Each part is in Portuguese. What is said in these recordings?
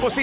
Você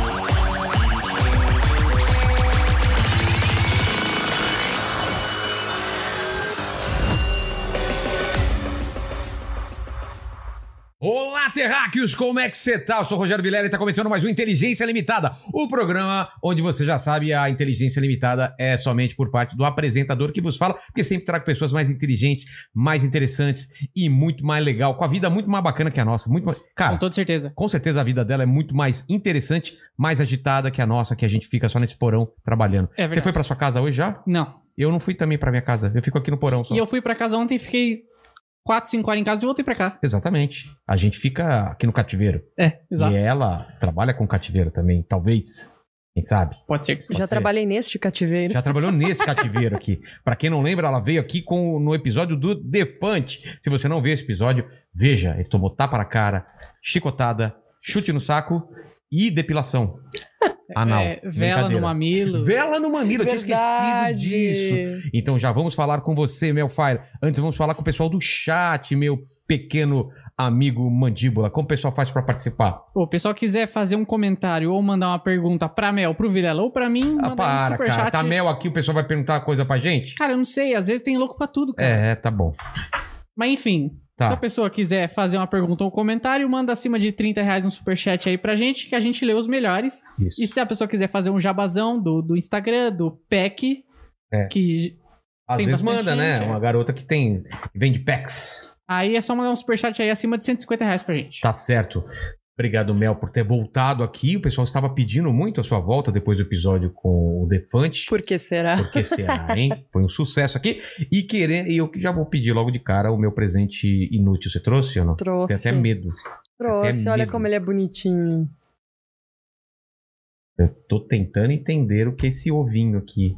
Olá, terráqueos! Como é que você tá? Eu sou o Rogério Vilela e tá começando mais um Inteligência Limitada, o programa onde você já sabe a inteligência limitada é somente por parte do apresentador que vos fala, porque sempre trago pessoas mais inteligentes, mais interessantes e muito mais legal, com a vida muito mais bacana que a nossa. Muito mais... Cara, Com toda certeza. com certeza a vida dela é muito mais interessante, mais agitada que a nossa, que a gente fica só nesse porão trabalhando. É verdade. Você foi pra sua casa hoje já? Não. Eu não fui também pra minha casa. Eu fico aqui no porão só. E eu fui pra casa ontem, fiquei 4, 5 horas em casa e voltei pra cá. Exatamente. A gente fica aqui no cativeiro. É, exato. E ela trabalha com cativeiro também, talvez. Quem sabe? Pode ser que sim. Pode Já ser. trabalhei neste cativeiro. Já trabalhou nesse cativeiro aqui. Pra quem não lembra, ela veio aqui com no episódio do Defante. Se você não vê esse episódio, veja. Ele tomou tapa na cara, chicotada, chute no saco e depilação. Anal. É, vela Ah, Brincadeira. no mamilo. Vela no mamilo, eu tinha esquecido disso. Então já vamos falar com você, meu Fire. Antes vamos falar com o pessoal do chat, meu pequeno amigo Mandíbula. Como o pessoal faz pra participar? Pô, O pessoal quiser fazer um comentário ou mandar uma pergunta pra Mel, pro Vilela ou pra mim, Ah, manda aí no para, cara. um superchat. Tá mel aqui, o pessoal vai perguntar coisa pra gente? Cara, eu não sei, às vezes tem louco pra tudo, cara. É, tá bom. Mas enfim, Tá. se a pessoa quiser fazer uma pergunta ou um comentário, manda acima de 30 reais no superchat aí pra gente, que a gente lê os melhores. Isso. E se a pessoa quiser fazer um jabazão do, do Instagram, do PEC, É. que Às tem vezes bastante manda, né? gente, é. Uma garota que tem que vende packs. aí é só mandar um superchat aí acima de 150 reais pra gente. Tá certo. Obrigado, Mel, por ter voltado aqui. O pessoal estava pedindo muito a sua volta depois do episódio com o Defante. Por que será? Porque será, hein? Foi um sucesso aqui. E querendo, e eu que já vou pedir logo de cara o meu presente inútil. Você trouxe ou não? Trouxe. Tem até medo. Trouxe, olha medo. como ele é bonitinho. Eu tô tentando entender o que é esse ovinho aqui.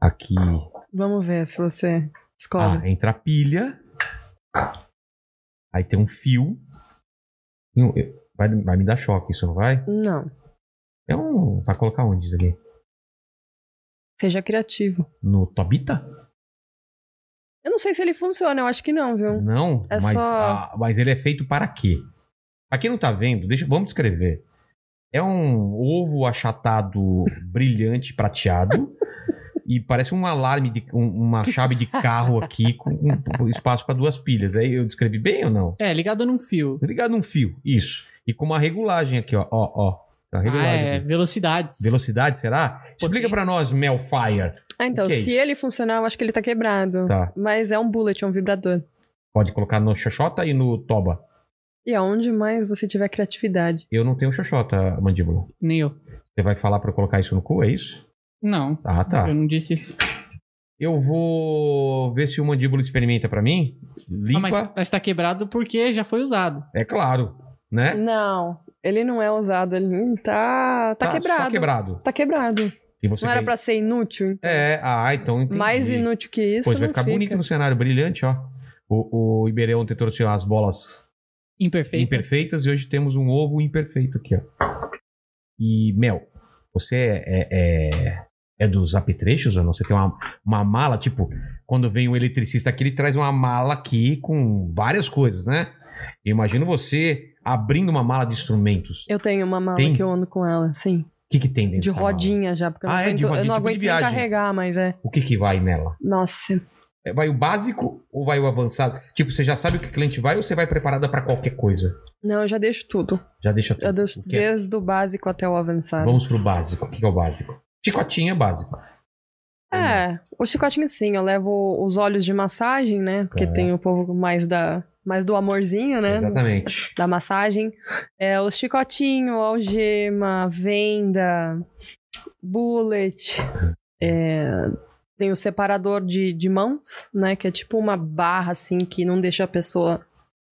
Aqui. Vamos ver se você descobre. Ah, entra a pilha. Aí tem um fio. Não, eu- Vai, vai me dar choque, isso não vai? Não. É um. Vai colocar onde isso aqui? Seja criativo. No Tobita? Eu não sei se ele funciona, eu acho que não, viu? Não, É mas, só- ah, mas ele é feito para quê? Pra quem não tá vendo, deixa, vamos descrever. É um ovo achatado brilhante, prateado. e parece um alarme, de, um- uma chave de carro aqui com um espaço para duas pilhas. Aí eu descrevi bem ou não? Tá É, ligado num fio. Ligado num fio, isso. E com uma regulagem aqui, ó. Ó, ó. Tá uma Ah, regulagem é, aqui. velocidades. Velocidade, será? Explica para nós, Melfire. Ah, então, que é se isso? ele funcionar, eu acho que ele tá quebrado. Tá. Mas é um bullet, é um vibrador. Pode colocar no xoxota e no toba. E aonde mais você tiver criatividade? Eu não tenho xoxota, mandíbula. Nem eu. Você vai falar pra eu colocar isso no cu, é isso? Não, Ah, tá. eu não disse isso. Eu vou ver se o mandíbula experimenta pra mim. Limpa, Ah, mas, mas tá quebrado porque já foi usado. é claro, né? Não, ele não é usado, ele não tá. Tá, quebrado. Só quebrado. Tá quebrado. E você não era vem- pra ser inútil? É, ah, então entendi. Mais inútil que isso. Pois vai não ficar fica. bonito no cenário, brilhante, ó. O, o Iberê ontem trouxe as bolas Imperfeito. imperfeitas e hoje temos um ovo imperfeito aqui, ó. E, Mel, você é, é, é- é dos apetrechos ou não? Você tem uma, uma mala, tipo, quando vem um eletricista aqui, ele traz uma mala aqui com várias coisas, né? Eu imagino você abrindo uma mala de instrumentos. O Eu tenho uma mala Tem? que eu ando com ela, sim. que, que tem dentro De dessa mala? rodinha já, porque eu não Ah, é, de aguento, eu rodinha, não tipo de aguento nem viagem. carregar, mas é. O que que vai nela? Nossa. É, Vai o básico ou vai o avançado? Tipo, você já sabe o que o cliente vai ou você vai preparada pra qualquer coisa? Não, eu já deixo tudo. Já deixa Eu tudo. deixo O que é? desde o básico até o avançado. Vamos pro básico. O que que é o básico? Chicotinha é básico. É, o chicotinho sim, eu levo os olhos de massagem, né? Porque Tá. tem o povo mais da mais do amorzinho, né? Exatamente. Da massagem. É, o chicotinho, algema, venda, bullet. é, tem o separador de, de mãos, né? Que é tipo uma barra, assim, que não deixa a pessoa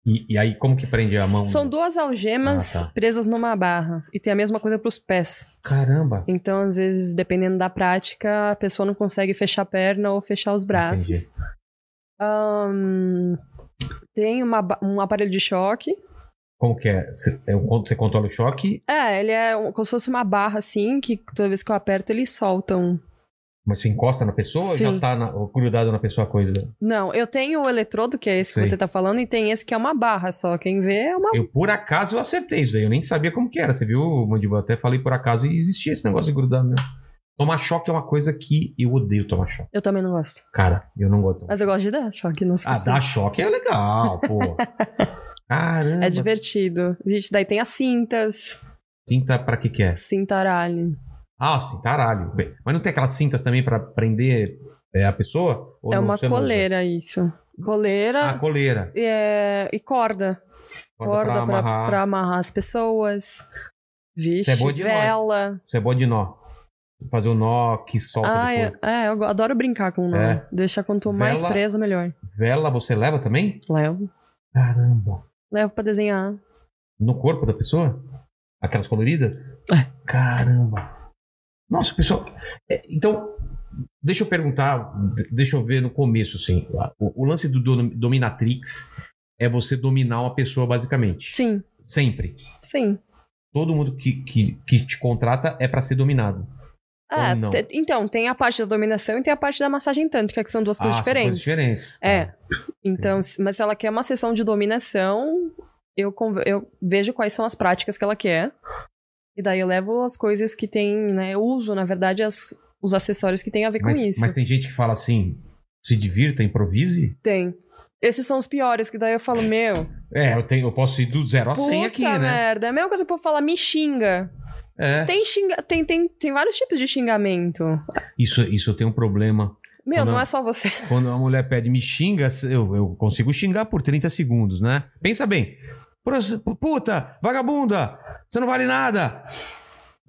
E, e aí, como que prende a mão? São duas algemas Ah, tá. presas numa barra. E tem a mesma coisa pros pés. Caramba. Então, às vezes, dependendo da prática, a pessoa não consegue fechar a perna ou fechar os braços. Ahn, tem uma ba- um aparelho de choque. Como que é? Você, é o- você controla o choque? É, ele é um- como se fosse uma barra assim, que toda vez que eu aperto, ele solta um. Mas você encosta na pessoa ou Sim. já tá na, grudado na pessoa a coisa? Não, eu tenho o eletrodo, que é esse que Sei. você tá falando, e tem esse que é uma barra só. Quem vê é uma. Eu, por acaso, eu acertei isso daí. Eu nem sabia como que era. Você viu, Mandiba? Até falei por acaso e existia esse negócio de grudar mesmo. Tomar choque é uma coisa que eu odeio tomar choque. Eu também não gosto. Cara, eu não gosto. de tomar Mas tipo assim eu gosto de dar choque nas Ah, pessoas. dar choque é legal, pô. Caramba. É divertido. Vixe, daí tem as cintas. Cinta pra que que é? Cintaralho. Ah, cintaralho. Bem, mas não tem aquelas cintas também pra prender é, a pessoa? Ou É não- uma você não usa? coleira, isso. Ah, Coleira coleira. é, e corda. Corda pra pra, amarrar. pra amarrar as pessoas. Isso Vixe, é bom demais. vela. Você é bom de nó. Fazer o nó que solta Ah, depois. é, é, eu go- adoro brincar com o nome. É. Deixa quanto mais Vela. preso, melhor. Vela você leva também? Levo. Caramba. Levo pra desenhar. No corpo da pessoa? Aquelas coloridas? É. Caramba. Nossa, pessoal. é, então, deixa eu perguntar, de- deixa eu ver no começo, assim. O, o lance do domi- dominatrix é você dominar uma pessoa, basicamente. Sim, Sempre. sim. Todo mundo que, que, que te contrata é pra ser dominado. É, Ou não? te- então, tem a parte da dominação e tem a parte da massagem tântrica, que são duas coisas Ah, são diferentes. Coisas diferentes. Tá. É. Então, se- mas se ela quer uma sessão de dominação, eu, con- eu vejo quais são as práticas que ela quer. E daí eu levo as coisas que tem, né? Eu uso, na verdade, as- os acessórios que tem a ver mas, É com isso. mas tem gente que fala assim: se divirta, improvise. Tem. Esses são os piores, que daí eu falo, meu, É, eu, tenho, eu posso ir do zero a puta 100 aqui, né? merda. É a mesma coisa que o povo fala, me xinga. É. Tem, xinga tem, tem, tem vários tipos de xingamento. Isso, isso eu tenho um problema. Meu, Ah, Não. não, é só você. Quando uma mulher pede me xinga, eu, eu consigo xingar por 30 segundos, né? Pensa bem. Pros- Puta, vagabunda, você não vale nada.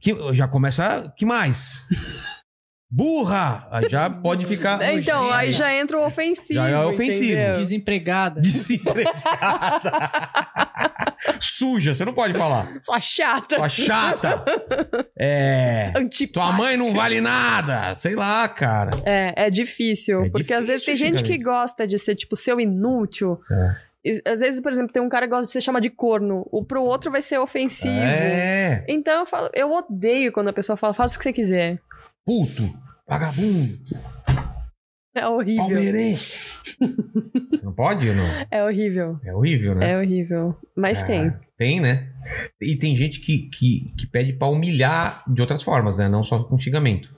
Que, já começa. Que mais? Burra! Aí já pode ficar. então, aí já entra o ofensivo. Já é ofensivo. entendeu? Desempregada. Desempregada. Suja, você não pode falar. Sua chata. Sua chata. É. Antipática. Tua mãe não vale nada. Sei lá, cara. É, é difícil. É porque às vezes tem difícil, gente que antigamente. gosta de ser, tipo, seu inútil. É. E, Às vezes, por exemplo, tem um cara que gosta de ser chamado de corno. O pro outro vai ser ofensivo. É. Então eu falo, eu odeio quando a pessoa fala, faça o que você quiser. Puto, vagabundo. É horrível. Palmeirense. Você não pode ou não? É horrível. É horrível, né? É horrível. Mas tem. Ah, Tem, né? E tem gente que, que, que pede pra humilhar de outras formas, né? Não só com xingamento.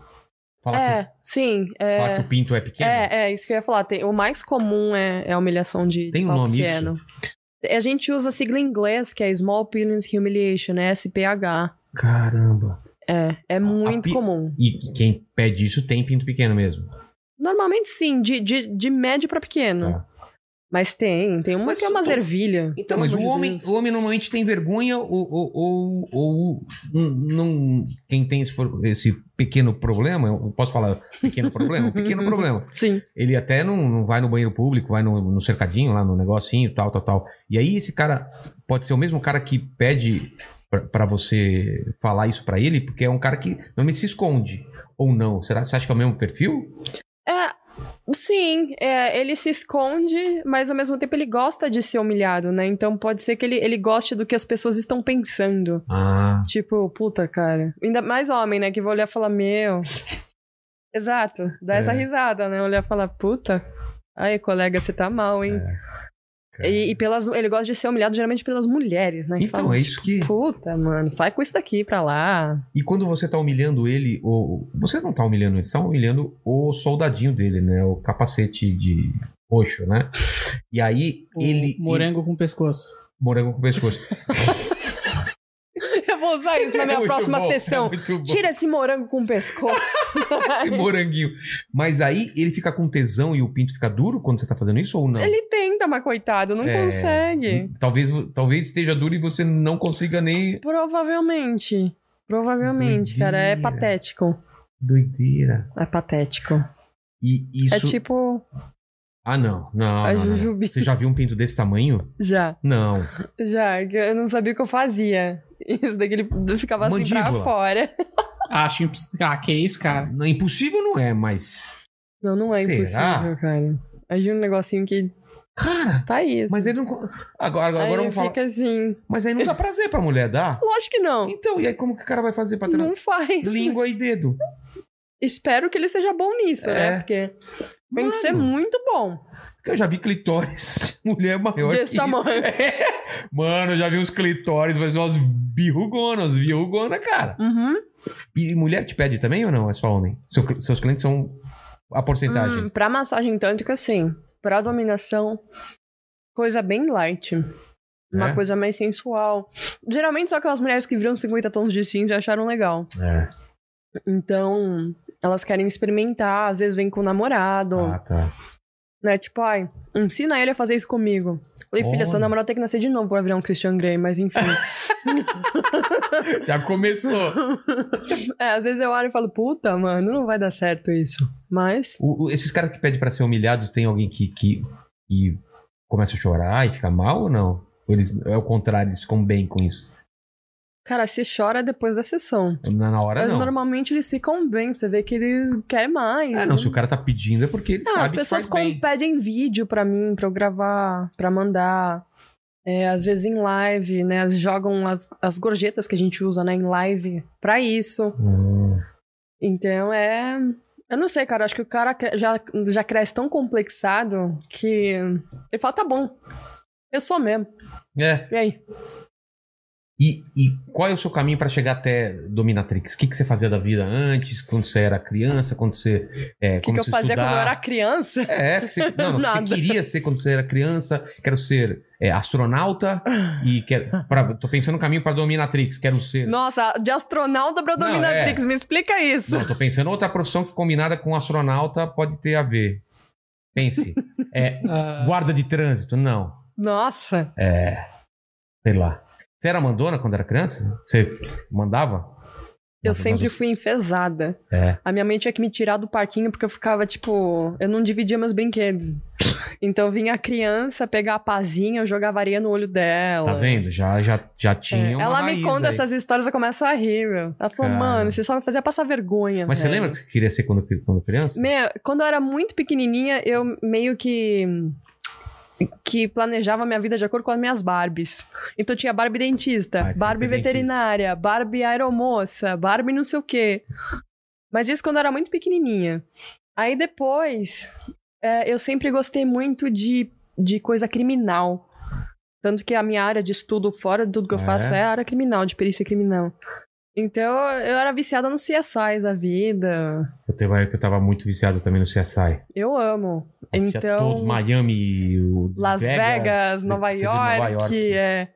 Falar, que, É, sim. falar que É, o pinto é pequeno. é, é, isso que eu ia falar. Tem- o mais comum é, é a humilhação de, Tem um de pau nome pequeno. A gente usa a sigla em inglês, que é Small Peelings Humiliation, né? SPH. Caramba. É, é muito pi- comum. E quem pede isso tem pinto pequeno mesmo. Normalmente sim, de, de, de médio pra pequeno. Tá. Mas tem, tem uma Mas que é umas o- ervilha. Então, pelo mas amor o de homem, Deus. o homem normalmente tem vergonha ou, ou, ou, ou n- não, quem tem esse, pro- esse pequeno problema, eu posso falar pequeno problema? Um pequeno problema. Sim, Ele até não, não vai no banheiro público, vai no, no cercadinho, lá no negocinho, tal, tal, tal. E aí esse cara pode ser o mesmo cara que pede pra- pra você falar isso pra ele, porque é um cara que normalmente se esconde. Ou não? Será você acha que é o mesmo perfil? é, sim é, ele se esconde, mas ao mesmo tempo ele gosta de ser humilhado, né? Então pode ser que ele, ele goste do que as pessoas estão pensando. Ah. Tipo, puta, cara. Ainda mais homem, né? Que vai olhar e falar, meu. Exato, dá essa É. risada, né? Olhar e falar, puta. Aí, colega, você tá mal, hein? E, e pelas, ele gosta de ser humilhado geralmente pelas mulheres, né? Que É. Então, falam, é isso que. Puta, mano, sai com isso daqui pra lá. E quando você tá humilhando ele, ou. Você não tá humilhando ele, você tá humilhando o soldadinho dele, né? O capacete de roxo, né? E aí O ele. Morango com pescoço. Morango com pescoço. Eu vou usar isso na minha É muito próxima bom, é sessão. muito bom. Tira esse morango com o pescoço. esse moranguinho. Mas aí ele fica com tesão e o pinto fica duro quando você tá fazendo isso ou não? Ele tenta, mas coitado, não É, consegue. Talvez, talvez esteja duro e você não consiga nem. Provavelmente. Provavelmente, cara. É Doideira. patético. Doideira. É patético. E isso. É tipo. Ah, não. Não. A não, não. Jujubi. Você já viu um pinto desse tamanho? Já, Não. já. que Eu não sabia o que eu fazia. Isso daqui ele ficava assim Mandíbula. pra fora. Acho imposs- Ah, que isso, cara. Não, Impossível não é, mas. Não, não é Será? impossível, cara. Imagina um negocinho que Cara, tá isso. mas ele não. co- Agora, agora Aí vamos falar. fica assim. Mas aí não dá prazer pra mulher, dá? Lógico que não. Então, e aí como que o cara vai fazer pra ter. Não faz. Língua e dedo. Espero que ele seja bom nisso, É. né? Porque tem que ser Mano. muito bom Eu já vi clitóris, mulher maior desse que- tamanho. É. Mano, eu já vi uns clitóris, mas umas birrugonas, birrugonas, cara. Uhum. E mulher te pede também ou não? É só homem? Seu cl- seus clientes são a porcentagem. Hum, pra massagem tântrica, sim. Pra dominação, coisa bem light. Uma É? coisa mais sensual. Geralmente são aquelas mulheres que viram 50 tons de cinza e acharam legal. É. Então, elas querem experimentar, às vezes vem com o namorado, Ah, tá. né? Tipo, ai, ensina ele a fazer isso comigo. Falei, filha, seu Olha. namorado tem que nascer de novo pra virar um Christian Grey, mas enfim. Já começou. é, às vezes eu olho e falo, puta, mano, não vai dar certo isso. Mas, O- o- esses caras que pedem pra ser humilhados, tem alguém que, que, que começa a chorar e fica mal ou não? Ou Eles, é o contrário, eles ficam bem com isso. cara, se chora depois da sessão. Na, na hora, Mas não. normalmente eles ficam bem, você vê que ele quer mais. É, não, se o cara tá pedindo é porque ele Não, sabe as pessoas que faz bem. pedem vídeo pra mim, pra eu gravar, pra mandar. É, às vezes em live, né? Elas Jogam as, as gorjetas que a gente usa, né? Em live pra isso. Hum, Então é. Eu não sei, cara. Acho que o cara cre- já, já cresce tão complexado que. Ele fala, tá bom. Eu sou mesmo. é. E aí? E, e qual é o seu caminho pra chegar até Dominatrix? O que, que você fazia da vida antes, quando você era criança, quando você. É, O que, que eu fazia quando eu era criança? É, que você, não, não, que você Nada. queria ser quando você era criança. Quero ser é, astronauta e quero. Pra, tô pensando no caminho pra Dominatrix. Quero ser. Nossa, de astronauta pra Não, é. dominatrix, me explica isso. Não, tô pensando outra profissão que combinada com astronauta pode ter a ver. Pense. É, Ah, guarda de trânsito? Não. Nossa. É. Sei lá. Você era mandona quando era criança? Você mandava? Eu Mas- sempre mas- fui enfesada. É. A minha mãe tinha que me tirar do parquinho porque eu ficava, tipo, eu não dividia meus brinquedos. Então vinha a criança pegar a pazinha, eu jogava areia no olho dela. Tá vendo? Já, já, já tinha É, uma Ela me raiz conta aí. essas histórias, eu começo a rir, meu. Ela falou, Cara. mano, você só me fazia passar vergonha. Mas você velho." lembra que você queria ser quando, quando criança? Meu, quando eu era muito pequenininha, eu meio que. Que planejava minha vida de acordo com as minhas Barbies. Então tinha Barbie dentista, Ah, isso Barbie deve ser veterinária, Barbie aeromoça, Barbie não sei o quê. Mas isso quando eu era muito pequenininha. Aí depois, é, eu sempre gostei muito de, de coisa criminal. Tanto que a minha área de estudo, fora de tudo que eu Ah, faço, é? é a área criminal, de perícia criminal. Então eu era viciada nos CSIs da vida. Eu teve uma época que eu tava muito viciado também no CSI. Eu amo. Assistia Então, Todos, Miami, o Las Vegas, Nova, teve York, É,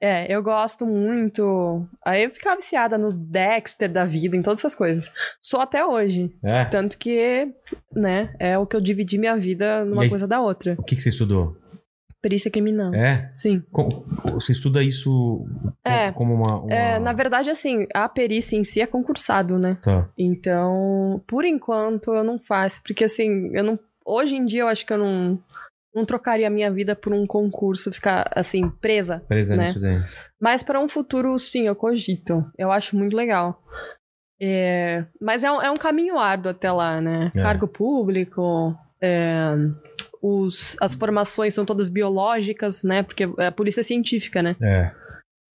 é, eu gosto muito. Aí eu ficava viciada nos Dexter da vida, em todas essas coisas. Sou até hoje. É. Tanto que, né, é o que eu dividi minha vida E numa aí? coisa da outra. O que, que você estudou? Perícia criminal. É? Sim. Co- Você estuda isso co- É. como uma. uma- É, na verdade, assim, a perícia em si é concursado, né? Tá. Então, por enquanto, eu não faço. Porque, assim, eu não. Hoje em dia, eu acho que eu não. Não trocaria a minha vida por um concurso, ficar, assim, presa Beleza, Né? nisso daí. Mas para um futuro, sim, eu cogito. Eu acho muito legal. É, mas é um, é um caminho árduo até lá, né? É. Cargo público, é, os, as formações são todas biológicas, né? Porque é a polícia é científica, né? É.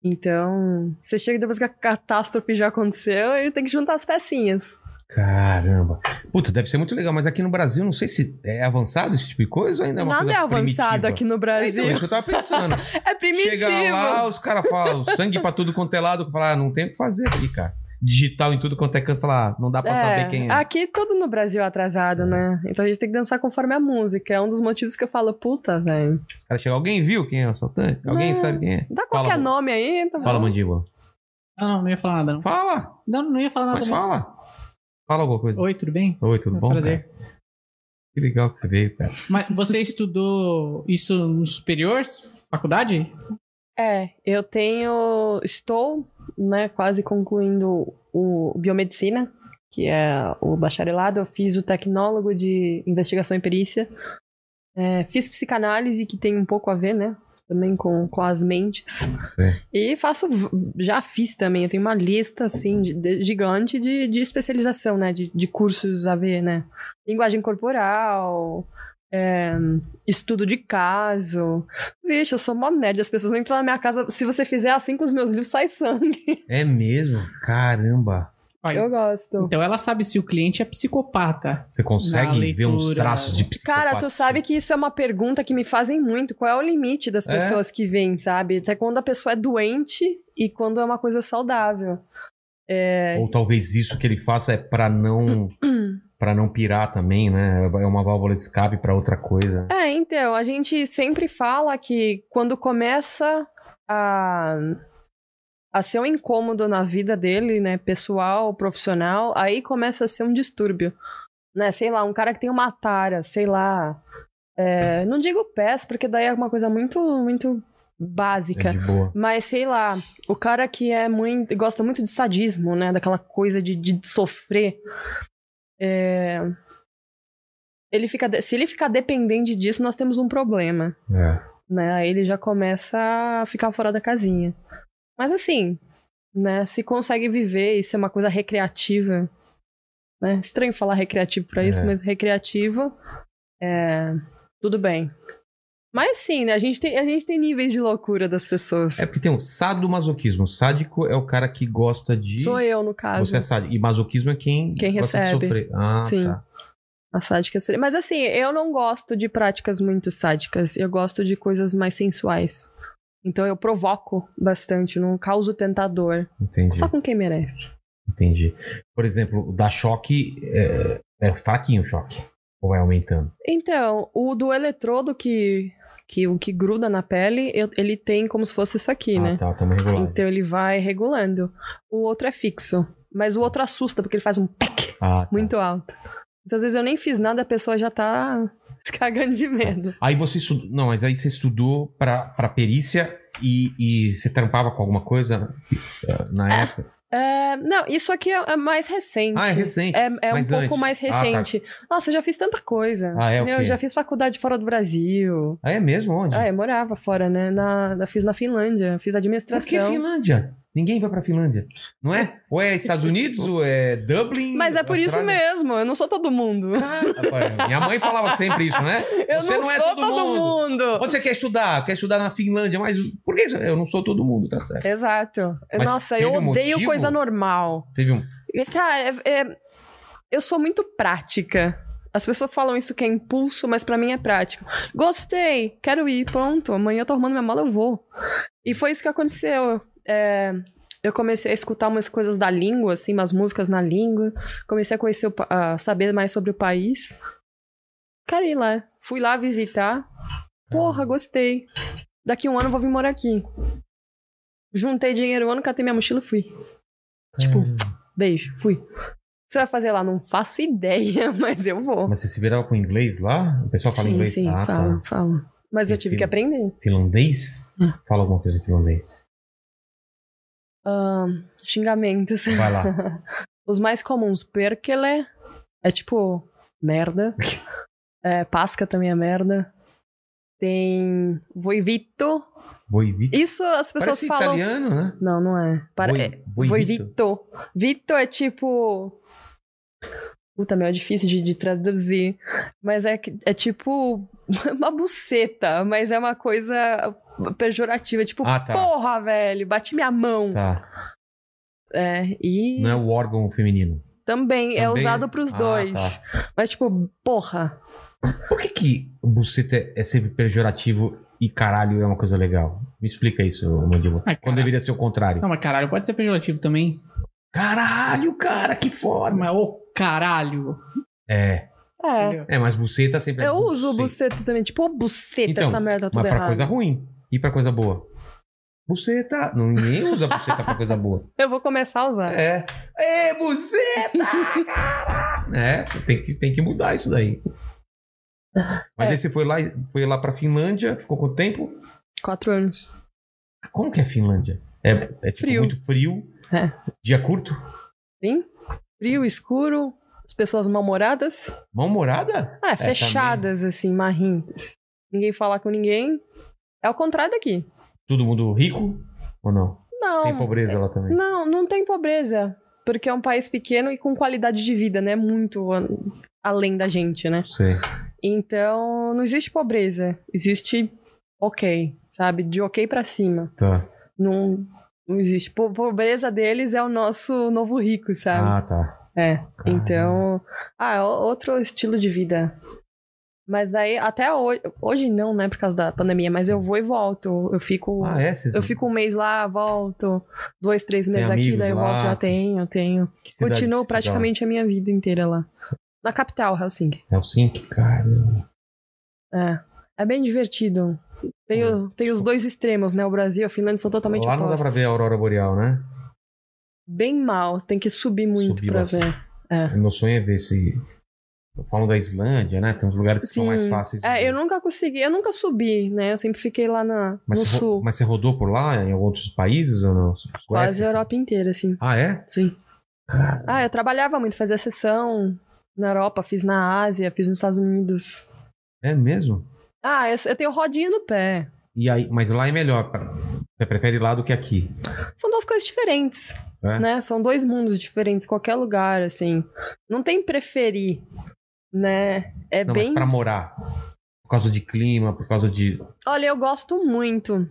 Então, você chega depois que a catástrofe já aconteceu e tem que juntar as pecinhas. Caramba. Putz, deve ser muito legal, mas aqui no Brasil, não sei se é avançado esse tipo de coisa ou ainda é uma Nada coisa é avançado primitiva? aqui no É, então, é Brasil. isso que eu tava pensando. É primitivo. Chega lá, os caras falam sangue pra tudo quanto é lado. Falar, ah, não tem o que fazer aqui, cara. Digital em tudo quanto é canto. Falar, ah, não dá pra saber quem é. Aqui tudo no Brasil é atrasado, né? Então a gente tem que dançar conforme a música. É um dos motivos que eu falo, puta, velho. Os caras chegam, alguém viu quem é o assaltante? Alguém Não. sabe quem é? Dá qualquer Fala, nome aí, tá bom. Fala, mandíbula. Ah, Não, não, não ia falar nada. Não, Fala, não, não ia falar nada. mas mas- fala. Fala alguma coisa. Oi, Oi, tudo bem? tudo É um bom? prazer. cara? Que legal que você veio, cara. Mas você estudou isso no superior? Faculdade? É, eu tenho. Estou, né, quase concluindo o Biomedicina, que é o bacharelado. Eu fiz o tecnólogo de investigação e perícia. É, fiz psicanálise, que tem um pouco a ver, né? Também com, com as mentes. Sim. E faço. v- Já fiz também. Eu tenho uma lista, assim, de- de- gigante de, de especialização, né? De, de cursos a ver, né? Linguagem corporal, é, estudo de caso. Vixe, eu sou mó nerd. As pessoas não entram na minha casa. Se você fizer assim com os meus livros, sai sangue. É mesmo? Caramba. Olha, Eu gosto. Então ela sabe se o cliente é psicopata. Você consegue Na ver uns leitura. traços de psicopata? Cara, tu sabe que isso é uma pergunta que me fazem muito. Qual é o limite das É? pessoas que vêm, sabe? Até quando a pessoa é doente e quando é uma coisa saudável. É, Ou talvez isso que ele faça é pra não para não pirar também, né? É uma válvula de escape pra outra coisa. É, então, a gente sempre fala que quando começa a, a ser um incômodo na vida dele, né, pessoal, profissional, aí começa a ser um distúrbio. Né, sei lá, um cara que tem uma tara, sei lá. é, não digo pés, porque daí é uma coisa muito, muito básica. É de boa. Mas sei lá, o cara que é muito. gosta muito de sadismo, né? Daquela coisa de, de sofrer. É, Ele fica, de- se ele ficar dependente disso, nós temos um problema, É. né? Aí ele já começa a ficar fora da casinha. Mas assim, né? Se consegue viver isso é uma coisa recreativa, né? Estranho falar recreativo pra isso, É. mas recreativo, é, tudo bem. Mas sim, né? A gente tem, a gente tem níveis de loucura das pessoas. É porque tem um sadomasoquismo. Sádico é o cara que gosta de. Sou eu, no caso. Você é sádico. E masoquismo é quem, Quem gosta de recebe. sofrer. Ah, Sim. tá. A sádica seria. Mas assim, eu não gosto de práticas muito sádicas. Eu gosto de coisas mais sensuais. Então eu provoco bastante, não causo tentador. Entendi, Só com quem merece. entendi. Por exemplo, o da choque é, é fraquinho o choque. Ou vai aumentando. Então, o do eletrodo que, que o que gruda na pele, eu- ele tem como se fosse isso aqui, ah, né? tá, tá mais regulado. Então ele vai regulando. O outro é fixo. Mas o outro assusta, porque ele faz um pec Ah, tá. muito alto. Então, às vezes, eu nem fiz nada, a pessoa já tá se cagando de medo. Aí você estudou. Não, mas aí você estudou pra, pra perícia e, e você trampava com alguma coisa eh, na época. É, não, isso aqui é é mais recente. Ah, é recente. É, é um Mas pouco antes. mais Ah, tá. recente. Nossa, eu já fiz tanta coisa. Ah, é o Meu, quê? eu já fiz faculdade fora do Brasil. Ah, é mesmo? Onde? Ah, eu morava fora, né? Na, eu fiz na Finlândia, Por fiz que administração. Finlândia? Ninguém vai pra Finlândia, não é? Ou é Estados Unidos, ou é Dublin. Mas é por isso Austrália. mesmo, eu não sou todo mundo. Cara, minha mãe falava sempre isso, né? Eu Você não, não é sou todo todo, mundo. mundo. Onde você quer estudar? Quer estudar na Finlândia, mas por que isso? Eu não sou todo mundo, tá certo? Exato. Mas Nossa, teve eu um odeio motivo? coisa normal. Teve um. Cara, é- é- eu sou muito prática. As pessoas falam isso que é impulso, mas pra mim é prático. Gostei, quero ir, pronto. Amanhã eu tô arrumando minha mala, eu vou. E foi isso que aconteceu. É, eu comecei a escutar umas coisas da língua, assim, umas músicas na língua. Comecei a conhecer, o pa- a saber mais sobre o país. Quero ir lá. Fui lá visitar. Porra, gostei. Daqui um ano eu vou vir morar aqui. Juntei dinheiro um ano, catei minha mochila e fui. Ah, tipo, Beijo, fui. O que você vai fazer lá? Não faço ideia, mas eu vou. Mas você se virava com inglês lá? O pessoal fala sim, inglês? sim, ah, falo, tá. falo. Mas eu tive Enfim. que aprender. Finlandês? Fala alguma coisa em finlandês. Ah, xingamentos. Vai lá. Os mais comuns, perkele, é tipo merda. É, pasca também é merda. Tem voivito. Voivito. Isso as pessoas Parece falam. italiano, né? Não, não é. Para... Voi- é, voivito. Voivito. Vito é tipo. Puta, meu, é difícil de, de traduzir. Mas é, que- é tipo uma buceta, mas é uma coisa pejorativa. É tipo, Ah, tá. porra, velho, bate minha mão. Tá. É, e Não é o órgão feminino. também, é Também- usado pros Ah, dois. tá. Mas tipo, porra. Por que que buceta é- é sempre pejorativo e caralho é uma coisa legal? Me explica isso, Mandíbula. Ah, Quando caralho. deveria ser o contrário. Não, mas caralho, pode ser pejorativo também. Caralho, cara, que foda. Mas ô caralho. É, É. entendeu? é, mas buceta sempre é Eu uso buceta. buceta também. Tipo, ô, buceta, Então, essa merda Mas toda pra errada. coisa ruim e pra coisa boa. Buceta. Não, Ninguém usa buceta pra coisa boa. Eu vou começar a usar. É. Ê, buceta! Caralho! É, tem que, tem que mudar isso daí. Mas É. aí você foi lá, e- foi lá pra Finlândia, ficou quanto tempo? Quatro anos. Como que é Finlândia? É, é tipo, Frio. muito frio. É. Dia curto? Sim? Frio, escuro, as pessoas mal-humoradas. Mal-humorada? Ah, fechadas, assim, marrintas. Ninguém falar com ninguém. É o contrário daqui. Todo mundo rico? Ou não? Não. é. Tem pobreza lá também. Não, não tem pobreza. Porque é um país pequeno e com qualidade de vida, né? Muito a- além da gente, né? Sei. Então, não existe pobreza. Existe ok, sabe? De ok pra cima. Tá. Não, Não existe. Po- Pobreza deles é o nosso novo rico, sabe? Ah, tá. é. Cara. Então, ah, é o- outro estilo de vida. Mas daí, até hoje, hoje não, né, por causa da pandemia, mas eu vou e volto. Eu fico, Ah, é? Vocês- eu fico um mês lá, volto, dois, três meses aqui, amigos daí eu lá? volto, já tenho, tenho. que cidade que tá? Continuo vocês moram? praticamente a minha vida inteira lá. Na capital, Helsinki. Helsinki, cara. É. É bem divertido. Tem, o- tem os dois extremos, né? O Brasil e a Finlândia são totalmente Hum. Lá não dá opostos. pra ver a aurora boreal, né? Bem mal, tem que subir muito Subir pra bastante. ver. É. O meu sonho é ver se. Eu falo da Islândia, né? Tem uns lugares que são Sim. mais fáceis. de É, ver. eu nunca consegui, eu nunca subi, né? Eu sempre fiquei lá na, Mas, no você, ro- sul. mas você rodou por lá, em outros países ou não? Suécia, Quase a assim? Europa inteira, assim. Ah, é? Sim. Ah, eu trabalhava muito, fazia sessão na Europa, fiz na Ásia, fiz nos Estados Unidos. É mesmo? Ah, eu, eu tenho rodinha no pé. E aí, mas lá é melhor. pra- Você prefere lá do que aqui. São duas coisas diferentes, É? né? São dois mundos diferentes, qualquer lugar, assim. Não tem preferir, né? É não, bem. mas pra morar. Por causa de clima, por causa de. Olha, eu gosto muito.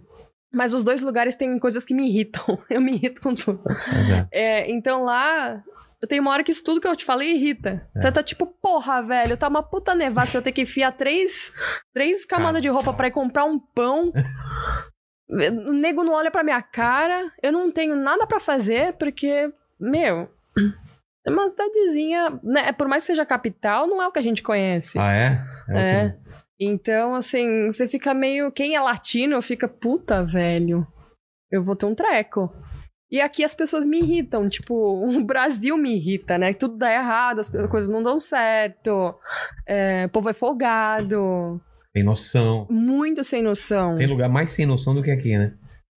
Mas os dois lugares têm coisas que me irritam. Eu me irrito com tudo. né? É, então lá. Eu tenho uma hora que isso tudo que eu te falei irrita. Você tá tipo, porra, velho, tá uma puta nevasca, eu tenho que enfiar três, três camadas de roupa pra ir comprar um pão. o nego não olha pra minha cara, eu não tenho nada pra fazer, porque, meu, é uma cidadezinha, né? Por mais que seja capital, não é o que a gente conhece. Ah, é? É. outro- Então, assim, você fica meio. Quem é latino fica, puta, velho, eu vou ter um treco. E aqui as pessoas me irritam, tipo, o Brasil me irrita, né? Tudo dá errado, as pe- coisas não dão certo, é, o povo é folgado, Sem noção. muito sem noção. Tem lugar mais sem noção do que aqui, né?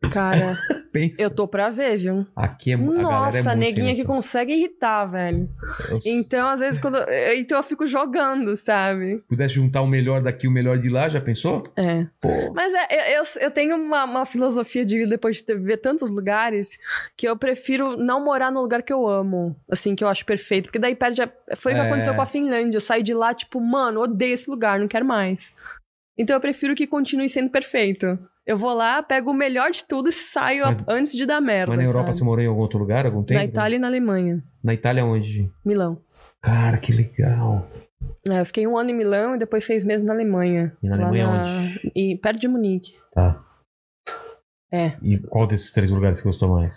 Cara, Pensa. eu tô pra ver, viu? Aqui é, mu- a galera é Nossa, muito neguinha sem que noção. consegue irritar, velho. Eu- Se Então, às vezes, quando. eu- Então eu fico jogando, sabe? pudesse juntar o melhor daqui e o melhor de lá, já pensou? É. Pô. Mas é, eu, eu- eu tenho uma, uma filosofia de vida depois de ter, ver tantos lugares que eu prefiro não morar no lugar que eu amo, assim, que eu acho perfeito. Porque daí perde. A, foi o que É. aconteceu com a Finlândia. Eu saí de lá, tipo, mano, odeio esse lugar, não quero mais. Então eu prefiro que continue sendo perfeito. Eu vou lá, pego o melhor de tudo e saio a- Mas- antes de dar merda. Mas na Europa sabe? você morou em algum outro lugar, algum tempo? Na Itália e na Alemanha. Na Itália onde? Milão. Cara, que legal. É, eu fiquei um ano em Milão e depois seis meses na Alemanha. E na Alemanha é onde? E perto de Munique. Tá. É. E qual desses três lugares que gostou mais?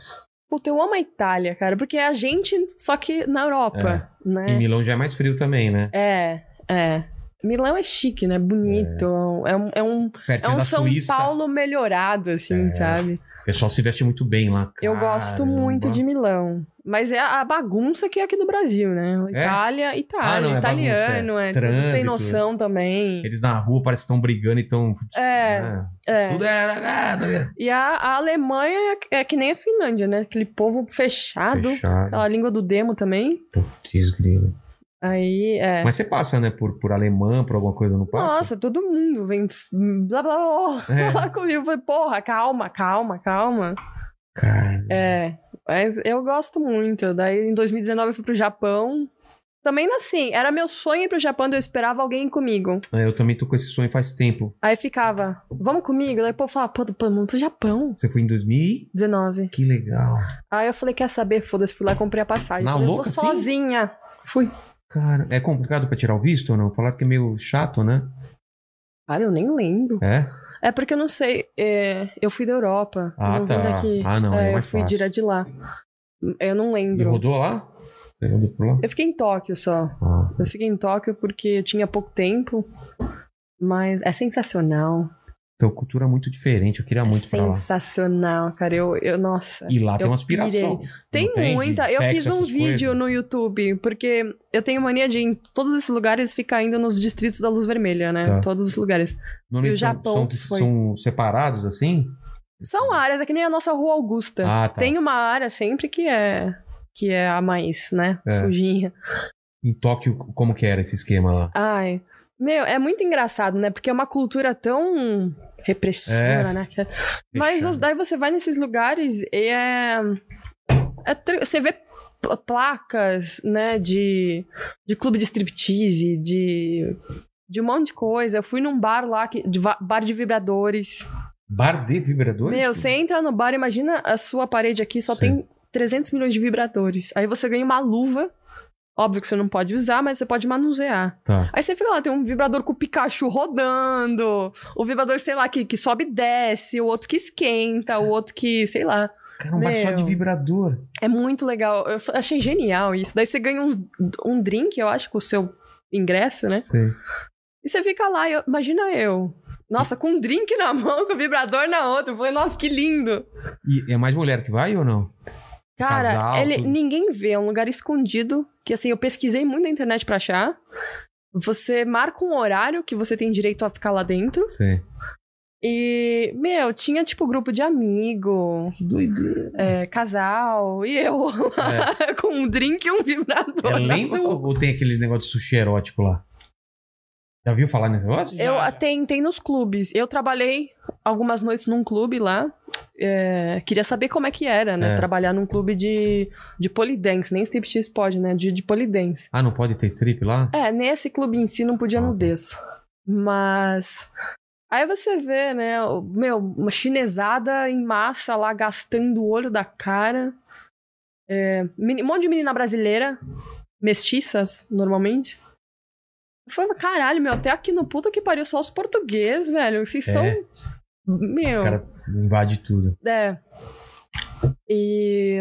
Puta, eu amo a Itália, cara, porque é a gente, só que na Europa, Em né? Milão já é mais frio também, né? É, é. Milão é chique, né? Bonito. É, um, é um, é Pertinho um da São Suíça. Paulo melhorado, assim, É. sabe? O pessoal se veste muito bem lá. Eu gosto muito de Milão. Mas é a bagunça que é aqui do Brasil, né? É? Itália, Itália, Ah, não, é italiano, bagunça, é é, tudo sem trânsito. noção também. Eles na rua parecem que estão brigando e estão. É, é. Tudo é. E a, a Alemanha é, é que nem a Finlândia, né? Aquele povo fechado, Fechado. aquela língua do demo também. Putz, grilo. Aí, é. Mas você passa, né? Por, por alemã, por alguma coisa, não passa? Nossa, todo mundo vem f- blá blá blá, blá É. falar comigo. Eu Falei, porra, calma, calma, calma. Cara. É, mas eu gosto muito. Daí em 2019 eu fui pro Japão. Também assim, era meu sonho ir pro Japão, daí eu esperava alguém ir comigo. É, eu também tô com esse sonho faz tempo. Aí ficava, vamos comigo? Daí o povo falava, pô, pô, vamos pro Japão. Você foi em 2000? e- 19. Que legal. Aí eu falei, quer saber? Foda-se, fui lá e comprei a passagem. Na Falei, eu vou louca, assim? sozinha. Fui. Cara, é complicado pra tirar o visto ou não? Falaram que é meio chato, né? Cara, eu nem lembro. É? É porque eu não sei. é, eu fui da Europa. Ah, eu não tá. vim daqui. Ah, não, aí é eu mais fui fácil. direto de lá. Eu não E lembro. rodou lá? Você rodou por lá? Eu fiquei em Tóquio só. Ah. Eu fiquei em Tóquio porque eu tinha pouco tempo. Mas é sensacional. É Então, cultura muito diferente. Eu queria muito pra lá. sensacional, cara. Eu, eu nossa. E lá tem Eu uma aspiração. Tem Não de muita. Eu sexo, fiz um essas vídeo coisas? no YouTube, porque eu tenho mania de em todos esses lugares ficar indo nos distritos da luz vermelha, né? Tá. Todos os lugares. Normalmente e o são- Japão são, foi. são separados assim? São áreas, é que nem a nossa Rua Augusta. Ah, tá. Tem uma área sempre que é que é a mais, né? É. Sujinha. Em Tóquio, como que era esse esquema lá? Ai, meu, é muito engraçado, né? Porque é uma cultura tão repressora, É. né? Que- Mas os- Fechado. daí você vai nesses lugares e é. é tr- você vê pl- placas, né? De, de clube de striptease, de. De um monte de coisa. Eu fui num bar lá, que, de va- bar de vibradores. Bar de vibradores? Meu, você entra no bar, imagina a sua parede aqui só Sim. tem 300 milhões de vibradores. Aí você ganha uma luva. Óbvio que você não pode usar, mas você pode manusear. Tá. Aí você fica lá, tem um vibrador com o Pikachu rodando, o vibrador, sei lá, que, que sobe e desce, o outro que esquenta, o outro que, sei lá. Cara, um bar só de Meu. vibrador. É muito legal. Eu f- achei genial isso. Daí você ganha um, um drink, eu acho, com o seu ingresso, né? Sei. E você fica lá, eu- imagina eu. Nossa, com um drink na mão, com o vibrador na outra. Eu falei, nossa, que lindo. E é mais mulher que vai ou não? Cara, Casal, ele- tudo. ninguém vê, é um lugar escondido, que assim, eu pesquisei muito na internet pra achar. Você marca um horário que você tem direito a ficar lá dentro. Sei. E, meu, tinha tipo grupo de amigo, Que doideira. é, casal, e eu lá com um drink e um vibrador. É na lenda mão. ou, ou tem aquele negócio de sushi erótico lá? Já viu falar nesse negócio? Já, Eu já. tem, tem nos clubes. Eu trabalhei algumas noites num clube lá. É, queria saber como é que era, né? É. Trabalhar num clube de, de polidense. Nem striptease pode, né? De, de polidense. Ah, não pode ter strip lá? É, nesse clube em si não podia Ah, tá. nudez. Mas... Aí você vê, né? o- Meu, uma chinesada em massa lá, gastando o olho da cara. É, meni- um monte de menina brasileira. Mestiças, normalmente. Eu falei, caralho, meu, até aqui no puta que pariu só os portugueses, velho. Vocês É. são. Os Meu. caras invadem tudo. É. E.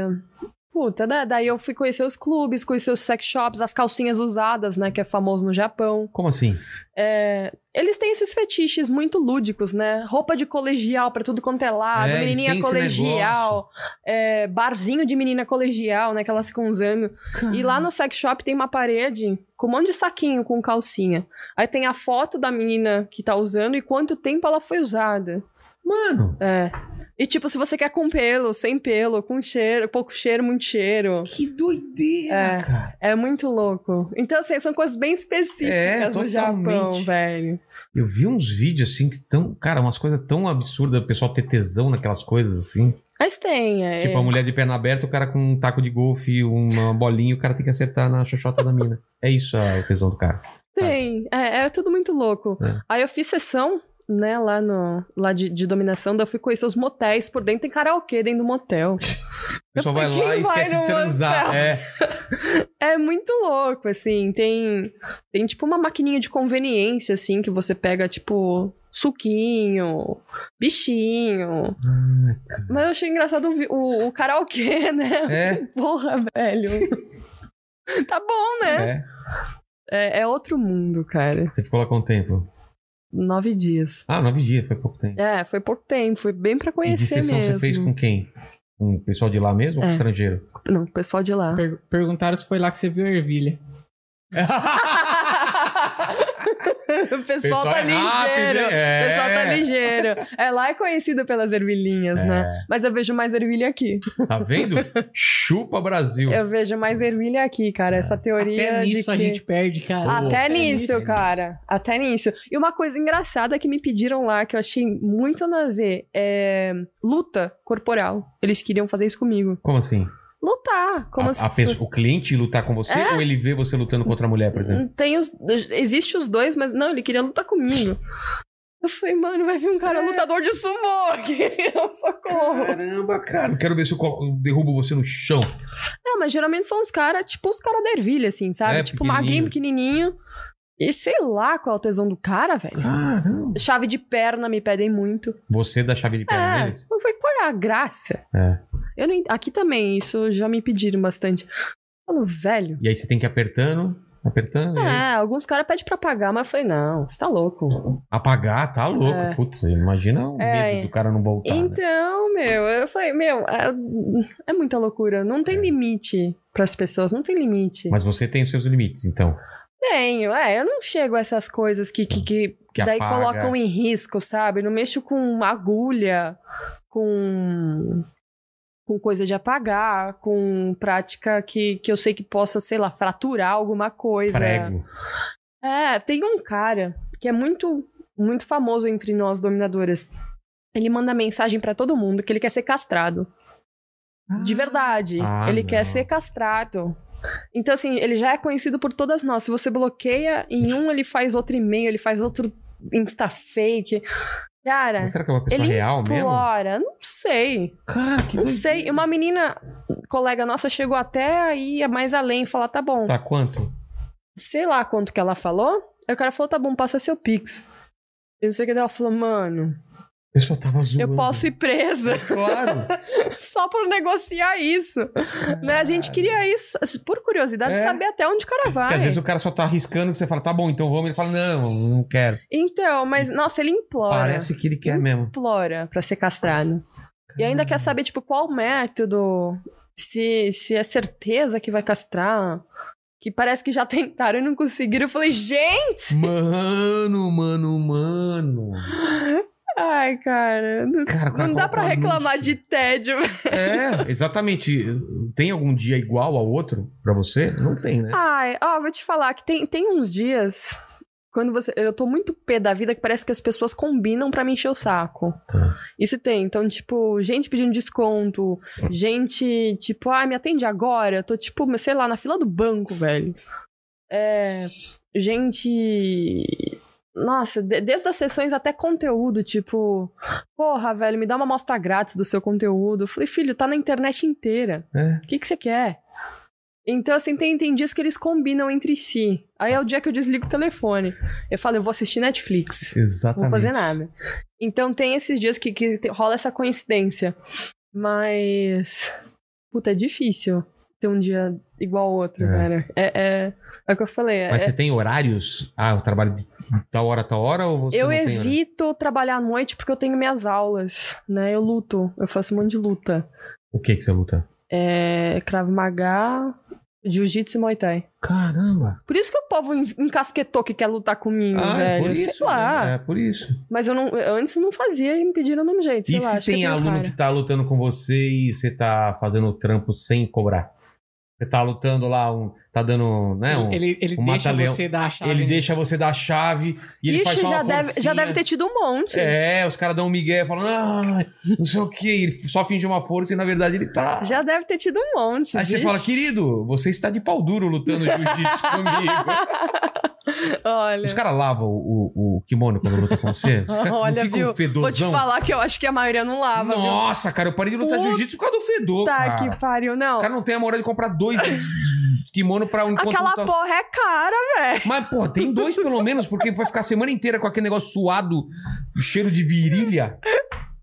Puta, né? daí eu fui conhecer os clubes, conhecer os sex shops, as calcinhas usadas, né? Que é famoso no Japão. Como assim? É, Eles têm esses fetiches muito lúdicos, né? Roupa de colegial pra tudo quanto é É, lado, eles têm menininha esse colegial, é, barzinho de menina colegial, né? Que elas ficam usando. E lá no sex shop tem uma parede com um monte de saquinho com calcinha. Aí tem a foto da menina que tá usando e quanto tempo ela foi usada. Mano, É. E tipo, se você quer com pelo, sem pelo, com cheiro, pouco cheiro, muito cheiro. que doideira, É. cara. É muito louco. Então, assim, são coisas bem É, específicas do totalmente. Japão, velho. Eu vi uns vídeos assim que tão. Cara, umas coisas tão absurdas, o pessoal ter tesão naquelas coisas assim. Mas tem, é. Tipo, a mulher de perna aberta, o cara com um taco de golfe, uma bolinha, o cara tem que acertar na xoxota da mina. É isso ah, o tesão do cara. Tem, é, é tudo muito louco. É. Aí eu fiz sessão, né, lá no lá de, de dominação, daí eu fui conhecer os motéis por dentro, tem karaokê dentro do motel. O pessoal vai falei, lá e "Quem vai esquece de num transar. motel?" É. É muito louco, assim, tem tem tipo uma maquininha de conveniência assim que você pega tipo suquinho, bichinho. Mas eu achei engraçado o, vi- o, o karaokê, né? É, Porra, velho. tá bom, né? é. É, é outro mundo, cara. Você ficou lá quanto tempo? Nove dias. Ah, nove dias, foi pouco tempo. É, foi pouco tempo, foi bem pra e de conhecer sessão mesmo. você fez com quem? Com o pessoal de lá mesmo ou com É. estrangeiro? Não, o pessoal de lá. Per- perguntaram se foi lá que você viu a ervilha. o pessoal tá é ligeiro. hein? O É. pessoal tá ligeiro. É, lá é conhecido pelas ervilhinhas, né? Mas eu vejo mais ervilha aqui. Tá vendo? Chupa Brasil. Eu vejo mais ervilha aqui, cara. Essa teoria Até de nisso que... a gente perde, cara. Pô, Até até nisso, nisso. cara. Até nisso. E uma coisa engraçada que me pediram lá, que eu achei muito nada a ver, é luta corporal. Eles queriam fazer isso comigo. Como assim? Lutar. Como assim? É. a, se a pessoa- o cliente lutar com você ou ele vê você lutando contra a mulher, por exemplo? Tem os... Existe os dois, mas não, ele queria lutar comigo. Eu falei, mano, vai vir um cara É. lutador de sumô aqui. Socorro. Caramba, cara. Quero ver se eu, colo- eu derrubo você no chão. É, mas geralmente são os caras, tipo os caras da ervilha, assim, sabe? É, tipo, magrinho, pequenininho. E sei lá qual é o tesão do cara, velho. Caramba. Chave de perna me pedem muito. Você dá chave de perna É, neles? eu falei, qual é a graça? É. Eu não, en- aqui também, isso já me pediram bastante. Eu falo, velho. E aí você tem que ir apertando, apertando, e É, alguns caras pedem pra pagar, mas eu falei, não, você tá louco. apagar, tá louco. É. Putz, imagina o É, medo é. do cara não voltar. né? Então, meu, eu falei, meu, é, é muita loucura. Não tem É. limite pras pessoas, não tem limite. Mas você tem os seus limites, então. Tenho, é, eu não chego a essas coisas que, que, que Que daí um apaga. colocam em risco, sabe? Não mexo com agulha, com com coisa de apagar, com prática que, que eu sei que possa, sei lá, fraturar alguma coisa. Prego. É, tem um cara que é muito muito famoso entre nós dominadoras. Ele manda mensagem pra todo mundo que ele quer ser castrado. De verdade. Ah, ele não. quer ser castrado. Então, assim, ele já é conhecido por todas nós. Se você bloqueia em um, ele faz outro e-mail, ele faz outro Insta fake. Cara, Mas será que é uma pessoa ele real mesmo? é. implora. Não sei. Cara, que Não doideira. sei. Uma menina, colega nossa, chegou até aí é mais além falar: tá bom. Tá quanto? sei lá quanto que ela falou. Aí o cara falou: tá bom, passa seu Pix. Eu não sei o que daí ela falou, mano, Eu só tava zoando. eu posso ir presa Claro. só por negociar isso. Né? A gente queria isso, assim, por curiosidade, É. saber até onde o cara Porque vai. às vezes o cara só tá arriscando que você fala, tá bom, então vamos. Ele fala, não, não quero. Então, mas, nossa, ele implora. Parece que ele Hum. quer mesmo. Implora pra ser castrado. E ainda quer saber, tipo, qual método, se, se é certeza que vai castrar. Que parece que já tentaram e não conseguiram. Eu falei, gente! Mano, mano, mano. Ai, cara. Não, Cara, o cara não dá coloca pra um reclamar anúncio. de tédio. É, exatamente. Tem algum dia igual ao outro pra você? Não tem, né? Ai, ó, vou te falar que tem, tem uns dias quando você. Eu tô muito pé da vida que parece que as pessoas combinam pra me encher o saco. Tá. Isso tem. Então, tipo, gente pedindo desconto, Hum. gente, tipo, ai, me atende agora. Eu tô, tipo, mas sei lá, na fila do banco, velho. É. Gente. Nossa, de- desde as sessões até conteúdo, tipo, porra, velho, me dá uma amostra grátis do seu conteúdo. Eu falei, filho, tá na internet inteira. É. O que, que você quer? Então, assim, tem, tem dias que eles combinam entre si. Aí é o dia que eu desligo o telefone. Eu falo, eu vou assistir Netflix. Não Exatamente. vou fazer nada. Então, tem esses dias que, que te- rola essa coincidência. Mas. Puta, é difícil ter um dia igual ao outro, É. cara. É, é, é o que eu falei. é- Mas você tem horários? Ah, eu trabalho de tal hora, a tal hora? Ou você eu não tem né? horário? evito trabalhar à noite porque eu tenho minhas aulas, né? Eu luto. Eu faço um monte de luta. O que que você luta? É, Krav Maga, Jiu-Jitsu e Muay Thai. Caramba. Por isso que o povo en- encasquetou que quer lutar comigo, é Hum, velho. por sei isso. lá. né? É por isso. Mas eu não. eu antes não fazia e me pediram do mesmo jeito. Sei e lá, se acho que tem eu tenho aluno cara. que tá lutando com você e você tá fazendo o trampo sem cobrar? Você tá lutando lá, um, tá dando, né? um- ele, ele ele o deixa mata-leão. você dar a chave. né? deixa você dar a chave e ele Ixi, faz só já, uma deve, já forcinha. deve ter tido um monte. É, os caras dão um migué falando, ah, não sei o que, ele só finge uma força e na verdade ele tá. Já deve ter tido um monte. Aí você vixe. fala, querido, você está de pau duro lutando jiu-jitsu comigo. Os Olha. caras lavam o, o- o kimono quando luta com você? Os caras não Olha, ficam viu? um fedorzão? Vou te falar que eu acho que a maioria não lava. viu? Nossa, cara, eu parei de lutar Puta jiu-jitsu por causa do fedor, Tá cara. que pariu, não. O cara não tem a moral de comprar dois kimono pra um enquanto Aquela luta- porra é cara, velho. Mas, pô, tem dois pelo menos, porque vai ficar a semana inteira com aquele negócio suado, cheiro de virilha.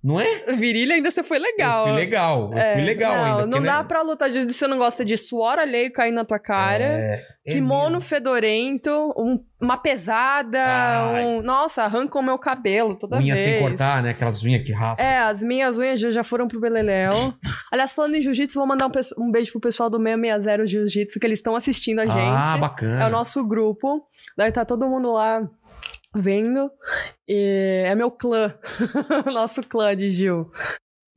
Não é? Virilha ainda você foi legal. Eu fui legal, eu É, fui legal não, ainda. Não porque, dá né, pra lutar de se você não gosta de suor alheio cair na tua cara. é- é Kimono mesmo. fedorento, um- uma pesada, Ai. um- nossa, arrancam meu cabelo toda Unha vez. sem cortar, né? Aquelas unhas que raspam. É, as minhas unhas já já foram pro Beleléu. Aliás, falando em jiu-jitsu, vou mandar um, pesso- um beijo pro pessoal do 660 Jiu-Jitsu, que eles estão assistindo a gente. Ah, bacana. É o nosso grupo. Daí tá todo mundo lá vendo. E é meu clã. O nosso clã de Gil.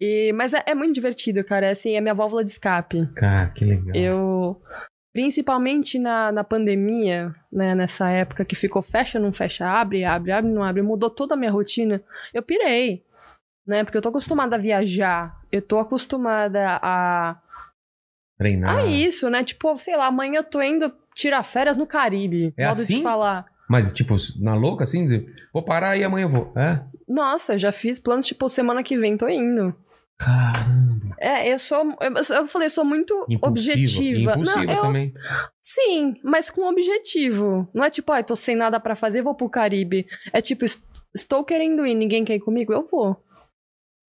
E, mas é, é muito divertido, cara. É, assim, é minha válvula de escape. Cara, que legal. Eu, principalmente na, na pandemia, né, nessa época que ficou fecha, não fecha, abre, abre, abre, não abre, mudou toda a minha rotina, eu pirei, né, porque eu tô acostumada a viajar, eu tô acostumada a, Treinar. a isso, né, tipo, sei lá, amanhã eu tô indo tirar férias no Caribe, É modo assim? de falar. Mas, tipo, na louca, assim, de- vou parar e amanhã eu vou. É? Nossa, eu já fiz planos, tipo, semana que vem tô indo. Caramba. É, eu sou, eu, eu falei, sou muito Impulsiva. objetiva. Impulsiva não, eu, também. Sim, mas com objetivo. Não é tipo, ai, tô sem nada pra fazer, vou pro Caribe. É tipo, es- estou querendo ir, ninguém quer ir comigo, eu vou.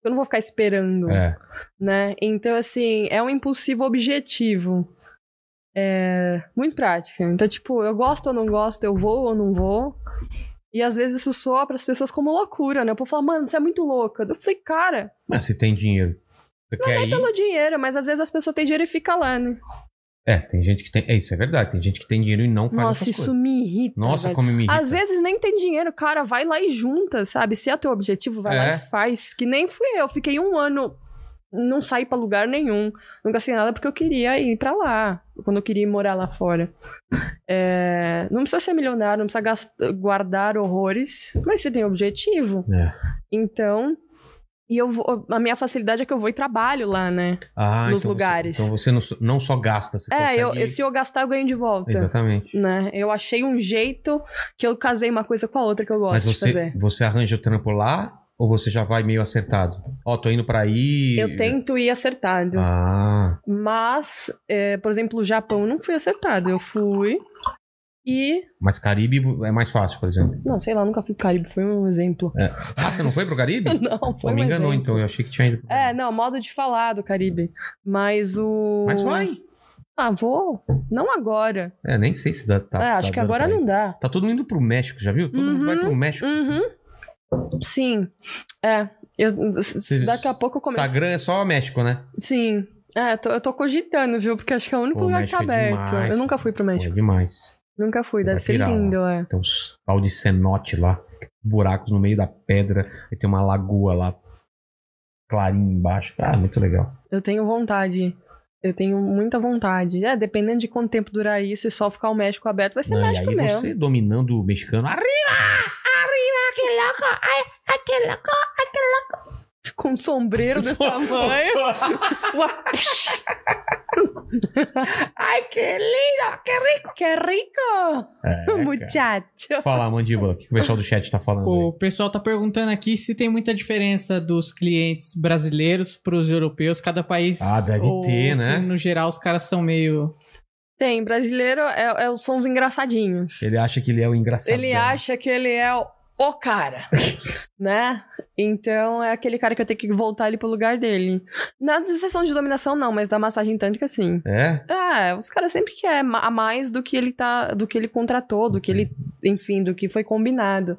Eu não vou ficar esperando, É. né? Então, assim, é um impulsivo objetivo. É muito prática. Então, tipo, eu gosto ou não gosto, eu vou ou não vou. E às vezes isso soa pras pessoas como loucura, né? O povo fala, mano, você é muito louca. Eu falei, cara, Mas se tem dinheiro. Você quer ir? é pelo dinheiro, mas às vezes as pessoas têm dinheiro e fica lá, né? É, tem gente que tem. É, isso é verdade. Tem gente que tem dinheiro e não faz Nossa, essas isso coisas. me irrita. Nossa, velho. como me irrita. Às vezes nem tem dinheiro, cara, vai lá e junta, sabe? Se é teu objetivo, vai É. lá e faz. Que nem fui eu, fiquei um ano, não saí pra lugar nenhum, não gastei nada porque eu queria ir pra lá, quando eu queria ir morar lá fora. É, Não precisa ser milionário, não precisa gas- guardar horrores, mas você tem objetivo. É. Então, e eu vou- a minha facilidade é que eu vou e trabalho lá, né? Ah, nos então você- lugares. então você não, so- não só gasta, você é, consegue... eu- se eu gastar, eu ganho de volta. Exatamente. Né? Eu achei um jeito que eu casei uma coisa com a outra que eu gosto Mas de fazer. você, você arranja o trampo lá Ou você já vai meio acertado? Ó, tô indo pra aí. Eu tento ir acertado. Ah, Mas, é, por exemplo, o Japão eu não fui acertado. Eu fui. E. mas Caribe é mais fácil, por exemplo. Não, sei lá, nunca fui pro Caribe, foi um exemplo. Ah, você não foi pro Caribe? Não, Pô, foi me um enganou, exemplo. então. Eu achei que tinha ido pro É, não, modo de falar do Caribe. Mas o. Mas vai. Ah, vou. Não agora. É, nem sei se dá. Tá, é, tá acho que dando agora pra ir. não dá. Tá todo mundo indo pro México, já viu? Todo mundo vai Uhum, pro México. Uhum. Sim. É. Eu, se- se Sim. daqui a pouco eu começo. Instagram é só México, né? Sim. É, tô- eu tô cogitando, viu? Porque acho que é o único Pô, lugar que tá México é aberto. demais. eu nunca fui pro Pô, México. é demais. Nunca fui. Você Deve vai ser pirar lá. lindo, é. Tem uns pau de cenote lá, buracos no meio da pedra, e tem uma lagoa lá, clarinho embaixo. Ah, muito legal. Eu tenho vontade. Eu tenho muita vontade. É, dependendo de quanto tempo durar isso e só ficar o México aberto, vai ser Não, e México aí é mesmo. você dominando o mexicano. Arriba! Arriba, que louco! Ai, ai, que louco! Com um sombreiro desse tamanho. Uá, psh, ai, que lindo! Que rico! que rico! É, cara. Muchacho. Fala, mandíbula, o que que o pessoal do chat tá falando O aí? pessoal tá perguntando aqui se tem muita diferença dos clientes brasileiros pros europeus. Cada país. Ah, deve ou ter, se, né? No geral, os caras são meio. Tem, brasileiro é, é os sons engraçadinhos. Ele acha que ele é o engraçado. Ele acha que ele é o, o cara, né? Então é aquele cara que eu tenho que voltar ele pro lugar dele. Na sessão de dominação, não, mas da massagem tântrica, sim. É? É, os caras sempre querem ma- a mais do que ele tá. do que ele contratou, do que ele, enfim, do que foi combinado.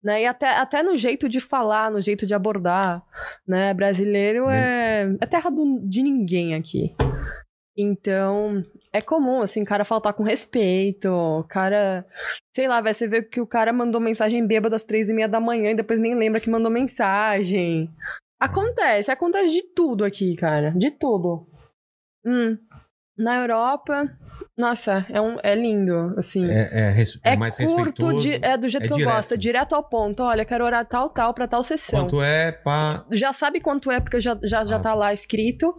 Né? E até, até no jeito de falar, no jeito de abordar, né? Brasileiro é, é terra do- de ninguém aqui. Então, é comum, assim, o cara faltar com respeito, o cara... Sei lá, vai você vê que o cara mandou mensagem bêbada às três e meia da manhã e depois nem lembra que mandou mensagem. Acontece, acontece de tudo aqui, cara, de tudo. Hum. Na Europa, nossa, é, um, é lindo, assim. É, é, res- é É mais curto, respeitoso. di- é do jeito é que eu direto. gosto, é direto ao ponto. Olha, quero orar tal, tal, pra tal sessão. Quanto é pra... Já sabe quanto é, porque já, já, já Ah. tá lá escrito.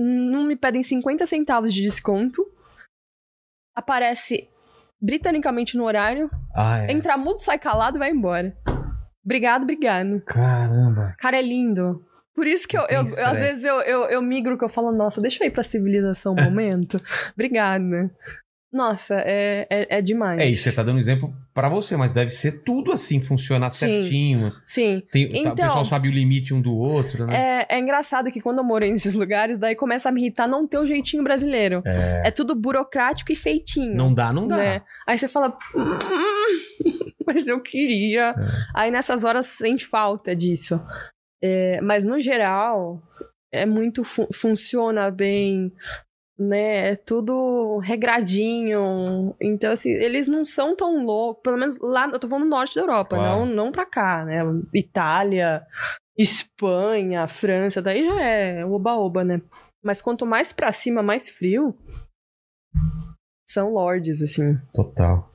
Não me pedem 50 centavos de desconto. Aparece britanicamente no horário. Ah, é. Entra mudo, sai calado e vai embora. Obrigado, obrigado. Caramba. Cara, é lindo. Por isso que eu, Não tem eu- eu- às estresse. vezes eu, eu, eu migro que eu falo, nossa, deixa eu ir pra civilização um momento. Obrigada. Nossa, é, é, é demais. É isso, você tá dando exemplo pra você, mas deve ser tudo assim, funcionar Sim. certinho. Sim. Tem- tá- o Então- pessoal sabe o limite um do outro, né? É, é engraçado que quando eu morei nesses lugares, daí começa a me irritar não ter o jeitinho brasileiro. É. É tudo burocrático e feitinho. Não dá, não dá. Né? Aí você fala, "Hum, mas eu É. queria. Aí nessas horas sente falta disso. É, mas no geral, é muito. fu- funciona bem, né? É tudo regradinho. Então, assim, eles não são tão loucos. Pelo menos lá, eu tô falando no norte da Europa, Claro. não, não pra cá, né? Itália, Espanha, França, daí já é oba-oba, né? Mas quanto mais pra cima, mais frio. São lords, assim. Total.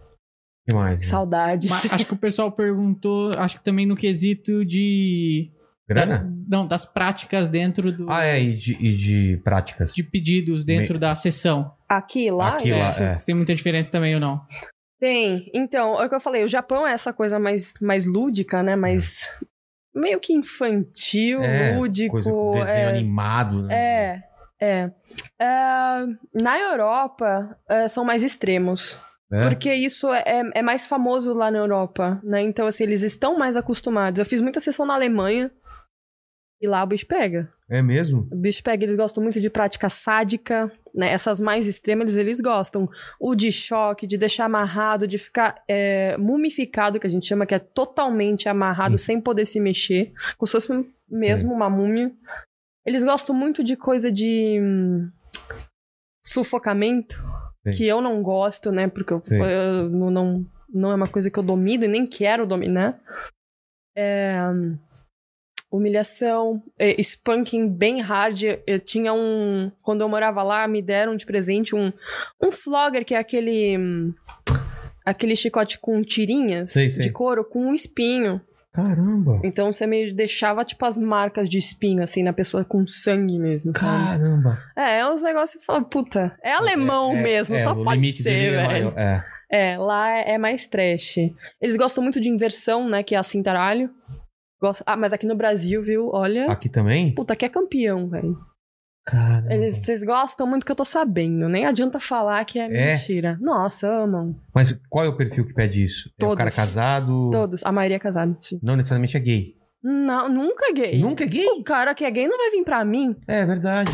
que mais? né? Saudades. Mas acho que o pessoal perguntou, acho que também no quesito de. Grana? Da- não, das práticas dentro do. Ah, é, e de, e de práticas. De pedidos dentro da sessão. Aqui, lá, Aqui, é. lá. se- é. se tem muita diferença também ou não. Tem. Então, é o que eu falei, o Japão é essa coisa mais, mais lúdica, né? Mais. meio que infantil, É, lúdico. Coisa com desenho é, animado, né? é, é. É, Na Europa, é, são mais extremos. Né? Porque isso é, é- é mais famoso lá na Europa, né? Então, assim, eles estão mais acostumados. Eu fiz muita sessão na Alemanha. E lá o bicho pega. É mesmo? O bicho pega, eles gostam muito de prática sádica, né? Essas mais extremas, eles, eles gostam. O de choque, de deixar amarrado, de ficar é, mumificado, que a gente chama que é totalmente amarrado, sem poder se mexer, como se fosse mesmo É. uma múmia. Eles gostam muito de coisa de hum, sufocamento, Sim. que eu não gosto, né? Porque eu, Sim. eu não- não, não é uma coisa que eu domino e nem quero dominar. É, humilhação, é, spanking bem hard. Eu tinha um. Quando eu morava lá, me deram de presente um, um flogger, que é aquele. hum, Aquele chicote com tirinhas Sei, sei. de couro com um espinho. Caramba. Então você meio deixava, tipo, as marcas de espinho, assim, na pessoa com sangue mesmo. sabe? Caramba. É, é uns negócios que fala, puta, é alemão É, é, mesmo, é, só o pode limite ser, dele é velho. maior. É. É, lá é é mais trash. Eles gostam muito de inversão, né? Que é a cintaralho. assim, Gosto... Ah, mas aqui no Brasil, viu? Olha. Aqui também? Puta, aqui é campeão, velho. Caramba. Eles, vocês gostam muito que eu tô sabendo. Nem adianta falar que é, mentira. Nossa, amam. Mas qual é o perfil que pede isso? É o Todos. cara casado? Todos. A maioria é casada, sim. Não necessariamente é gay. Não, nunca é gay. Nunca é gay? O cara que é gay não vai vir pra mim. É verdade.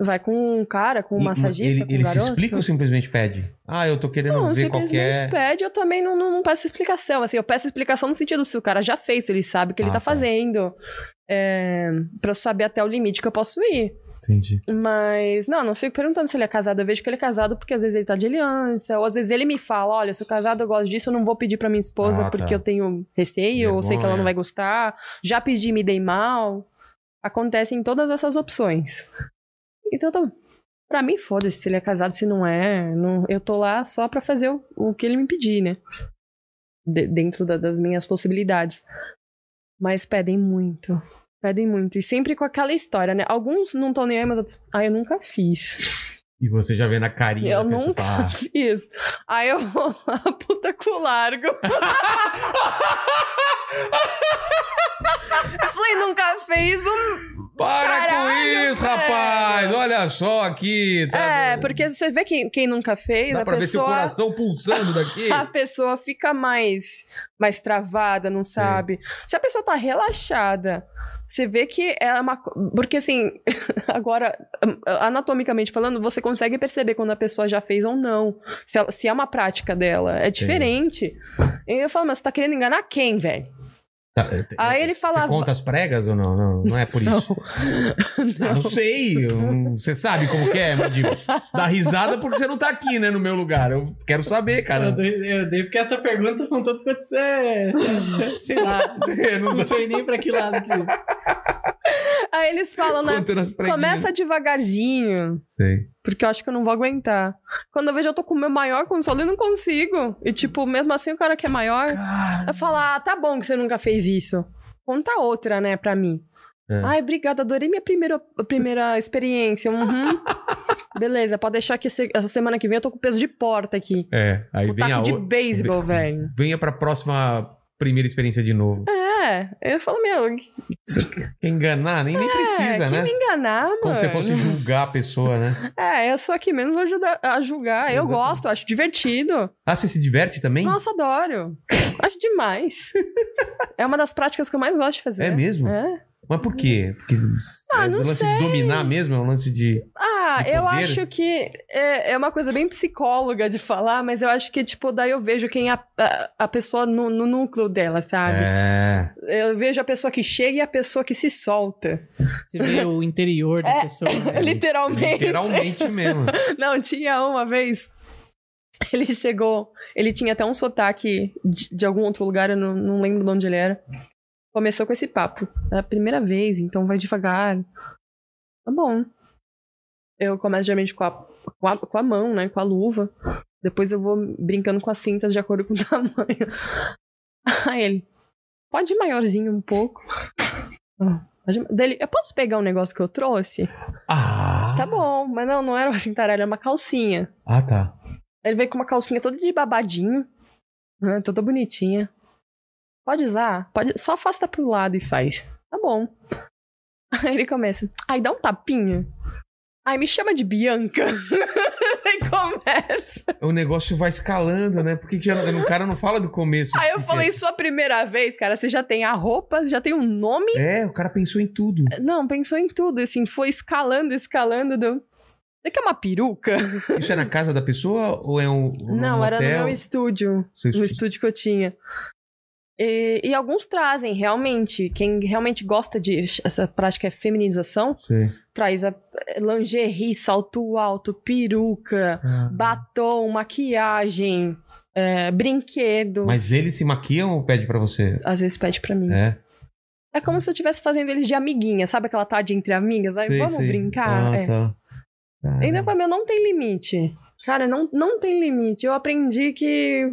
Vai com um cara, com um E- massagista, Ele, com um ele se garoto. explica ou simplesmente pede? Ah, eu tô querendo Não, ver qual simplesmente que é. pede, eu também não, não, não peço explicação. Assim, eu peço explicação no sentido se o cara já fez, se ele sabe o que ele Ah, tá, tá. fazendo. É, pra eu saber até o limite que eu posso ir. Entendi. Mas, não, não fico perguntando se ele é casado. Eu vejo que ele é casado porque às vezes ele tá de aliança. Ou às vezes ele me fala, olha, eu sou casado, eu gosto disso, eu não vou pedir pra minha esposa Ah, tá. porque eu tenho receio, ou sei que ela Vergonha. não vai gostar. Já pedi, me dei mal. Acontecem todas essas opções. Então, tá- pra mim, foda-se se ele é casado, se não é. Não, eu tô lá só pra fazer o, o que ele me pedir, né? De- dentro da- das minhas possibilidades. Mas pedem muito. Pedem muito. E sempre com aquela história, né? Alguns não estão nem aí, mas outros. Ah, eu nunca fiz. E você já vê na carinha eu da pessoa, "Ah, nunca fala, fiz. Aí eu vou lá, puta com o largo. eu falei, nunca fez um. Para Caralho, com isso, velho! rapaz! Olha só aqui. Tá É, porque você vê quem, quem nunca fez, Dá a pra ver seu pessoa. coração pulsando daqui. Tá, A pessoa fica mais, mais travada, não sabe. Se a pessoa tá relaxada, você vê que ela é uma. co- Porque assim, agora, anatomicamente falando, você consegue perceber quando a pessoa já fez ou não. Se, ela- se é uma prática dela. É diferente. E eu falo, mas você tá querendo enganar quem, velho? Tá, é, é, Aí ele Você falava. conta as pregas ou não? Não, não é por isso. Não. Ah, Não sei. eu não- Você sabe como que é, Mandíbula? Dá risada porque você não tá aqui, né, no meu lugar. Eu quero saber, Eu cara. dei, eu dei porque essa pergunta com tanto quanto você. Sei lá. Você não Não sei nem pra que lado que. Aí eles falam, né? contando as preguinhas. Começa devagarzinho. Sei. Porque eu acho que eu não vou aguentar. Quando eu vejo, eu tô com o meu maior console e não consigo. E, tipo, mesmo assim, o cara que é maior vai falar: ah, tá bom que você nunca fez isso. Conta outra, né, pra mim. É. Ai, obrigada, adorei minha primeira, primeira experiência. Uhum. Beleza, pode deixar que esse- essa semana que vem eu tô com peso de porta aqui. É, aí o vem a taco de outra. beisebol, velho. Venha pra próxima primeira experiência de novo. É, eu falo, meu, que- Quer enganar? Nem, nem precisa, É, que né? me enganar, mano. Como se você fosse julgar a pessoa, né? É, eu sou aqui menos vou ajudar a julgar. Eu Exatamente. gosto, acho divertido. Ah, você se diverte também? Nossa, adoro. Acho demais. é uma das práticas que eu mais gosto de fazer. É mesmo? É. Mas por quê? Porque Ah, é não o lance de dominar mesmo, é um lance de. Ah, De eu poder? acho que é, é uma coisa bem psicóloga de falar, mas eu acho que, tipo, daí eu vejo quem é a, a, a pessoa no, no núcleo dela, sabe? É. Eu vejo a pessoa que chega e a pessoa que se solta. Você vê o interior da É, pessoa. né? Literalmente. Literalmente mesmo. Não, tinha uma vez. Ele chegou. Ele tinha até um sotaque de, de algum outro lugar, eu não, não lembro de onde ele era. Começou com esse papo. É a primeira vez, então vai devagar. Tá bom. Eu começo geralmente com a, com a, com a mão, né? Com a luva. Depois eu vou brincando com as cintas de acordo com o tamanho. Aí ele. Pode ir maiorzinho um pouco. Ah, pode- Daí ele, eu posso pegar um negócio que eu trouxe? Ah. Tá bom, mas não, não era uma cintarela, era uma calcinha. Ah, tá. Ele veio com uma calcinha toda de babadinho, né, toda bonitinha. Pode usar, pode, só afasta pro lado e faz. Tá bom. Aí ele começa, aí dá um tapinha. Aí me chama de Bianca. Aí começa. O negócio vai escalando, né? Por que, que já- o cara não fala do começo? Aí Ah, eu Por quê? falei, sua primeira vez, cara, você já tem a roupa, já tem o nome É, o cara pensou em tudo. Não, pensou em tudo, assim, foi escalando, escalando. Deu... Você quer uma peruca? Isso é na casa da pessoa ou é um. um Não, era no hotel? meu estúdio. Seu estúdio? no estúdio que eu tinha. E, e alguns trazem, realmente. Quem realmente gosta de essa prática é feminização, Sei. traz a é, lingerie, salto alto, peruca, Ah. batom, maquiagem, é, brinquedos. Mas eles se maquiam ou pede pra você? Às vezes pede pra mim. É. É. como se eu estivesse fazendo eles de amiguinha, sabe aquela tarde entre amigas? Aí Sei, vamos sei. brincar. Ah, É. tá. Caramba. Ainda pra mim, não tem limite. Cara, não, não tem limite. Eu aprendi que.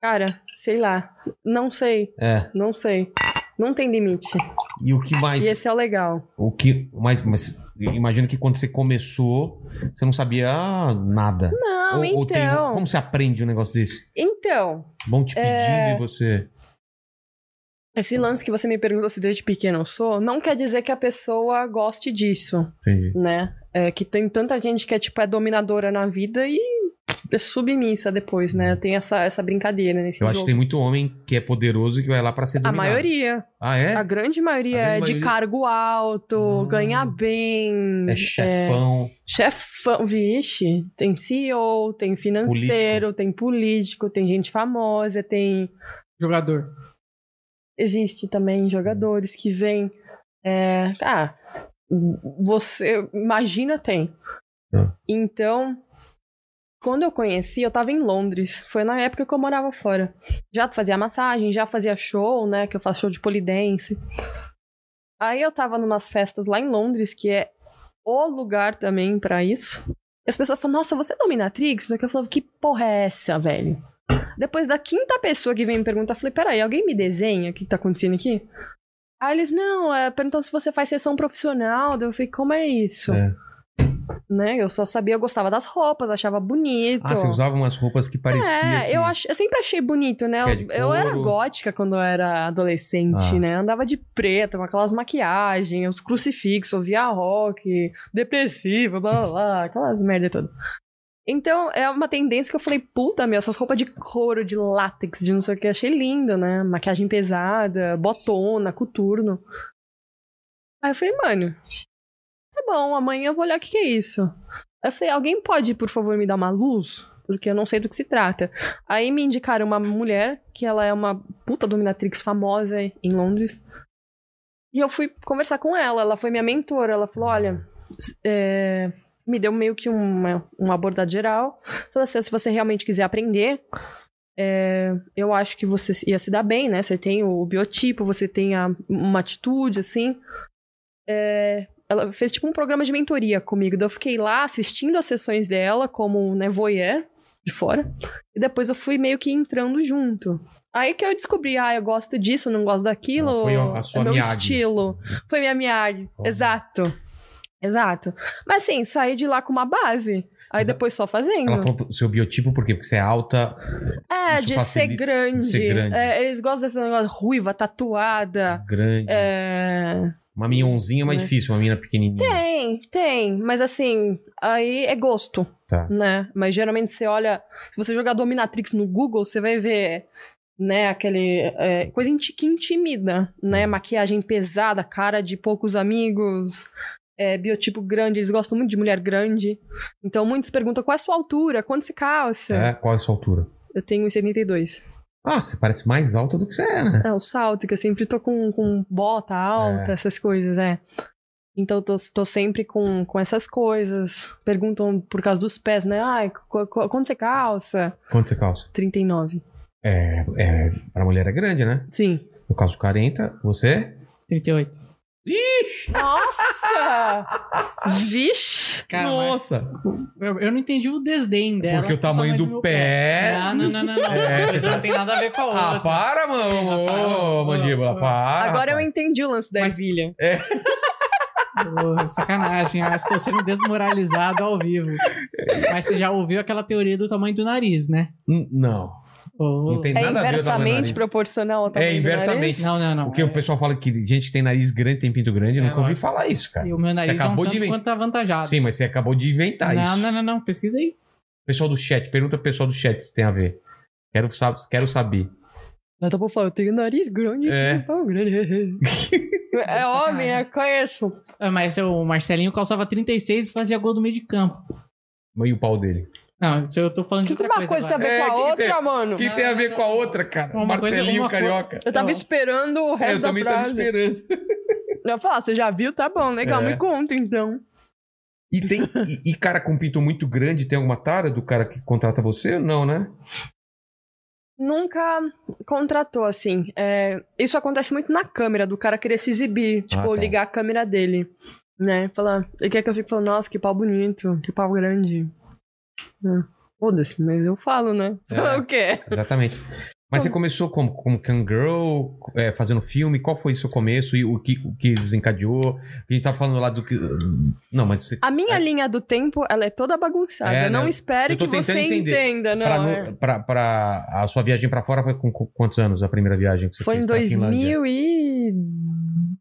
Cara, sei lá. Não sei. É. Não sei. Não tem limite. E o que mais? E esse é o legal. O que mais? Mas imagino que quando você começou, você não sabia nada. Não, Ou- então. ou tem- como você aprende um negócio desse? Então, Bom te pedindo É. e você. Esse lance que você me perguntou se desde pequeno eu sou, não quer dizer que a pessoa goste disso, Entendi. né? É que tem tanta gente que é, tipo, é dominadora na vida e é submissa depois, né? Tem essa, essa brincadeira nesse Eu acho que jogo. tem muito homem que é poderoso e que vai lá pra ser A dominado. maioria, Ah, é? a grande maioria A grande é de maioria- cargo alto, Ah. ganhar bem, É chefão. chefão, vixe, tem CEO, tem financeiro, tem político, tem gente famosa, tem Jogador. existe também jogadores que vêm. é, ah, você imagina tem. É. Então, quando eu conheci, eu tava em Londres. Foi na época que eu morava fora. Já fazia massagem, já fazia show, né? Que eu faço show de polidense. Aí eu tava numas festas lá em Londres, que é o lugar também pra isso. E as pessoas falam, nossa, você é dominatrix? Só que eu falava, que porra é essa, velho? Depois da quinta pessoa que vem me perguntar, eu falei, peraí, alguém me desenha o que que tá acontecendo aqui? Aí eles, não, é, perguntou se você faz sessão profissional. Daí eu falei, como é isso? É. Né? Eu só sabia, eu gostava das roupas, achava bonito. Ah, você usava umas roupas que pareciam. É, eu, ach... eu sempre achei bonito, né? Que é de Eu, eu era couro. gótica quando eu era adolescente, Ah. né? Andava de preto, com aquelas maquiagens, os crucifixos, ouvia rock, depressiva, blá blá blá, aquelas merda toda. Então, é uma tendência que eu falei, puta, meu, essas roupas de couro, de látex, de não sei o que, achei lindo, né? Maquiagem pesada, botona, coturno. Aí eu falei, mano, tá bom, amanhã eu vou olhar o que, que é isso. Aí eu falei, alguém pode, por favor, me dar uma luz? Porque eu não sei do que se trata. Aí me indicaram uma mulher, que ela é uma puta dominatrix famosa em Londres. E eu fui conversar com ela, ela foi minha mentora. Ela falou: olha, s- é, me deu meio que uma, uma abordagem geral. Falou assim: se você realmente quiser aprender, é, eu acho que você ia se dar bem, né? Você tem o biotipo, você tem a- uma atitude, assim. É, ela fez tipo um programa de mentoria comigo. Daí eu fiquei lá assistindo as sessões dela como né, voyeur de fora. E depois eu fui meio que entrando junto. Aí que eu descobri, ah, eu gosto disso, eu não gosto daquilo, Ela foi a- a sua é meu Miyagi. estilo. Foi minha Miyagi, Ó. exato. Exato. Mas assim, saí de lá com uma base. Aí Mas a- depois só fazendo. Ela falou pro seu biotipo por quê? Porque você é alta. É, Isso de ser facilita- grande. ser grande. É, eles gostam desse negócio ruiva, tatuada. Grande. Tá. É, Uma minhonzinha é mais né? difícil, uma mina pequenininha. Tem, tem. Mas assim, aí é gosto, Tá. né? Mas geralmente você olha... Se você jogar Dominatrix no Google, você vai ver... Né, aquele. é, coisa inti- que intimida, Uhum. né? Maquiagem pesada, cara de poucos amigos, é, biotipo grande, eles gostam muito de mulher grande. Então muitos perguntam qual é a sua altura, quanto você calça? É, qual é a sua altura? Eu tenho 1,72. Ah, você parece mais alta do que você é, né? É, o salto, que eu sempre tô com, com bota alta, É. essas coisas, é. Então eu tô, tô sempre com, com essas coisas. Perguntam por causa dos pés, né? Ai, qu- qu- quando você calça? Quanto você calça? 39. É, é, pra mulher é grande, né? Sim. Eu calço 40, você? 38. Nossa! Vixe! Cara, mas Nossa! eu, eu não entendi o desdém dela. É Porque o pro tamanho, do meu Ah, pé. Não, não, não, não. não. É, você Isso não tem nada a ver com a outra. Ah, para, mano! Rapaz, Ô, ô, mandíbula, ô. para! Agora eu Ah, rapaz. entendi o lance da Mas- ervilha. É. Porra, sacanagem, eu acho que estou sendo desmoralizado ao vivo. Mas você já ouviu aquela teoria do tamanho do nariz, né? N- Não, Ô, não tem É nada a ver o tamanho do inversamente nariz. proporcional ao tamanho É, do inversamente. Não, não, não. Porque o pessoal fala que gente que tem nariz grande tem pinto grande, eu É, nunca ouvi lógico. falar isso, cara. E o meu nariz é um acabou de tanto inven- quanto avantajado. Sim, tá mas você acabou de inventar não, isso. não, não, não. Pesquisa aí. Pessoal do chat, pergunta pro pessoal do chat se tem a ver. Quero, sa- quero saber. Ela tá por falar, eu tenho nariz grande. É. tenho pau grande. é homem, eu conheço. Ah, Mas o Marcelinho calçava 36 e fazia gol do meio de campo. E o pau dele. Não, isso eu tô falando O que, de que outra Tipo uma coisa, coisa tem É, agora. a ver com a que outra, tem- mano? O que tem a ver com a outra, cara? Uma coisa- Marcelinho uma coisa- Carioca. Eu tava Não. esperando o resto eu da também tava frase. esperando. Eu ia falar, você já viu? Tá bom, legal, É. me conta então. E tem. E, e cara com pinto muito grande tem alguma tara do cara que contrata você? Não, né? Nunca contratou, assim. É, isso acontece muito na câmera, do cara querer se exibir. Tipo, tá. ligar a câmera dele. Né? Falar. Ele quer que eu fique falando, nossa, que pau bonito, que pau grande. É, Foda-se, mas eu falo, né? É. Falar o quê? Exatamente. Mas você começou como, como Kangirl, é, fazendo filme? Qual foi o seu começo e o que, o que desencadeou? A gente tá falando lá do que. Não, mas você. A minha É. linha do tempo, ela é toda bagunçada. É, não né? espere Eu tô que você tentando entender. entenda, não. pra, é. no- pra- pra- a sua viagem pra fora foi com, com quantos anos a primeira viagem que você tá Foi fez em pra Finlândia?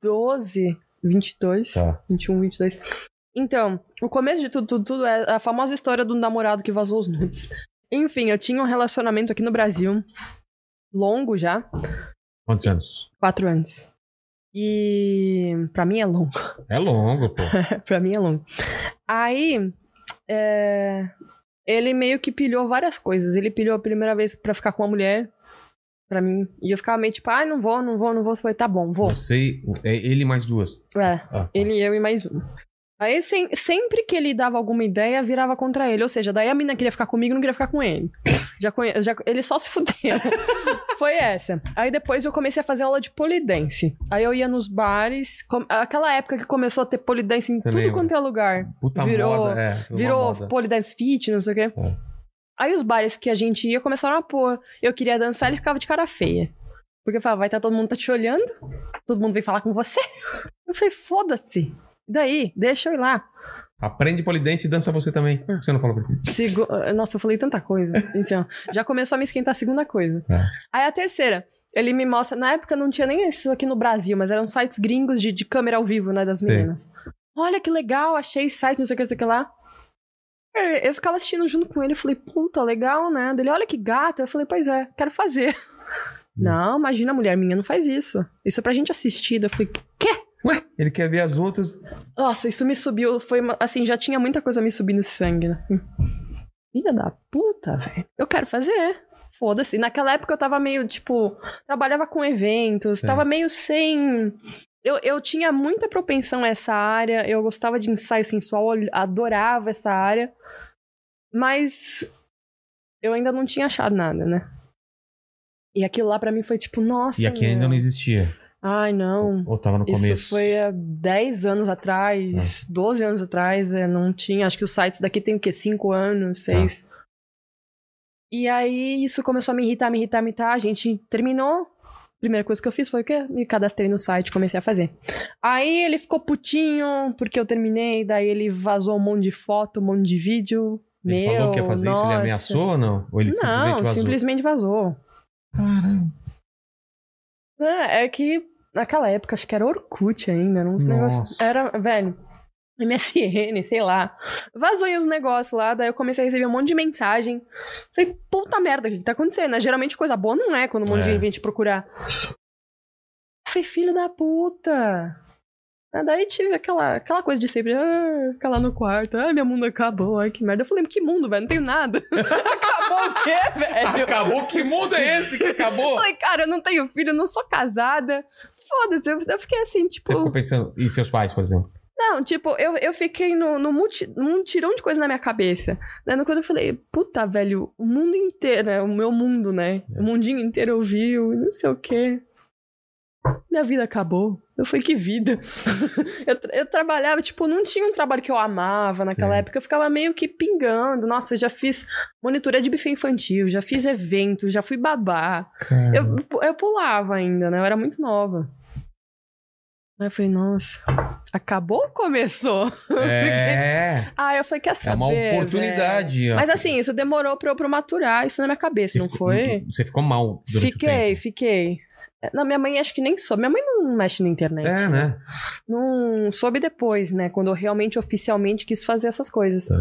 2012, 22, Tá. 21, 22. Então, o começo de tudo, tudo, tudo é a famosa história do namorado que vazou os nudes. Enfim, eu tinha um relacionamento aqui no Brasil, longo já, Quantos anos? quatro anos. E pra mim é longo. É longo, pô. pra mim é longo. Aí, é, ele meio que pilhou várias coisas. Ele pilhou a primeira vez pra ficar com uma mulher, pra mim. E eu ficava meio tipo, ai, não vou, não vou, não vou. Eu falei, tá bom, vou. Você, é ele mais duas. É, Ah, tá. ele, eu e mais um. Aí sem- sempre que ele dava alguma ideia, virava contra ele. Ou seja, daí a menina queria ficar comigo, não queria ficar com ele. Já conhe... já... Ele só se fudeu. Foi essa. Aí depois eu comecei a fazer aula de polidense. Aí eu ia nos bares. com- Aquela época que começou a ter polidense em Você tudo lembra? quanto é lugar. Puta virou- moda, é. uma Virou moda. Polydance Fit, não sei o quê. É. Aí os bares que a gente ia começaram a pôr. Eu queria dançar, ele ficava de cara feia. Porque eu falava, vai estar todo mundo tá te olhando, todo mundo vem falar com você. Eu falei, foda-se. Daí, deixa eu ir lá. Aprende polidense e dança você também. Ah. Por que Você não falou pra mim. Segu- Nossa, eu falei tanta coisa. Então, já começou a me esquentar a segunda coisa. É. Aí a terceira, ele me mostra. Na época não tinha nem isso aqui no Brasil, mas eram sites gringos de, de câmera ao vivo, né? Das Sei. meninas. Olha que legal, achei esse site, não sei o que, não sei o que lá. É, Eu ficava assistindo junto com ele, eu falei, puta, legal, né? Dele, olha que gata. Eu falei, pois é, quero fazer. Não, imagina, mulher minha não faz isso. Isso é pra gente assistir. Daí Eu falei, quê? Ué, ele quer ver as outras. Nossa, isso me subiu. Foi uma- assim, já tinha muita coisa me subindo esse sangue, né? Filha da puta, velho. Eu quero fazer. Foda-se. Naquela época eu tava meio, tipo, trabalhava com eventos, Sei. tava meio sem. Eu, eu tinha muita propensão a essa área, eu gostava de ensaio sensual, eu adorava essa área, mas eu ainda não tinha achado nada, né? E aquilo lá pra mim foi tipo, nossa. E aqui ainda meu. não existia. Ai, não. Ou tava no Então, Isso começo. Ah. foi há 10 anos atrás, 12 anos atrás, é, não tinha. Acho que os sites daqui tem o quê? 5 Ah. anos, 6. E aí isso começou a me irritar, me irritar, me irritar. A gente terminou. Primeira coisa que eu fiz foi o quê? Me cadastrei no site, comecei a fazer. Aí ele ficou putinho porque eu terminei, daí ele vazou um monte de foto, um monte de vídeo. Ele Meu, falou que ia fazer isso, ele nossa. ameaçou ou não? Ou ele simplesmente Não, vazou? simplesmente vazou. Caramba. É, é que naquela época, acho que era Orkut ainda, era uns Nossa. negócios. Era, velho, MSN, sei lá. Vazou em uns negócios lá, daí eu comecei a receber um monte de mensagem. Falei, puta merda, o que que tá acontecendo? né? Geralmente coisa boa não é quando um monte de É. gente vem te procurar. Falei, filho da puta. Ah, Daí tive aquela, aquela coisa de sempre, ah, ficar lá no quarto, ah, meu mundo acabou, ai que merda. Eu falei, que mundo, velho? Não tenho nada. acabou o quê, velho? Ah, Acabou, que mundo é esse que Eu acabou? falei, cara, eu não tenho filho, eu não sou casada. Foda-se, eu, eu fiquei assim, tipo. Você ficou pensando, e seus pais, por exemplo? Não, tipo, eu, eu fiquei no, no multi, num tirão de coisa na minha cabeça. Daí no coisa eu falei, puta, velho, o mundo inteiro, né? O meu mundo, né? O mundinho inteiro ouviu, e não sei o quê. Minha vida acabou. Eu falei, que vida. eu, tra- eu trabalhava, tipo, não tinha um trabalho que eu amava naquela Sim. época. Eu ficava meio que pingando. Nossa, eu já fiz monitoria de buffet infantil, já fiz evento, já fui babá. Caramba. Eu, eu pulava ainda, né? Eu era muito nova. Aí eu falei, nossa, acabou ou começou? É, Ah, eu falei, quer é saber? uma oportunidade. ó. velho? Mas assim, isso demorou pra eu pra eu maturar isso na minha cabeça, Você não ficou- foi? Você ficou mal durante o Fiquei, tempo. fiquei. É, Não, minha mãe acho que nem soube. Minha mãe não mexe na internet. É, né? Não soube depois, né? Quando eu realmente, oficialmente, quis fazer essas coisas. Tá.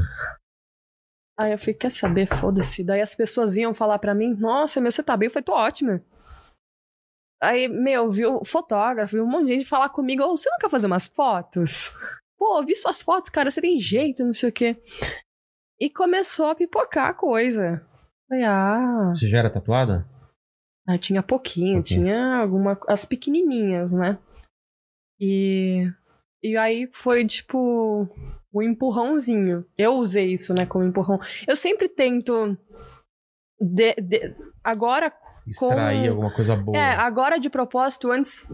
Aí eu falei, quer saber? Foda-se. Daí as pessoas vinham falar pra mim, nossa, meu, você tá bem? Eu falei, tô ótima. Aí, meu, viu fotógrafo, viu um monte de gente falar comigo, "Ô, você não quer fazer umas fotos? Pô, vi suas fotos, cara, você tem jeito, não sei o quê. E começou a pipocar a coisa. Falei, ah... Você já era tatuada? Ah, tinha pouquinho, Ok. tinha alguma. As pequenininhas, né? E. E aí foi tipo. O empurrãozinho. Eu usei isso, né, como empurrão. Eu sempre tento. de- de- agora. Extrair Com- alguma coisa boa. É, agora de propósito, antes.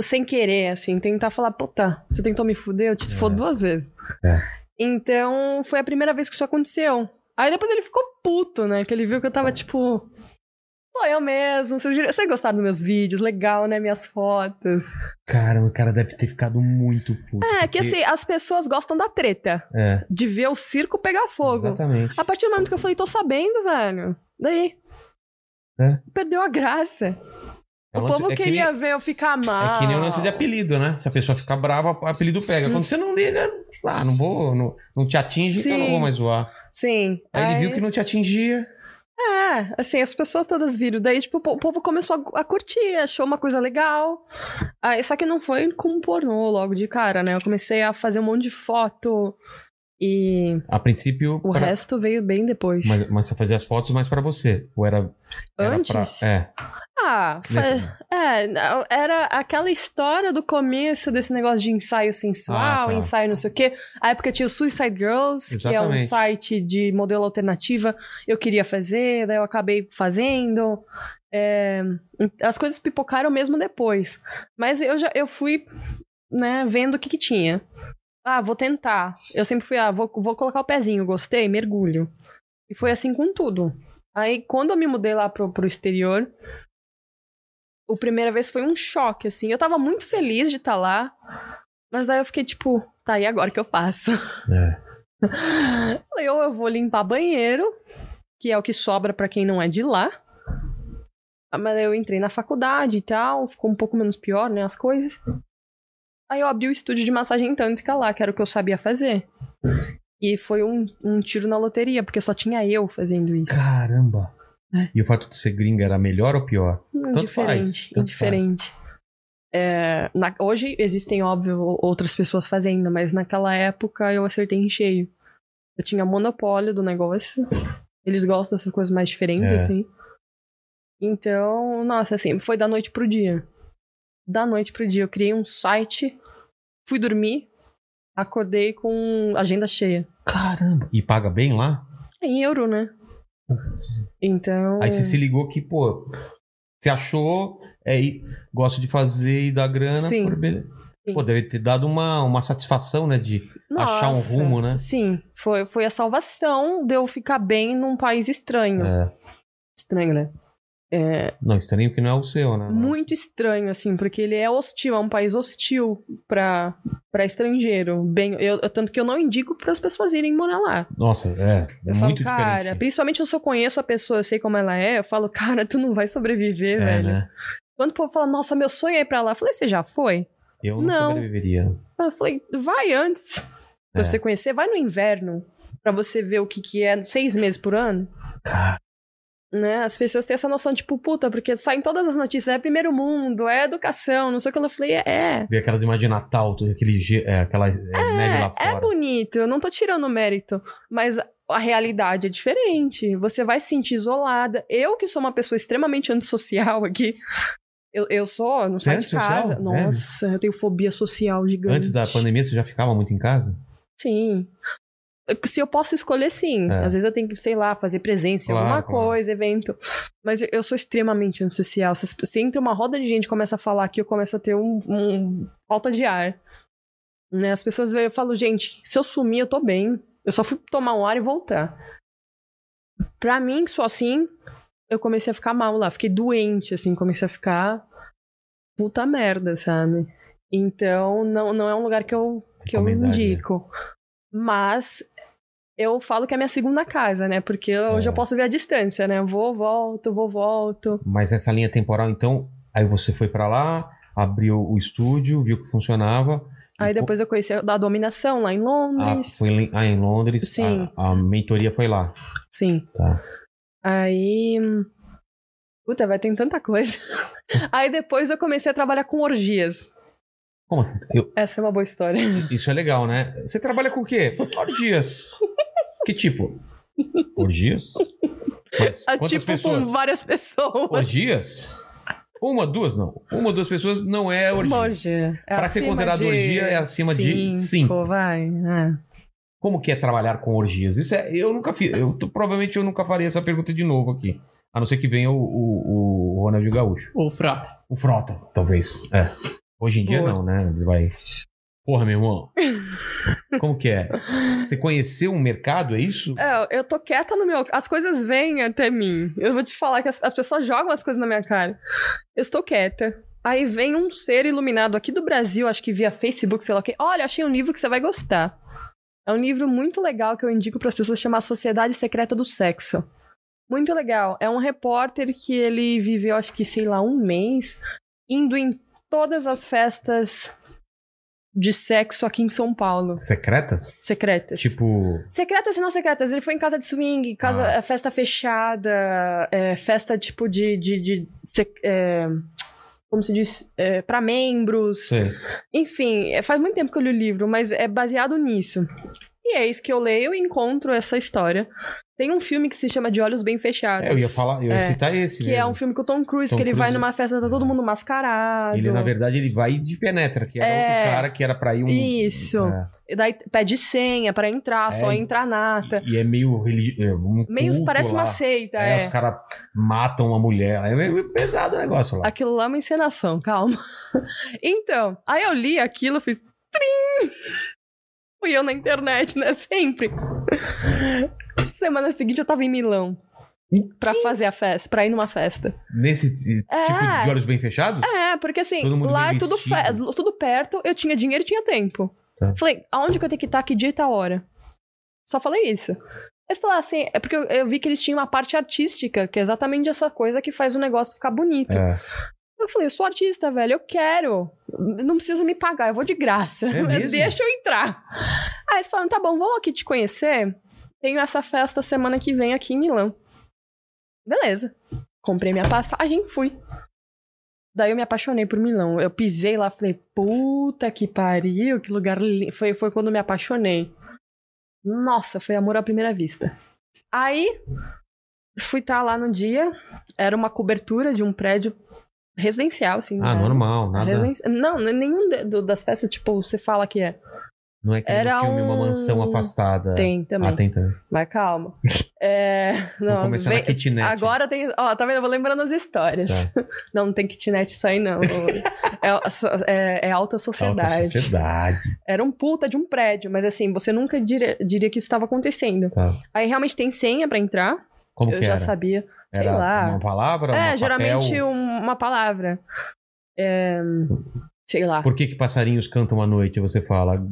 Sem querer, assim, tentar falar, puta, você tentou me fuder, eu te É. fodo duas vezes. É. Então, foi a É. primeira vez que isso aconteceu. Aí depois ele ficou puto, né? Que ele viu que eu tava, tipo. Sou eu mesmo. Vocês, vocês gostaram dos meus vídeos? Legal, né? Minhas fotos. Cara, o cara deve ter ficado muito puto. É, porque- que assim, as pessoas gostam da treta, É, de ver o circo pegar fogo. exatamente. A partir do momento que eu falei, tô sabendo, velho. Daí. É. Perdeu a graça. É um o lance- povo é que queria nem- ver eu ficar mal. É que nem o Ah. lance de apelido, né? Se a pessoa ficar brava, o apelido pega. Hum. Quando você não liga, ah, não vou, não, não te atinge, então eu não Sim. vou mais zoar. Sim. Aí, ele viu que não te atingia. É, assim, as pessoas todas viram. Daí, tipo, o po- o povo começou a, a curtir, achou uma coisa legal. Aí, só que não foi como pornô logo de cara, né? Eu comecei a fazer um monte de foto e A princípio. o pra- resto veio bem depois. Mas, mas você fazia as fotos mais pra você. Ou era. era Antes? pra- É. Ah, fa- nesse- é, não, era aquela história do começo desse negócio de ensaio sensual, Ah, tá. ensaio não sei o quê. A época tinha o Suicide Girls, que é Exatamente. um site de modelo alternativa. Eu queria fazer, daí eu acabei fazendo. É, as coisas pipocaram mesmo depois. Mas eu já eu fui né, vendo o que, que tinha. Ah, vou tentar. Eu sempre fui, ah, vou, vou colocar o pezinho, gostei, mergulho. E foi assim com tudo. Aí, quando eu me mudei lá pro, pro exterior, a primeira vez foi um choque, assim. Eu tava muito feliz de estar lá, mas daí eu fiquei tipo, tá, e agora o que eu faço? É. Falei, ou eu vou limpar banheiro, que é o que sobra pra quem não é de lá. Ah, Mas eu entrei na faculdade e tal, ficou um pouco menos pior, né, as coisas. Aí eu abri o estúdio de massagem tântrica lá, que era o que eu sabia fazer. E foi um, um tiro na loteria, porque só tinha eu fazendo isso. Caramba. É. E o fato de ser gringa era melhor ou pior? Tanto faz, Indiferente, tanto indiferente. É, na- hoje existem, óbvio, outras pessoas fazendo, mas naquela época eu acertei em cheio. Eu tinha monopólio do negócio. Eles gostam dessas coisas mais diferentes, É. assim. Então, nossa, assim, foi da noite pro dia. Da noite pro dia. Eu criei um site, fui dormir, acordei com agenda cheia. Caramba. E paga bem lá? Em euro, né? Então. Ah, Aí você se ligou que, pô, você achou, é, e gosto de fazer e dar grana. Sim. por beleza. Sim. Pô, deve ter dado uma, uma satisfação, né? De achar um Nossa. rumo, né? Sim, foi, foi a salvação de eu ficar bem num país estranho. É. Estranho, né? É, Não, estranho que não é o seu, né? muito estranho, assim, porque ele é hostil, é um país hostil pra, pra estrangeiro. Bem, eu, eu- tanto que eu não indico para as pessoas irem morar lá. Nossa, é. Eu é muito falo, cara, diferente. principalmente se eu conheço a pessoa, eu sei como ela é, eu falo, cara, tu não vai sobreviver, é, velho. né? Quando o povo fala, nossa, meu sonho é ir pra lá, eu falei, você já foi? Eu não Não. sobreviveria. Eu falei, vai antes. Pra É. você conhecer, vai no inverno. Pra você ver o que, que é seis meses por ano. Né? As pessoas têm essa noção, tipo, puta, porque saem todas as notícias, é primeiro mundo, é educação, não sei o que. Eu falei, é. Ver aquelas imagens de Natal, tudo aquele, ge- é, aquela é, neve lá É, é fora. bonito, eu não tô tirando o mérito, mas a realidade é diferente. Você vai se sentir isolada. Eu, que sou uma pessoa extremamente antissocial aqui, eu, eu sou, eu não Você é saio de antissocial? casa. É. Nossa, eu tenho fobia social gigante. Antes da pandemia, você já ficava muito em casa? Sim. Se eu posso escolher, sim. É. Às vezes eu tenho que, sei lá, fazer presença em Claro, alguma claro. coisa, evento. Mas eu- eu sou extremamente antissocial. Se, se entra uma roda de gente e começa a falar aqui, eu começo a ter um, um- falta de ar. Né? As pessoas veem, eu falo, gente, se eu sumir, eu tô bem. Eu só fui tomar um ar e voltar. Pra mim, só assim, eu comecei a ficar mal lá. Fiquei doente, assim, comecei a ficar puta merda, sabe? Então, não, não é um lugar que eu, que eu Recomendar, né? indico. Mas eu falo que é minha segunda casa, né? Porque hoje É. eu posso ver a distância, né? Eu Vou, volto, vou, volto. Mas nessa linha temporal, então, aí você foi pra lá, abriu o estúdio, viu que funcionava. Aí E depois eu conheci a da dominação lá em co- Ah, Londres. foi em- ah, em Londres. Sim. A, a mentoria foi lá. Sim. Tá. Aí. hum, Puta, vai ter tanta coisa. Aí depois eu comecei a trabalhar com orgias. Como assim? Eu- Essa é uma boa história. isso é legal, né? Você trabalha com o quê? Orgias. que tipo? Orgias? Mas quantas tipo, pessoas? com várias pessoas. Orgias? Uma, duas, não. Uma, duas pessoas não é orgia. Uma orgia. É Pra ser acima considerado de orgia, é acima de cinco. vai. é. Como que é trabalhar com orgias? Isso é, eu nunca fiz. Eu, tô- provavelmente eu nunca farei essa pergunta de novo aqui. A não ser que venha o, o, o Ronaldinho Gaúcho. Ou frota. O Frota, talvez. É. Hoje em dia Boa. não, né? Ele vai. Porra, meu irmão. Como que é? Você conheceu um mercado, é isso? É, eu tô quieta no meu. As coisas vêm até mim. Eu vou te falar que as, as pessoas jogam as coisas na minha cara. Eu estou quieta. Aí vem um ser iluminado aqui do Brasil, acho que via Facebook, sei lá o quê. Olha, achei um livro que você vai gostar. É um livro muito legal que eu indico para as pessoas chamar Sociedade Secreta do Sexo. Muito legal. É um repórter que ele viveu, acho que, sei lá, um mês, indo em todas as festas de sexo aqui em São Paulo. Secretas? Secretas. Tipo. Secretas e não secretas. Ele foi em casa de swing, casa, Ah. é, festa fechada, é, festa tipo de. de, de sec- é, como se diz? É, pra membros. sei. Enfim, é, faz muito tempo que eu li o livro, mas é baseado nisso. E é isso que eu leio e encontro essa história. Tem um filme que se chama De Olhos Bem Fechados. É, eu ia falar, eu ia É. citar esse. né? Que mesmo. é um filme com o Tom Cruise, Tom que ele vai Cruise. numa festa, tá todo mundo mascarado. Ele, na verdade, ele vai de penetra, que era É. outro cara que era pra ir um. Isso. É. E daí pede senha pra entrar, só É, entra nata. E é meio religioso. Um Meio culto parece lá. uma seita, É, é. Os caras matam uma mulher. É meio pesado o negócio lá. Aquilo lá é uma encenação, calma. Então, aí eu li aquilo, fiz. Trim! Fui eu na internet, né? Sempre. Semana seguinte eu tava em Milão. O Pra fazer a festa, pra ir numa festa. Nesse t- É. tipo de olhos bem fechados? É, porque assim, Todo mundo lá bem é tudo, fe- vestido. tudo perto, eu tinha dinheiro e tinha tempo. Tá. Falei, aonde que eu tenho que estar, que dia e tal hora? Só falei isso. Eles falaram assim, é porque eu, eu vi que eles tinham uma parte artística, que é exatamente essa coisa que faz o negócio ficar bonito. É. Eu falei, eu sou artista, velho, eu quero. Não precisa me pagar, eu vou de graça. É mesmo? Deixa eu entrar. Aí eles falaram, tá bom, vamos aqui te conhecer. Tenho essa festa semana que vem aqui em Milão. Beleza. Comprei minha passagem, fui. Daí eu me apaixonei por Milão. Eu pisei lá, falei, puta que pariu, que lugar lindo. Foi, foi quando eu me apaixonei. Nossa, foi amor à primeira vista. Aí, fui estar lá no dia. Era uma cobertura de um prédio residencial, assim. Ah, né? normal, nada. Residenci- Não, nenhum de- do- das festas, tipo, você fala que é. Não é que Era filme uma um- mansão afastada. Tem também. Ah, tem também. Vai, calma. É, Vou não, começar vem- na kitnet. Agora tem. Ó, tá vendo? Eu vou lembrando as histórias. Tá. Não, não tem kitnet isso aí, não. é, so- é- é alta sociedade. Alta sociedade. Era um puta de um prédio, mas assim, você nunca diria, diria que isso estava acontecendo. Tá. Aí realmente tem senha pra entrar. Como eu que já era? sabia. sei era lá. uma palavra? uma é, papel? geralmente um- uma palavra. É, sei lá. Por que que passarinhos cantam à noite? Você fala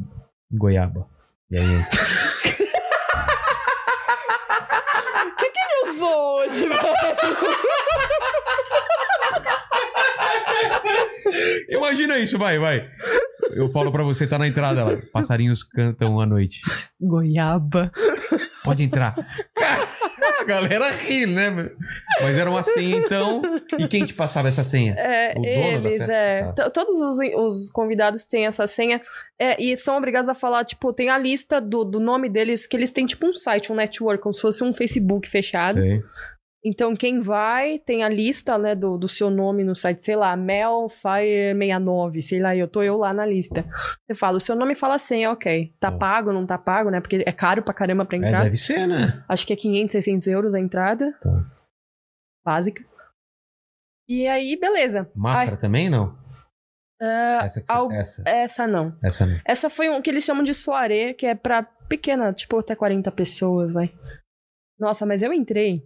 goiaba. E aí, Eu vou hoje, Imagina isso, vai, vai. Eu falo pra você, tá na entrada lá. Passarinhos cantam à noite. Goiaba. Pode entrar. A galera ri, né? meu? Mas era uma senha, então. E quem te passava essa senha? É, O dono da eles, festa? é. Tá. T- Todos os, os convidados têm essa senha é, e são obrigados a falar, tipo, tem a lista do, do nome deles, que eles têm tipo um site, um network, como se fosse um Facebook fechado. Sei. Então, quem vai tem a lista, né, do, do seu nome no site, sei lá, Melfire69, sei lá, eu tô eu lá na lista. Você fala o seu nome e fala a senha, ok. Tá Tá. pago, não tá pago, né, porque é caro pra caramba pra É, entrar. deve ser, né? Acho que é 500, 600 euros a entrada. Tá. Básica. E aí, beleza. Máscara também, não? Ah, Essa, que al- você, essa, essa não. essa não. Essa foi um que eles chamam de soaré, que é pra pequena, tipo até 40 pessoas, vai. Nossa, mas eu entrei.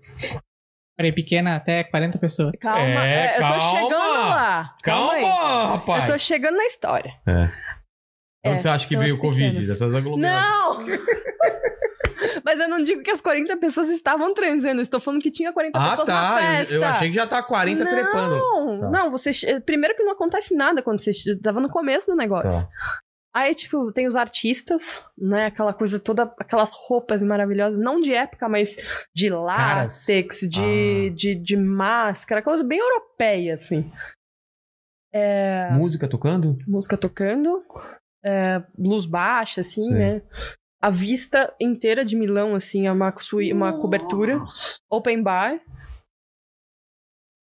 Peraí, pequena até 40 pessoas. Calma, É, é, eu tô calma. chegando lá. aí. rapaz! Eu tô chegando na história. É. Onde É, você acha que são veio as o Covid? é pequenas. Dessas aglomerações. Não! Mas eu não digo que as 40 pessoas estavam transando. eu Estou falando que tinha 40 Ah, pessoas na tá. festa. Eu, eu achei que já tá 40 Não. trepando. Não, Tá. não, você. che- Primeiro que não acontece nada quando você. che- Tava no começo do negócio. Tá. Aí, tipo, tem os artistas, né? Aquela coisa toda, aquelas roupas maravilhosas, não de época, mas de Caras. látex, de, Ah. de, de máscara, coisa bem europeia, assim. É, Música tocando? Música tocando, é, luz baixa, assim, Sim. né? A vista inteira de Milão, assim, é uma, sui- uma cobertura, open bar.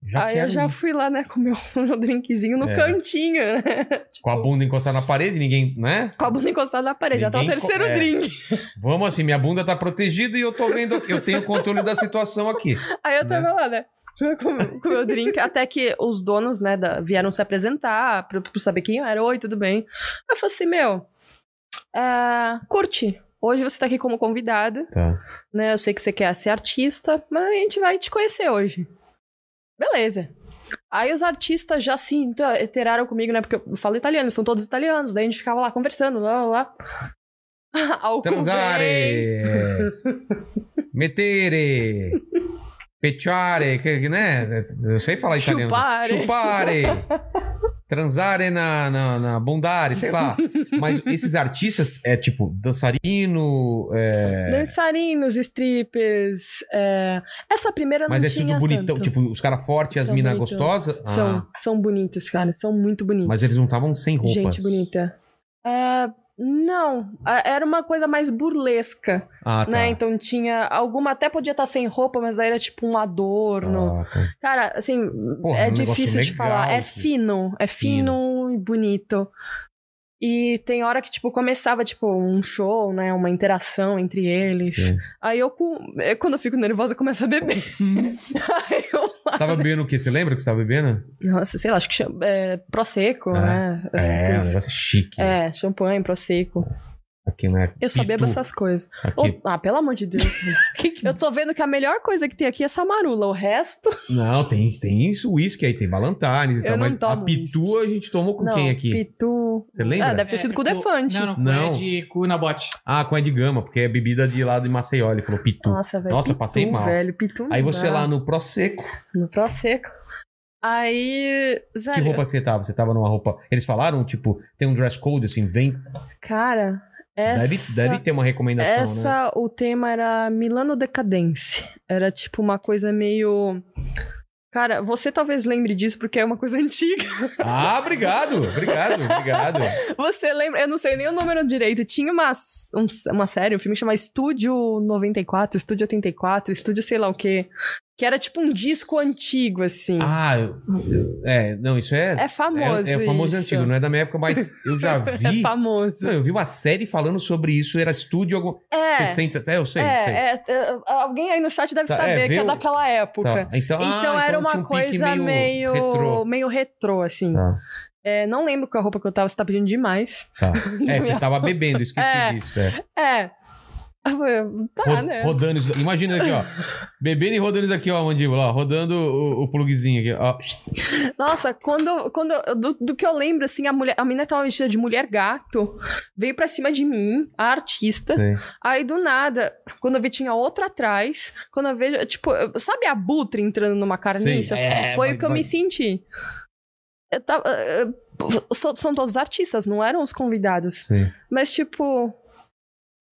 Já Aí quero Ah, eu já ir. fui lá, né, com meu, meu drinkzinho no É. cantinho, né? Com a bunda encostada na parede, ninguém, né? Com a bunda encostada na parede, já tá o Ninguém co- terceiro é. drink. Vamos assim, minha bunda tá protegida e eu tô vendo, eu tenho controle da situação aqui. Aí eu né? tava lá, né? com, com o meu drink, até que os donos, né, da- vieram se apresentar pra, pra saber quem eu era. Oi, tudo bem? Aí eu falei assim, meu, ah, curte. Hoje você tá aqui como convidada, Tá. né? Eu sei que você quer ser artista, mas a gente vai te conhecer hoje. Beleza. Aí os artistas já se inter- interaram comigo, né? Porque eu falo italiano, eles são todos italianos. Daí a gente ficava lá conversando, lá, lá, lá. Ao convém- Transare! Metere! Pecciare, que, que, né? Eu sei falar italiano. Chupare. Chupare! Transare na, na, na bundare, sei lá. Mas esses artistas, é tipo dançarino, é, Dançarinos, strippers. é, Essa primeira não mas é tinha tudo bonitão. tanto. Tipo, os caras fortes e as São minas bonitão. gostosas. Ah, São, são bonitos, cara. São muito bonitos. mas eles não estavam sem roupa. Gente bonita. É, não, a- era uma coisa mais burlesca, Ah, tá. né? Então tinha... Alguma até podia estar sem roupa, mas daí era tipo um adorno. Ah, tá. Cara, assim, Porra, é um negócio difícil de legal, falar. É tipo. fino. É fino, e bonito. E tem hora que, tipo, começava, tipo, um show, né? Uma interação entre eles. Sim. Aí eu, com- é, quando eu fico nervosa, eu começo a beber. Aí eu Você tava bebendo o quê? Você lembra que você tava bebendo? Nossa, sei lá, acho que chama, é, Prosecco, É. né? Essas É, um coisas. negócio chique. né? é, champanhe, Prosecco. Aqui, né? Eu só bebo Pitu. essas coisas. Aqui. Ô, ah, pelo amor de Deus. eu tô vendo que a melhor coisa que tem aqui é essa marula. O resto, Não, tem, tem isso, uísque aí, tem Valentine e Eu tal, não mas a tomo pitu a gente tomou com não. quem aqui? Pitu. Você lembra? Ah, deve ter sido com o Defante. É, Não, não, cu Não. é de cu na bote. Ah, com a de gama, porque é bebida de lá de Maceió, ele falou pitu. Nossa, velho. Nossa, pitu, passei mal. velho. Pitu Ah, não aí você dá. lá no Prosecco, No Prosecco. Aí, velho. que roupa que você tava? Você tava numa roupa... Eles falaram, tipo, tem um dress code, assim, vem... Cara, essa... Deve, deve ter uma recomendação, né? Essa, o tema era Milano Decadence. Era tipo uma coisa meio. Cara, você talvez lembre disso porque é uma coisa antiga. Ah, obrigado, obrigado, obrigado. Você lembra? Eu não sei nem o número direito. Tinha uma, um- uma série, um filme que chama Estúdio 94, Estúdio 84, Estúdio sei lá o quê. Que era tipo um disco antigo, assim. Ah, eu- é, não, isso é... é famoso. É, é famoso e isso. antigo, não é da minha época, mas eu já É vi... famoso. Não, eu vi uma série falando sobre isso, era estúdio... Algum... É. 60... É, eu sei, eu sei. é, é, é, alguém aí no chat deve Tá, é, saber que é viu? daquela época. Tá, Então, ah, Então era então uma tinha um pique coisa meio, meio retrô, retrô. assim. Tá, É, não lembro qual roupa que eu tava, você tá pedindo demais. tá. É, você tava bebendo, esqueci É. disso. é. É. Eu falei, Tá, Ro- né? Rodando isso. Imagina isso aqui, ó. Bebendo e rodando isso aqui, ó, a mandíbula, ó. Rodando o, o plugzinho aqui, ó. Nossa, quando, quando eu- do, do que eu lembro, assim, a mulher, a menina tava vestida de mulher gato, veio pra cima de mim, a artista. Sei. Aí do nada, quando eu vi tinha outra atrás, quando eu vejo, tipo, eu- sabe a Butre entrando numa carniça? Sim, é, Foi vai- o que eu vai. me senti. Eu tava, eh, so- são todos artistas, não eram os convidados. Sei. Mas, tipo.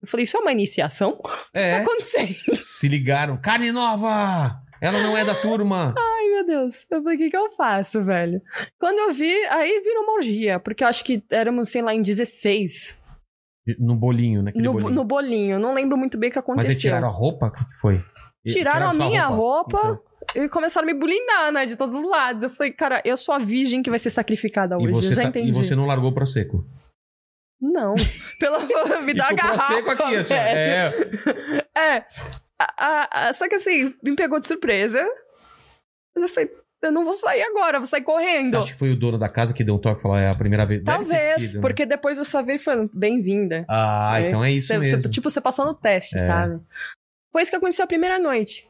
Eu falei, isso é uma iniciação? O que tá É, acontecendo? se ligaram. Carne nova! Ela não é da turma. Ai, meu Deus. Eu falei, o que, que eu faço, velho? Quando eu vi, aí virou uma orgia, porque eu acho que éramos, sei lá, em 16. No bolinho, naquele No no bolinho. bolinho. Eu não lembro muito bem o que Mas aconteceu. aí tiraram a roupa? O que que foi? E- Tiraram a sua minha roupa, Então, E começaram a me bulinar, né? De todos os lados. Eu falei, cara, eu sou a virgem que vai ser sacrificada e, hoje. você Eu já tá- entendi. e você não largou o prosecco. Não. Pelo amor, me dá e a com o garrafa. prosecco aqui, assim, ó. velho. É, É. A- a- a- só que assim, me pegou de surpresa. Mas eu falei, eu não vou sair agora, eu vou sair Você correndo. acha que foi o dono da casa que deu um toque e falou, é a primeira vez? Deve ter Talvez, sido, né? porque depois eu só vi falando, bem-vinda. Ah, É. então é isso Você- você- mesmo. tipo, você passou no teste, É. sabe? Foi isso que aconteceu a primeira noite.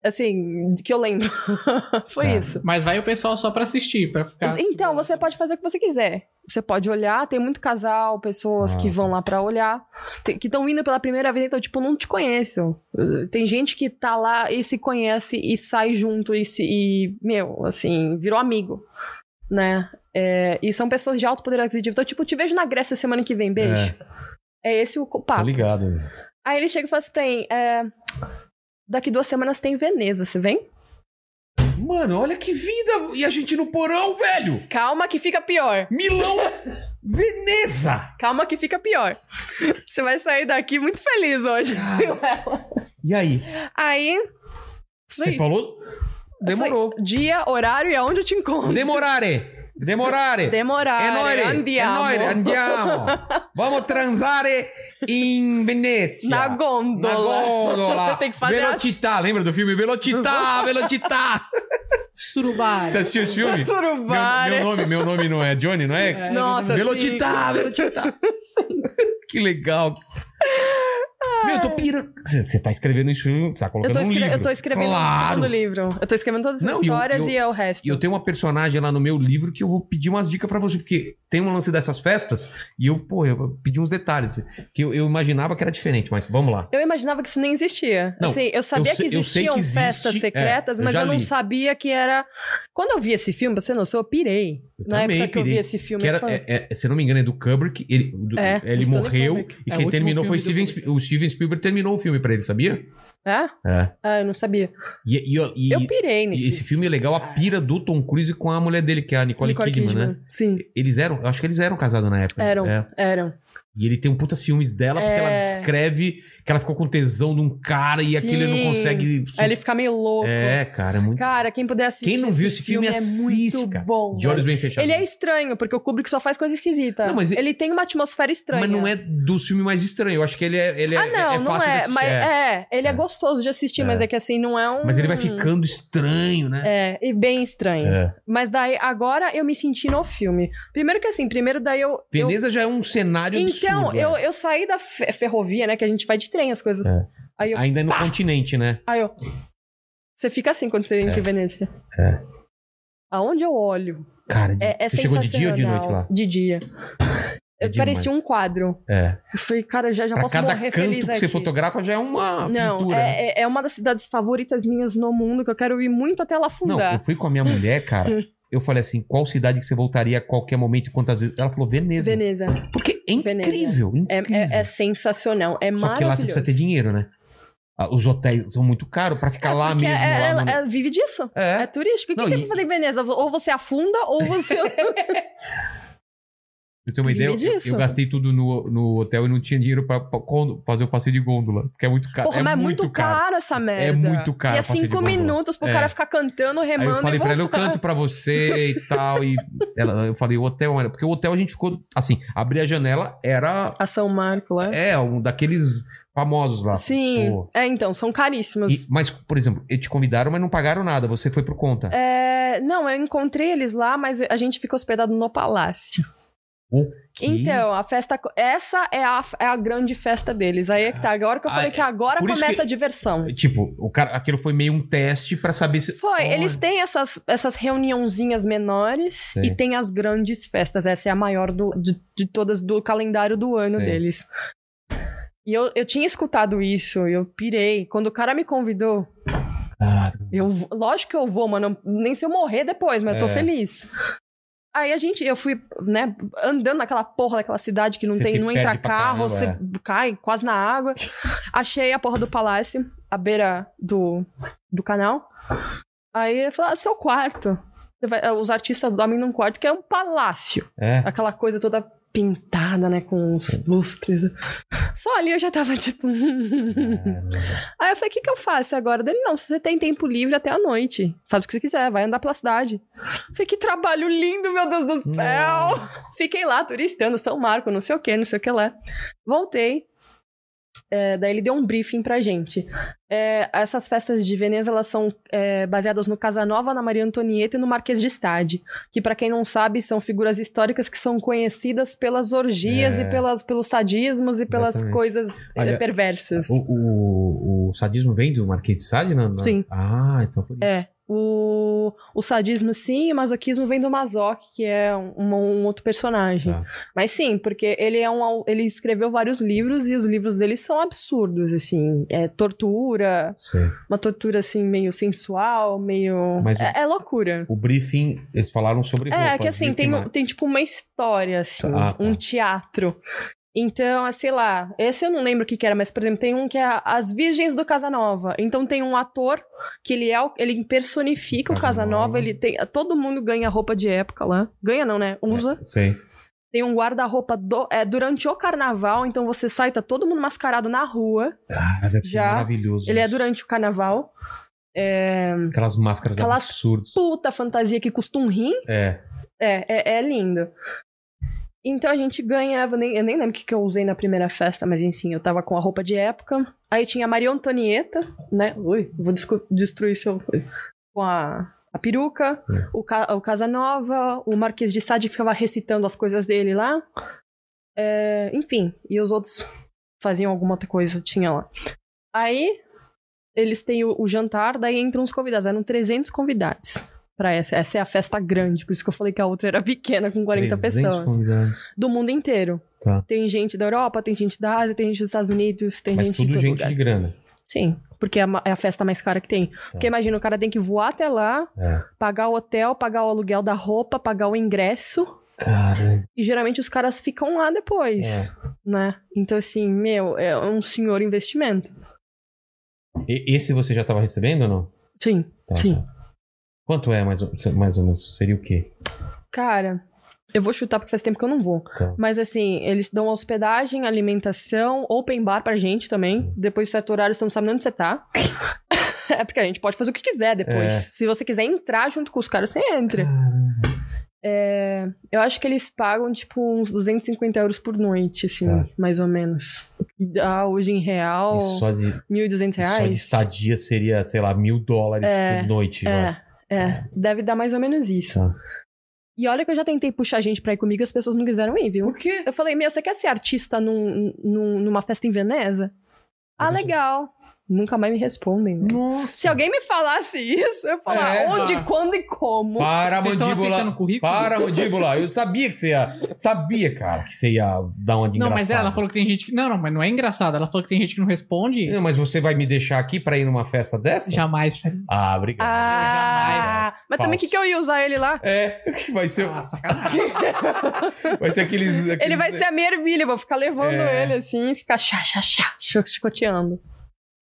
Assim, que eu lembro. Foi Tá. isso. Mas vai o pessoal só pra assistir, pra ficar. Então, você pode fazer o que você quiser. Você pode olhar, tem muito casal, pessoas Ah, que tá. vão lá pra olhar, te- que estão indo pela primeira vez, então, tipo, não te conhecem. Uh, Tem gente que tá lá e se conhece e sai junto e, se- e, meu, assim, virou amigo, né? É, e são pessoas de alto poder aquisitivo. Então, tipo, te vejo na Grécia semana que vem, beijo. É, esse o co- Tô papo. ligado. Aí ele chega e fala assim pra mim, é, daqui duas semanas tem Veneza, você vem? Mano, olha que vida! E a gente no porão, velho! Calma que fica pior. Milão! Veneza! Calma que fica pior. Você vai sair daqui muito feliz hoje. E aí? Aí. assim, Você é Falei, falou? Demorou. dia, horário e aonde eu te encontro. né? Demorare! Demorare. É Demorare, Enore, andiamo. enore, andiamo. Vamos transare in Venezia. Na Na gôndola. gondola. Tem que fazer Velocità, lembra do filme Velocità, Velocità. Surubai. Você assistiu esse filme? assim. Surubare. Meu, meu nome, meu nome não é Johnny, não é? É, Nossa, Velocità, Velocità. que legal. Meu, eu tô pirando. Você você tá escrevendo isso, não precisa Eu colocando tô, um escre- livro. eu tô escrevendo Claro. o segundo livro. Eu tô escrevendo todas as Não, e eu- histórias eu- e é o resto. E eu tenho uma personagem lá no meu livro que eu vou pedir umas dicas pra você, porque tem um lance dessas festas e eu, pô, eu pedi uns detalhes que eu, eu imaginava que era diferente, mas vamos lá. Eu imaginava que isso nem existia. Não, assim, eu sabia eu sei- que eu sei existiam que existe, festas é, secretas, eu mas já eu não li. sabia que era. Quando eu vi esse filme, pra você não sou, eu pirei. Eu Na também época que eu vi pirei. esse filme, Que eu era, falei, é- é- se eu não me engano, é do Kubrick. Ele, do- É, ele Stanley morreu Kubrick. e É, o quem último terminou foi o filme do Steven, Kubrick. Sp- o Steven Spielberg terminou o filme pra ele, sabia? "É? É. Ah, eu não sabia. E, e- e- eu pirei e nesse. esse filme é legal, a pira do Tom Cruise com a mulher dele, que é a Nicole, Nicole Kidman, né? Kidman. Sim, Eles eram, eu acho que eles eram casados na época. Eram. É. eram. E ele tem um puta ciúmes dela, porque É. ela descreve que ela ficou com tesão de um cara e Sim. aquele não consegue. Aí ele fica meio louco. É, cara, é muito. Cara, quem puder assistir. Quem não viu esse filme, assiste, é muito cara. bom. de olhos bem velho. fechados. Ele é estranho, porque o Kubrick só faz coisa esquisita. Não, mas ele... ele- tem uma atmosfera estranha. Mas não é do filme mais estranho. Eu acho que ele é. Ele é Ah, não, é, é não fácil de é. assistir, Mas é. é, ele é, É. gostoso de assistir, mas é que assim, não é um. Mas ele vai ficando estranho, né? É, e bem estranho. É. Mas daí, agora eu me senti no filme. Primeiro que assim, primeiro daí eu. eu... Veneza já é um cenário Então, absurdo. eu, é. eu saí da fe- ferrovia, né? Que a gente vai de trem as coisas. É. Aí eu. Ainda é no continente, né? Aí eu. Você fica assim quando você entra em Veneza. É. Aonde eu olho? Cara, É, é você chegou de dia ou de noite sensacional. lá? De dia. É Eu- parecia um quadro. É. Eu falei, cara, já, já Pra posso cada morrer canto feliz que aqui. você fotografa já é uma Não, pintura. né? é, é- é uma das cidades favoritas minhas no mundo, que eu quero ir muito até ela Não, afundar. eu fui com a minha mulher, cara. Eu falei assim, qual cidade que você voltaria a qualquer momento e quantas vezes? Ela falou Veneza. Veneza. Porque é Veneza. incrível, É, incrível. é- é sensacional. É Só que lá maravilhoso. você precisa ter dinheiro, né? Ah, Os hotéis são muito caros pra ficar É, lá porque mesmo. é- lá ela- no- ela vive disso. É, É. turístico. O que Não, tem e- pra fazer em Veneza? Ou você afunda, ou você. Eu tenho uma vive ideia, eu- disso. eu gastei tudo no, no hotel e não tinha dinheiro pra, pra quando- fazer o passeio de gôndola. Porque é muito caro. Porra, é mas muito caro. essa merda. muito caro E é passeio de cinco gôndola. minutos pro É. cara ficar cantando, Aí remando. eu falei e pra ela, eu voltar. canto pra você e tal. E ela, eu falei, o hotel era. Porque o hotel a gente ficou assim, abrir a janela era. A São Marco lá. É, um daqueles famosos lá. Sim. Pô. É, então, são caríssimos. E- mas, por exemplo, eles te convidaram, mas não pagaram nada. Você foi por conta. É, não, eu encontrei eles lá, mas a gente ficou hospedado no palácio. O quê? Então, a festa. Essa é a, é a grande festa deles. Aí é que tá. Agora que eu Ah, falei é. que agora Por isso começa que- a diversão. Tipo, o cara, aquilo foi meio um teste pra saber se. Foi, Olha. eles têm essas, essas reuniãozinhas menores Sei. e tem as grandes festas. Essa é a maior do- de, de todas do calendário do ano Sei. deles. E eu, eu tinha escutado isso, eu pirei. Quando o cara me convidou, Cara, eu, vou- lógico que eu vou, mano. Nem se eu morrer depois, mas eu tô É. feliz. Aí a gente, eu fui, né, andando naquela porra daquela cidade que não Você tem, se não entra perde pra carro, caramba, é. você cai quase na água. Achei a porra do palácio, à beira do, do canal. Aí eu falei, ah, seu quarto. Você vai- eh, Os artistas dormem num quarto que é um palácio. é. Aquela coisa toda pintada, né, com os lustres. Só ali eu já tava tipo. Aí eu falei, o que, que eu faço agora? Dele, não, se você tem tempo livre até a noite. Faz o que você quiser, vai andar pela cidade. Eu Falei, que trabalho lindo, meu Deus do céu! Fiquei lá, turistando, São Marco, não sei o que, não sei o que lá. Voltei. É, daí ele deu um briefing pra gente. É, essas festas de Veneza, elas são é, baseadas no Casanova, na Maria Antonieta e no Marquês de Estade. Que pra quem não sabe, são figuras históricas que são conhecidas pelas orgias É. e pelas, pelos sadismos e pelas Exatamente. coisas é, Olha, perversas. O, o, o sadismo vem do Marquês de Sade? Na, na- Sim. Ah, então por isso. É. O, o sadismo, sim, e o masoquismo vem do Mazoc, que é um, um outro personagem. Tá. Mas sim, porque ele é um. au- Ele escreveu vários livros e os livros dele são absurdos, assim. É tortura, Sei. uma tortura assim, meio sensual, meio. Mas o- É, é loucura. O briefing, eles falaram sobre É, roupa, que assim, viu, tem, mais? um- tem tipo uma história, assim, Ah, tá. um teatro. Então, é, sei lá, esse eu não lembro o que, que era, mas, por exemplo, tem um que é a- As Virgens do Casanova. Então tem um ator que ele é o- ele personifica o Casanova, Casanova. ele tem. Todo mundo ganha roupa de época lá. Ganha não, É. né? Usa. Sei. Tem um guarda-roupa do- é, durante o carnaval, então você sai, tá todo mundo mascarado na rua. Cara, deve ser Já. maravilhoso. Ele é durante o carnaval. É, Aquelas máscaras Aquelas- absurdas. puta fantasia que custa um rim. É. É, é, é lindo. Então a gente ganhava, nem, eu nem lembro o que, que eu usei na primeira festa, mas enfim, eu tava com a roupa de época. Aí tinha a Maria Antonieta, né? Ui, vou descu- destruir seu. coisa. Com a, a peruca, É. o, Ca- o Casanova, o Marquês de Sade ficava recitando as coisas dele lá. É, enfim, e os outros faziam alguma outra coisa, tinha lá. Aí eles têm o, o jantar, daí entram os convidados, eram 300 convidados. Pra essa, essa é a festa grande, por isso que eu falei que a outra era pequena, com 40 pessoas do mundo inteiro. Tá. Tem gente da Europa, tem gente da Ásia, tem gente dos Estados Unidos, tem Mas gente de tudo todo gente lugar. de grana. Sim, porque é a, ma- é a festa mais cara que tem. Porque imagina, o cara tem que voar até lá, É. pagar o hotel, pagar o aluguel da roupa, pagar o ingresso. Cara. E geralmente os caras ficam lá depois, É. né? Então, assim, meu, é um senhor investimento. E- esse você já tava recebendo ou não? Sim, Tá, sim. tá. Quanto é mais, ou- mais ou menos? Seria o quê? Cara, eu vou chutar porque faz tempo que eu não vou. Tá. Mas assim, eles dão hospedagem, alimentação, open bar pra gente também. Depois de certo horário, você não sabe nem onde você tá. é porque a gente pode fazer o que quiser depois. É. Se você quiser entrar junto com os caras, você entra. É, eu acho que eles pagam, tipo, uns 250 euros por noite, assim, Tá. mais ou menos. O que dá hoje em real, E só de, 1.200 e só é de reais. estadia seria, sei lá, mil dólares É, por noite. vai. é, é, deve dar mais ou menos isso. Tá. E olha que eu já tentei puxar gente pra ir comigo e as pessoas não quiseram ir, viu? Por quê? Eu falei, meu, você quer ser artista num- num- numa festa em Veneza? Ah, legal. Nunca mais me respondem. né? Uhum. Nossa. Se alguém me falasse isso, eu ia falar É. onde, Ah. quando e como. Para, Vocês estão aceitando mandíbula. currículo? Para, mandíbula. Eu sabia que você ia. Sabia, cara, que você ia dar uma de Não, mas engraçado. ela falou que tem gente que. Não, não, mas não é engraçado. Ela falou que tem gente que não responde. Não, mas você vai me deixar aqui pra ir numa festa dessa? Jamais, Felipe. Ah, obrigado. Ah, mas também o Falso. que, que eu ia usar ele lá? É, que vai ser, Ah, sacanagem. vai ser aqueles, aqueles- Ele vai ser a minha ervilha, eu vou ficar levando É. ele assim, e ficar chá, chá, chá, cho- chicoteando.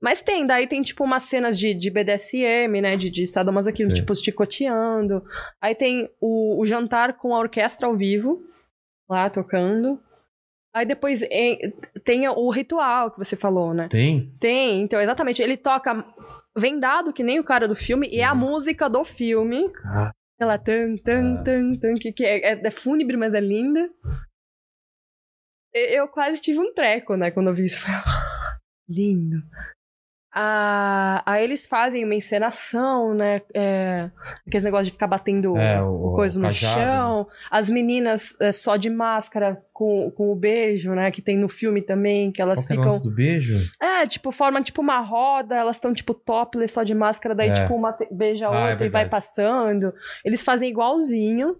Mas tem, daí tem tipo umas cenas de, de BDSM, né, de, de sadomasoquismo, Sim. tipo chicoteando. Aí tem o, o jantar com a orquestra ao vivo, lá tocando. Aí depois em- tem o ritual que você falou, né? Tem? Tem, então, exatamente. Ele toca vendado, que nem o cara do filme, e é a Sim. música do filme. Cara. Ela tan, tan, Ah. tan, tan, que, que é, é- é fúnebre, mas é linda. E- Eu quase tive um treco, né, quando eu vi isso. Eu falei, "Ah, lindo. Ah, aí eles fazem uma encenação, né? É, aqueles negócios de ficar batendo É, o, coisa o no cajado, né? chão, as meninas é, só de máscara com, com o beijo, né? Que tem no filme também, que Qual elas que era o ficam. lance do beijo? É, tipo, forma tipo uma roda, elas estão tipo topless só de máscara, daí É. tipo uma te- beija a Ah, é outra e vai verdade. passando. Eles fazem igualzinho.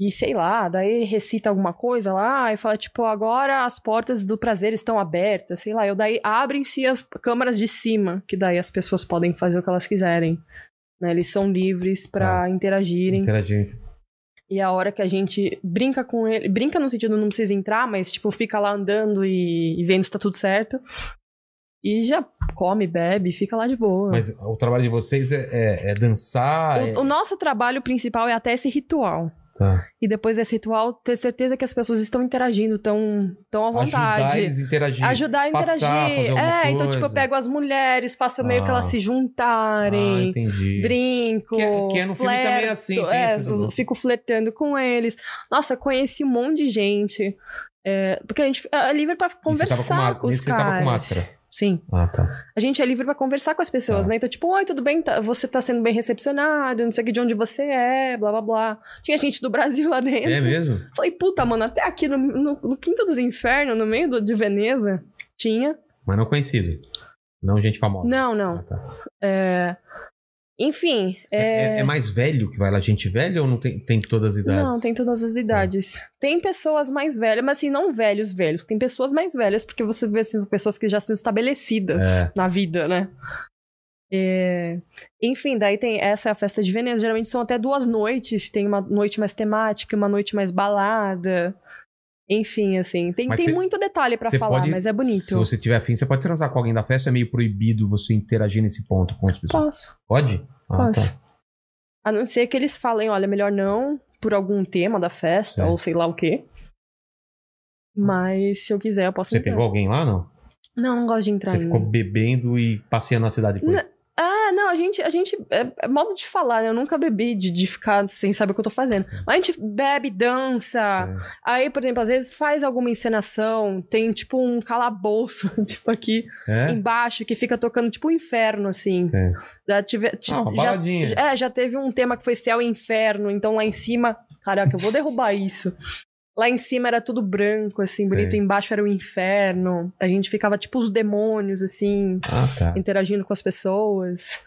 E sei lá, daí recita alguma coisa lá e fala tipo, agora as portas do prazer estão abertas, sei lá. Eu daí abrem-se as câmaras de cima, que daí as pessoas podem fazer o que elas quiserem. né? Eles são livres É. pra interagirem. Interagindo. E a hora que a gente brinca com ele, brinca no sentido não precisa entrar, mas tipo, fica lá andando e, e vendo se tá tudo certo. E já come, bebe, fica lá de boa. Mas o trabalho de vocês é, é- é dançar. é- o, o nosso trabalho principal é até esse ritual. tá. E depois desse ritual, ter certeza que as pessoas estão interagindo, estão tão à vontade. Ajudar eles a interagirem. Ajudar a Passar, fazer interagir. alguma é, então, tipo, eu coisa. pego as mulheres, faço meio que Ah. elas se Ah, juntarem. entendi. Brinco, Que é- que é no filme também flerto, assim, tem é, esses- eu fico flertando com eles. Nossa, conheci um monte de gente. É, porque a gente é livre pra E você tava conversar com, ma- com nesse os você tava com caras. máscara. Sim. Ah, tá. A gente é livre pra conversar com as pessoas, Tá. né? Então, tipo, oi, tudo bem? Tá- você tá sendo bem recepcionado, não sei o que, de onde você é, blá blá blá. Tinha gente do Brasil lá dentro. É mesmo? Falei, puta, mano, até aqui no, no- no quinto dos infernos, no meio do- de Veneza, tinha. Mas não conhecido. Não gente famosa. Não, não. Ah, tá. É, Enfim. É... é- é mais velho que vai lá? Gente velha ou não tem, tem todas as idades? Não, tem todas É. as idades. Tem pessoas mais velhas, mas assim, não velhos velhos. Tem pessoas mais velhas, porque você vê assim, pessoas que já são estabelecidas É. na vida, né? É, Enfim, daí tem essa é a festa de Veneza. Geralmente são até duas noites. Tem uma noite mais temática, uma noite mais balada. Enfim, assim, tem, Mas tem cê- muito detalhe pra Você falar, pode- mas é Se bonito. você tiver afim, você pode transar com alguém da festa, é meio proibido você interagir nesse ponto com as pessoas. Posso, Pode? Ah, posso. A não ser que eles falem, olha, melhor não, por algum tema da festa, É. ou sei lá o quê. Mas se eu quiser, eu posso Você entrar. pegou alguém lá, não? Não, não gosto de entrar Você ainda. ficou bebendo e passeando na cidade depois. Ah, não, a gente, a gente é, é modo de falar, né? Eu nunca bebi de, de ficar sem saber o que eu tô fazendo. Mas a gente bebe, dança. É. Aí, por exemplo, às vezes faz alguma encenação, tem tipo um calabouço, tipo aqui É? embaixo, que fica tocando tipo um inferno, assim. Sim. Já, tive, ti- Ah, uma já baladinha. é, já teve um tema que foi céu e inferno, então lá em cima. Caraca, eu vou derrubar isso. Lá em cima era tudo branco, assim, Sei. bonito, embaixo era o inferno. A gente ficava tipo os demônios, assim, Ah, tá. interagindo com as pessoas.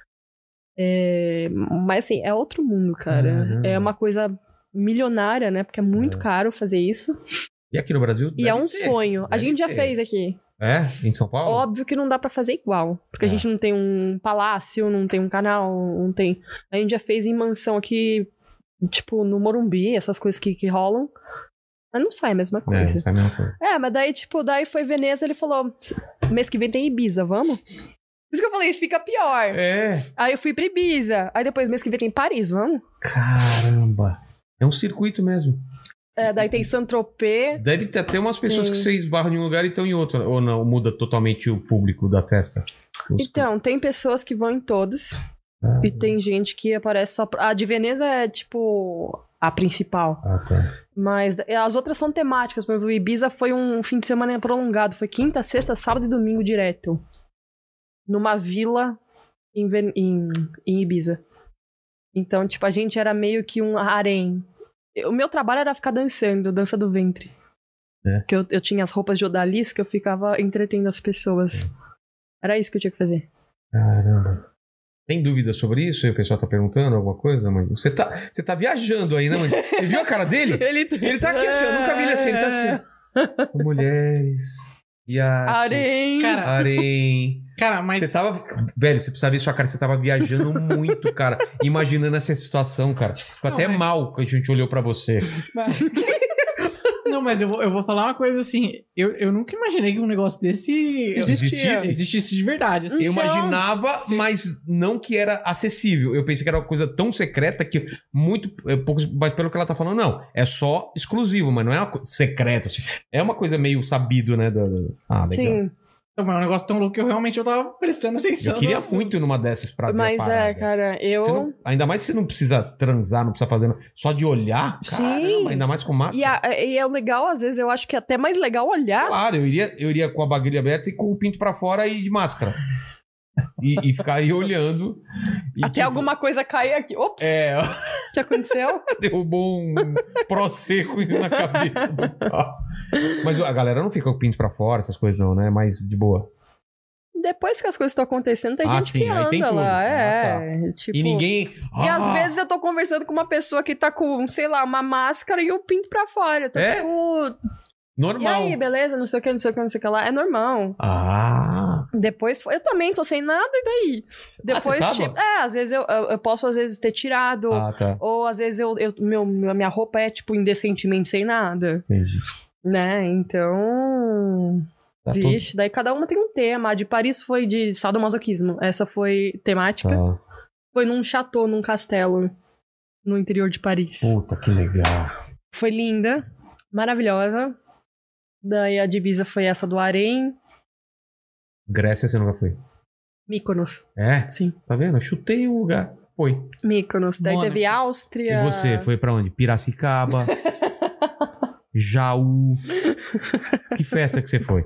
É, Mas assim, é outro mundo, cara. Caramba. É uma coisa milionária, né? Porque é muito Uhum. É. caro fazer isso. E aqui no Brasil? E deve é um ter. sonho. A deve gente já ter. fez aqui. É? Em São Paulo? Óbvio que não dá pra fazer igual. Porque É. a gente não tem um palácio, não tem um canal, não tem. A gente já fez em mansão aqui, tipo, no Morumbi, essas coisas que, que rolam. Mas não sai a mesma É, coisa. isso é a mesma coisa. É. mas daí, tipo, daí foi Veneza, ele falou: mês que vem tem Ibiza, vamos? Por isso que eu falei, fica pior. É. Aí eu fui pra Ibiza. Aí depois, mês que vem tem Paris, vamos? Caramba. É um circuito mesmo. É, daí tem Saint-Tropez. Deve ter até umas pessoas Sim. que vocês barram em um lugar e estão em outro. Ou não, muda totalmente o público da festa. Os- Então, tem pessoas que vão em todos. Ah, E tem gente que aparece só. pra- A de Veneza é, tipo, a principal. ah, tá. Mas as outras são temáticas. Por exemplo, o Ibiza foi um fim de semana prolongado. Foi quinta, sexta, sábado e domingo direto. Numa vila em, Ven- em- em Ibiza. Então, tipo, a gente era meio que um harém. O meu trabalho era ficar dançando, dança do ventre. É. Que eu, eu tinha as roupas de odalisca, eu ficava entretendo as pessoas. Era isso que eu tinha que fazer. Caramba. Tem dúvida sobre isso? E o pessoal tá perguntando alguma coisa, mãe? Você tá, você tá viajando aí, né, mãe? Você viu a cara dele? Ele, Ele tá aqui assim, eu nunca vi ele assim, ele tá assim. Mulheres, viagens, Harém. Ah, Cara, harém. Cara, mas Você tava. Velho, você precisa ver sua cara, você tava viajando muito, cara. Imaginando essa situação, cara. Ficou Não, até mas- mal que a gente olhou pra você. Não, mas eu vou, eu vou falar uma coisa assim. Eu, eu nunca imaginei que um negócio desse Existia. Então. existisse de verdade. Assim. eu imaginava, sim. mas não que era acessível. Eu pensei que era uma coisa tão secreta que muito é, poucos, mas pelo que ela tá falando, não. É só exclusivo, mas não é uma coisa secreta. assim. É uma coisa meio sabido, né? da- da- Ah, legal. Sim, Então, mas é um negócio tão louco que eu realmente eu tava prestando atenção. Eu queria no assunto. muito numa dessas pra ver a mas é, Ah, parada. cara, Você eu. não- ainda mais se você não precisa transar, não precisa fazer. nada. Só de olhar, Sim. caramba, ainda mais com máscara. E, a- e é legal, às vezes, eu acho que é até mais legal olhar. Claro, eu iria, eu iria com a bagulha aberta e com o pinto pra fora e de máscara. E, e ficar aí olhando. E, até tipo, alguma coisa cair aqui. Ops, o É, que aconteceu? derrubou um pró-seco na cabeça do tal. Mas a galera não fica com o pinto pra fora, essas coisas não, né? Mas de boa. Depois que as coisas estão acontecendo, tem Ah, gente sim, que aí tem anda tudo. lá. Ah, É, tipo. E ninguém. E Ah! às vezes eu tô conversando com uma pessoa que tá com, sei lá, uma máscara e o pinto pra fora. Eu tô É? tipo. Normal. E aí, beleza? Não sei o que, não sei o que, não sei o que lá. É normal. Ah, Depois, foi- eu também tô sem nada, e daí? Depois, você tava? tipo, é, às vezes eu, eu, eu posso, às vezes, ter tirado. ah, tá. Ou às vezes eu, eu meu, minha roupa é, tipo, indecentemente sem nada. Entendi. Né? Então. Tá tudo- Vixe, daí cada uma tem um tema. A de Paris foi de sadomasoquismo. Essa foi temática. Tá. Foi num chateau, num castelo. No interior de Paris. Puta, que legal. Foi linda, maravilhosa. Daí a divisa foi essa do Harém. Grécia você nunca foi. Mykonos, É? sim. Tá vendo? Eu chutei um lugar. Foi. Mykonos. Daí Mônaco. teve Áustria. E você, foi pra onde? Piracicaba, Jaú. Que festa que você foi?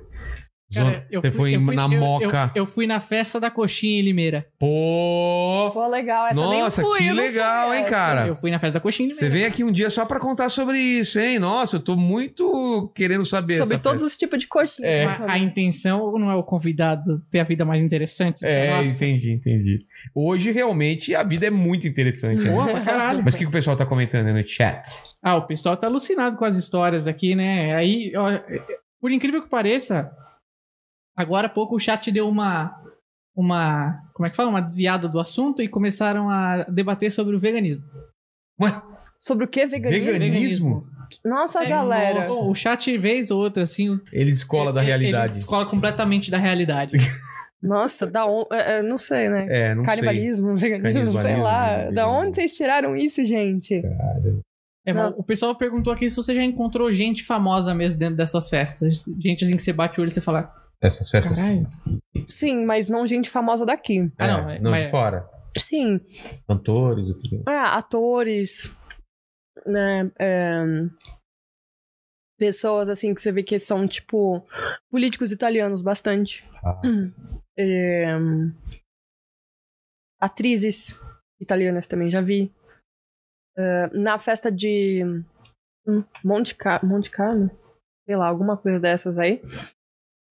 Cara, Zona- eu você fui- foi eu fui- na eu- eu- Moca. Eu, fui na festa da coxinha em Limeira. Pô! Pô, legal. Essa nem eu Nossa, fui, que eu não fui legal, hein, essa. cara? Eu fui na festa da coxinha em Você Limeira. vem aqui um dia só pra contar sobre isso, hein? Nossa, eu tô muito querendo saber. Sobre essa todos festa. os tipos de coxinha. né, É. sabe? A, a intenção não é o convidado ter a vida mais interessante? É, Nossa. entendi, entendi. Hoje, realmente, a vida é muito interessante. né? Boa pra caralho. Mas o que, que o pessoal tá comentando aí no chat? Ah, o pessoal tá alucinado com as histórias aqui, né? Aí, ó, por incrível que pareça, agora há pouco o chat deu uma. Uma. Como é que fala? Uma desviada do assunto e começaram a debater sobre o veganismo. Ué, Sobre o que? Veganismo? Veganismo. Nossa, É, galera. nossa, O chat, vez ou outra, assim. ele descola da ele- realidade. Ele descola é, completamente da realidade. Nossa, da onde. não sei, né? É, não sei. Canibalismo, veganismo, sei Canibalismo, lá. veganismo. Da onde vocês tiraram isso, gente? É, mas Não. o pessoal perguntou aqui se você já encontrou gente famosa mesmo dentro dessas festas. Gente assim que você bate o olho e você fala, Essas festas. assim. caralho. Sim, mas não gente famosa daqui. Ah, não, É, é- não de mas- fora. Sim, Cantores e tudo. é, atores, né? é, pessoas assim que você vê que são, tipo, políticos italianos bastante. Ah. É, atrizes italianas também já vi. É, na festa de hum, Monte, Ca... Monte Carlo, sei lá, alguma coisa dessas aí.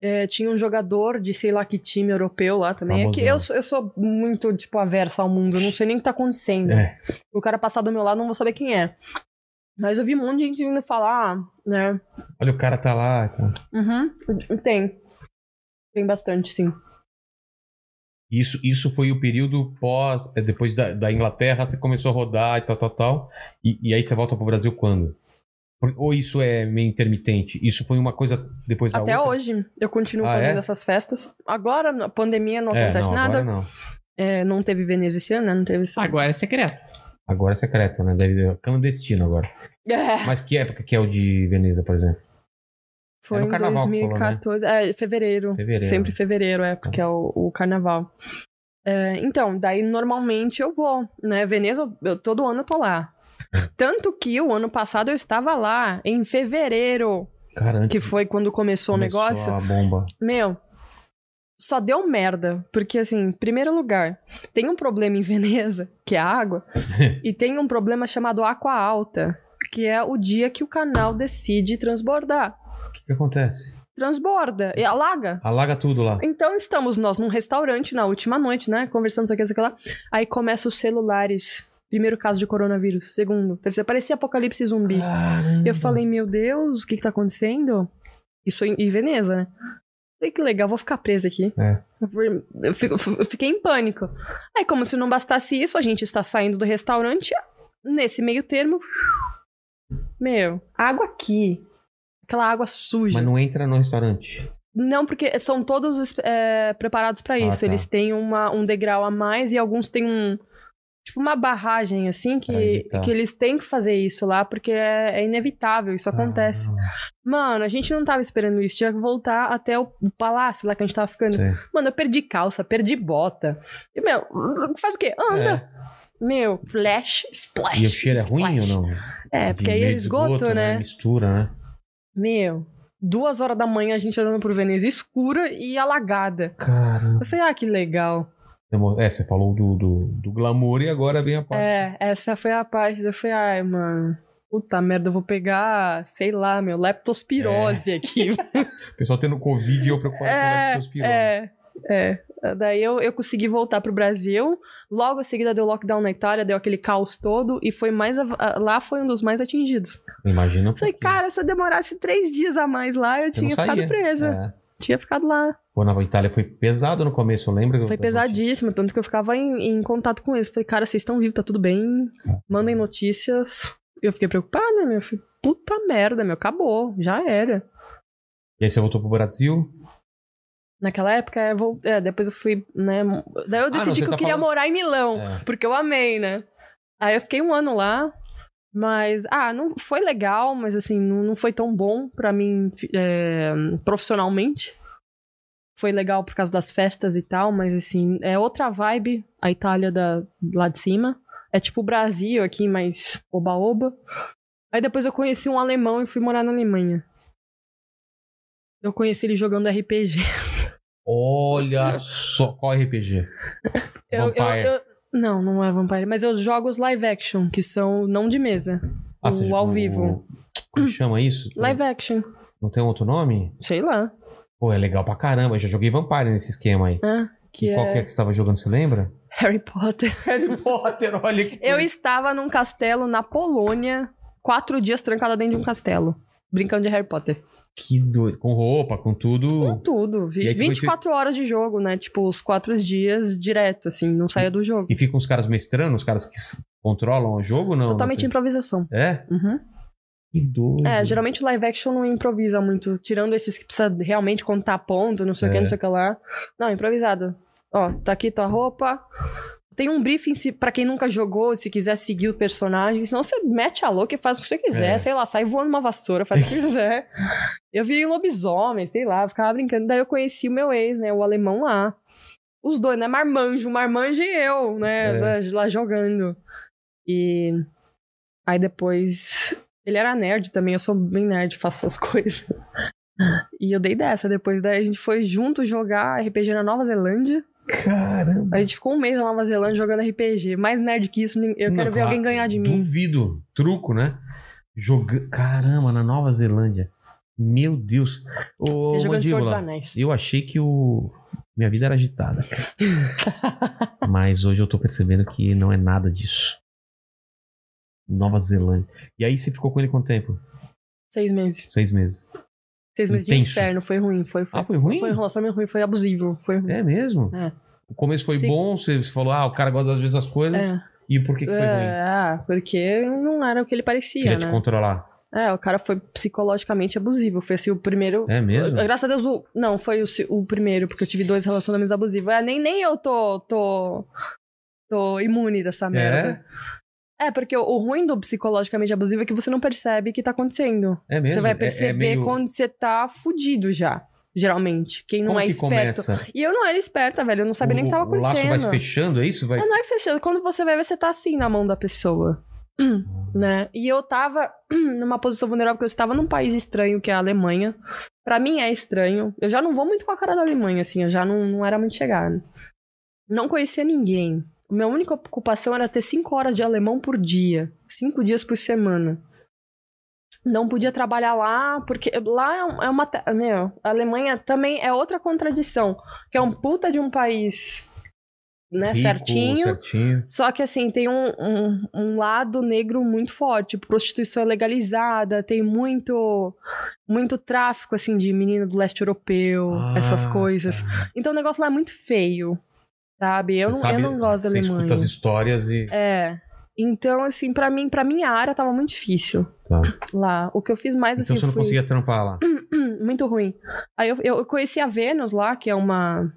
é, tinha um jogador de sei lá que time europeu lá também. É que eu, sou- eu sou muito, tipo, aversa ao mundo. Eu não sei nem o que tá acontecendo. É. O cara passar do meu lado, não vou saber quem é. Mas eu vi um monte de gente vindo falar, né? Olha, o cara tá lá. e tal. Uhum. Tem. Tem bastante, sim. Isso, isso foi o período pós. é, Depois da, da Inglaterra, você começou a rodar e tal, tal, tal. E, e aí você volta pro Brasil quando? Por- Ou isso é meio intermitente? Isso foi uma coisa depois da Até outra? hoje eu continuo Ah, fazendo é? essas festas. Agora, na pandemia, não É, acontece não, nada. Agora não. Ah, É, não teve Veneza esse ano, né? Não teve. Agora é secreto. Agora é secreto, né? Deve ser clandestino agora. É, Mas que época que é o de Veneza, por exemplo? foi no em carnaval que falou, né? 2014. É, fevereiro. Fevereiro. Sempre fevereiro, é, porque é o, o carnaval. É, então, daí normalmente eu vou, né? Veneza, eu- todo ano eu tô lá. Tanto que o ano passado eu estava lá, em fevereiro, Cara, antes que foi quando começou o começou negócio. A bomba. Meu, só deu merda. Porque, assim, em primeiro lugar, tem um problema em Veneza, que é a água, e tem um problema chamado Aqua Alta, que é o dia que o canal decide transbordar. O que, que acontece? Transborda e alaga. Alaga tudo lá. Então estamos nós num restaurante na última noite, né? Conversando, isso aqui, isso aqui lá. Aí começa os celulares. Primeiro caso de coronavírus. Segundo, terceiro. Parecia apocalipse zumbi. Caramba. Eu falei, meu Deus, o que que tá acontecendo? Isso em, em Veneza, né? Falei, que legal, vou ficar presa aqui. É. Eu fui- Eu, fico- eu fiquei em pânico. Aí, como se não bastasse isso, a gente está saindo do restaurante, nesse meio termo. Meu, água aqui. Aquela água suja. Mas Não... não entra no restaurante. porque são todos é, preparados pra Ah, isso. tá. Eles têm uma, um degrau a mais e alguns têm um. Tipo, uma barragem, assim, Pra que, evitar. que eles têm que fazer isso lá, porque é, é inevitável, Ah, isso acontece. Mano, a gente não tava esperando isso. Tinha que voltar até o o palácio lá que a gente tava ficando. Sim. Mano, eu perdi calça, perdi bota. E, meu, faz o quê? Anda. Meu, flash, É. splash. E o cheiro é ruim ou splash. não? É, De porque aí é meio esgoto, né? Mistura, né? Meu, duas horas da manhã a gente andando por Veneza escura e alagada. Cara. Eu falei, ah, que legal. Demo- É, você falou do, do, do glamour e agora vem a parte. É, essa foi a parte. Eu falei, ai, mano. Puta merda, eu vou pegar, sei lá, meu, É. leptospirose aqui, O pessoal tendo Covid e eu preocupado com É, leptospirose. É, é. Daí eu, eu consegui voltar pro Brasil. Logo em seguida deu lockdown na Itália, deu aquele caos todo e foi mais. av- ah, Lá foi um dos mais atingidos. Imagina. um Falei, pouquinho. cara, se eu demorasse três dias a mais lá, eu Você não tinha ficado saía. presa. É. Tinha ficado lá. Pô, na Itália foi pesado no começo, eu assim? lembro. Foi pesadíssimo, tanto que eu ficava em, em contato com eles. Falei, cara, vocês estão vivos, tá tudo bem. Mandem Uhum. notícias. Eu fiquei preocupada, meu. Falei, puta merda, meu, acabou, já era. E aí você voltou pro Brasil? Naquela época, eu vol- é, depois eu fui, né? mo- Daí eu Ah, não, decidi você que eu tá queria falando- morar em Milão. É. porque eu amei, né? Aí eu fiquei um ano lá, mas, ah, não foi legal, mas assim, não, não foi tão bom pra mim fi- é, profissionalmente. Foi legal por causa das festas e tal, mas assim, é outra vibe a Itália da, lá de cima. É tipo o Brasil aqui, mas oba-oba. Aí depois eu conheci um alemão e fui morar na Alemanha. Eu conheci ele jogando RPG. Olha só, qual RPG? Eu- eu- Vampire. eu- não, não é Vampire, mas eu jogo os live action, que são não de mesa. Ah, você- o ao vivo. Como que chama isso? Live action, Não tem outro nome? sei lá. Pô, é legal pra caramba. Eu já joguei Vampire nesse esquema aí. né? Que e qual é que é que você tava jogando, você lembra? Harry Potter. Harry Potter, olha que. Eu estava num castelo na Polônia, quatro dias trancada dentro de um castelo. Brincando de Harry Potter. Que doido. Com roupa, com tudo. Tudo. vi- Hum. E aí você 24 horas de jogo, né? Tipo, os quatro dias direto, assim, não saia do jogo. E ficam os caras mestrando, os caras que s- controlam o jogo, não? Totalmente Não improvisação. tem- É? Uhum. Que doido. É, geralmente o live action não improvisa muito, tirando esses que precisa realmente contar ponto, não sei o que, É. não sei o que lá. Não, improvisado. Ó, tá aqui tua roupa. Tem um briefing se, pra quem nunca jogou, se quiser seguir o personagem. Senão você mete a louca e faz o que você quiser, É. sei lá, sai voando uma vassoura, faz o que quiser. um Eu virei lobisomem, sei lá, ficava brincando. Daí eu conheci o meu ex, né, o alemão lá. Os dois, né? Marmanjo, Marmanjo e eu, né? É. lá- Lá jogando. E aí depois. Ele era nerd também, eu sou bem nerd, faço essas coisas. E eu dei dessa depois. Daí a gente foi junto jogar RPG na Nova Zelândia. Caramba. A gente ficou um mês na Nova Zelândia jogando RPG. Mais nerd que isso, nem- eu Não, quero ver claro. alguém ganhar de mim. Duvido. Truco, né? Joga... Caramba, na Nova Zelândia. Meu Deus. Ô, Eu jogando Senhor dos Mandíbula, Anéis. eu achei que o... Minha vida era agitada. cara. Mas hoje eu tô percebendo que não é nada disso. Nova Zelândia. E aí você ficou com ele quanto tempo? Seis meses. Seis meses. Seis meses de Intenso. inferno, foi ruim. Foi, foi, Ah, foi ruim? foi um relacionamento ruim, foi abusivo. Foi ruim. É mesmo? É. O começo foi Sim. bom, você você falou, ah, o cara gosta das mesmas coisas. É. E por que, que foi ruim? É, ah, porque não era o que ele parecia, Queria né? te controlar. É, o cara foi psicologicamente abusivo. Foi assim o primeiro. É mesmo? Graças a Deus, o... não, foi o, se- o primeiro, porque eu tive dois relacionamentos abusivos. É, nem, nem eu tô, tô. tô imune É, dessa merda. É, porque o, o ruim do psicologicamente abusivo é que você não percebe o que tá acontecendo. É, é mesmo? Você vai É- é perceber meio- quando você tá fudido já, geralmente. Quem não Como é que esperto. começa? E eu não era esperta, velho. Eu não sabia nem o que tava O laço acontecendo. vai se fechando, é isso? Vai... Ah, não é que fechou. Quando você vai ver, você tá assim na mão da pessoa. né? E eu tava numa posição vulnerável, porque eu estava num país estranho, que é a Alemanha. Pra mim é estranho. Eu já não vou muito com a cara da Alemanha, assim, eu já não, não era muito chegada. Não conhecia ninguém. Minha única ocupação era ter cinco horas de alemão por dia. Cinco dias por semana. Não podia trabalhar lá, porque lá é um- é uma. te- Meu, a Alemanha também é outra contradição. Que é um puta de um país, né, Rico, certinho. certinho. Só que assim, tem um, um, um lado negro muito forte. Prostituição é legalizada, tem muito muito tráfico assim de menina do leste europeu, essas Ah, coisas. tá. Então o negócio lá é muito feio, sabe? Eu, não, Você sabe- eu não gosto da Você escuta Alemanha. as histórias e... É. Então assim, pra mim, para minha área tava muito difícil Tá. lá. O que eu fiz mais Então assim você não fui conseguia trampar lá. Hum, muito ruim. Aí eu, eu eu conheci a Vênus lá, que é uma,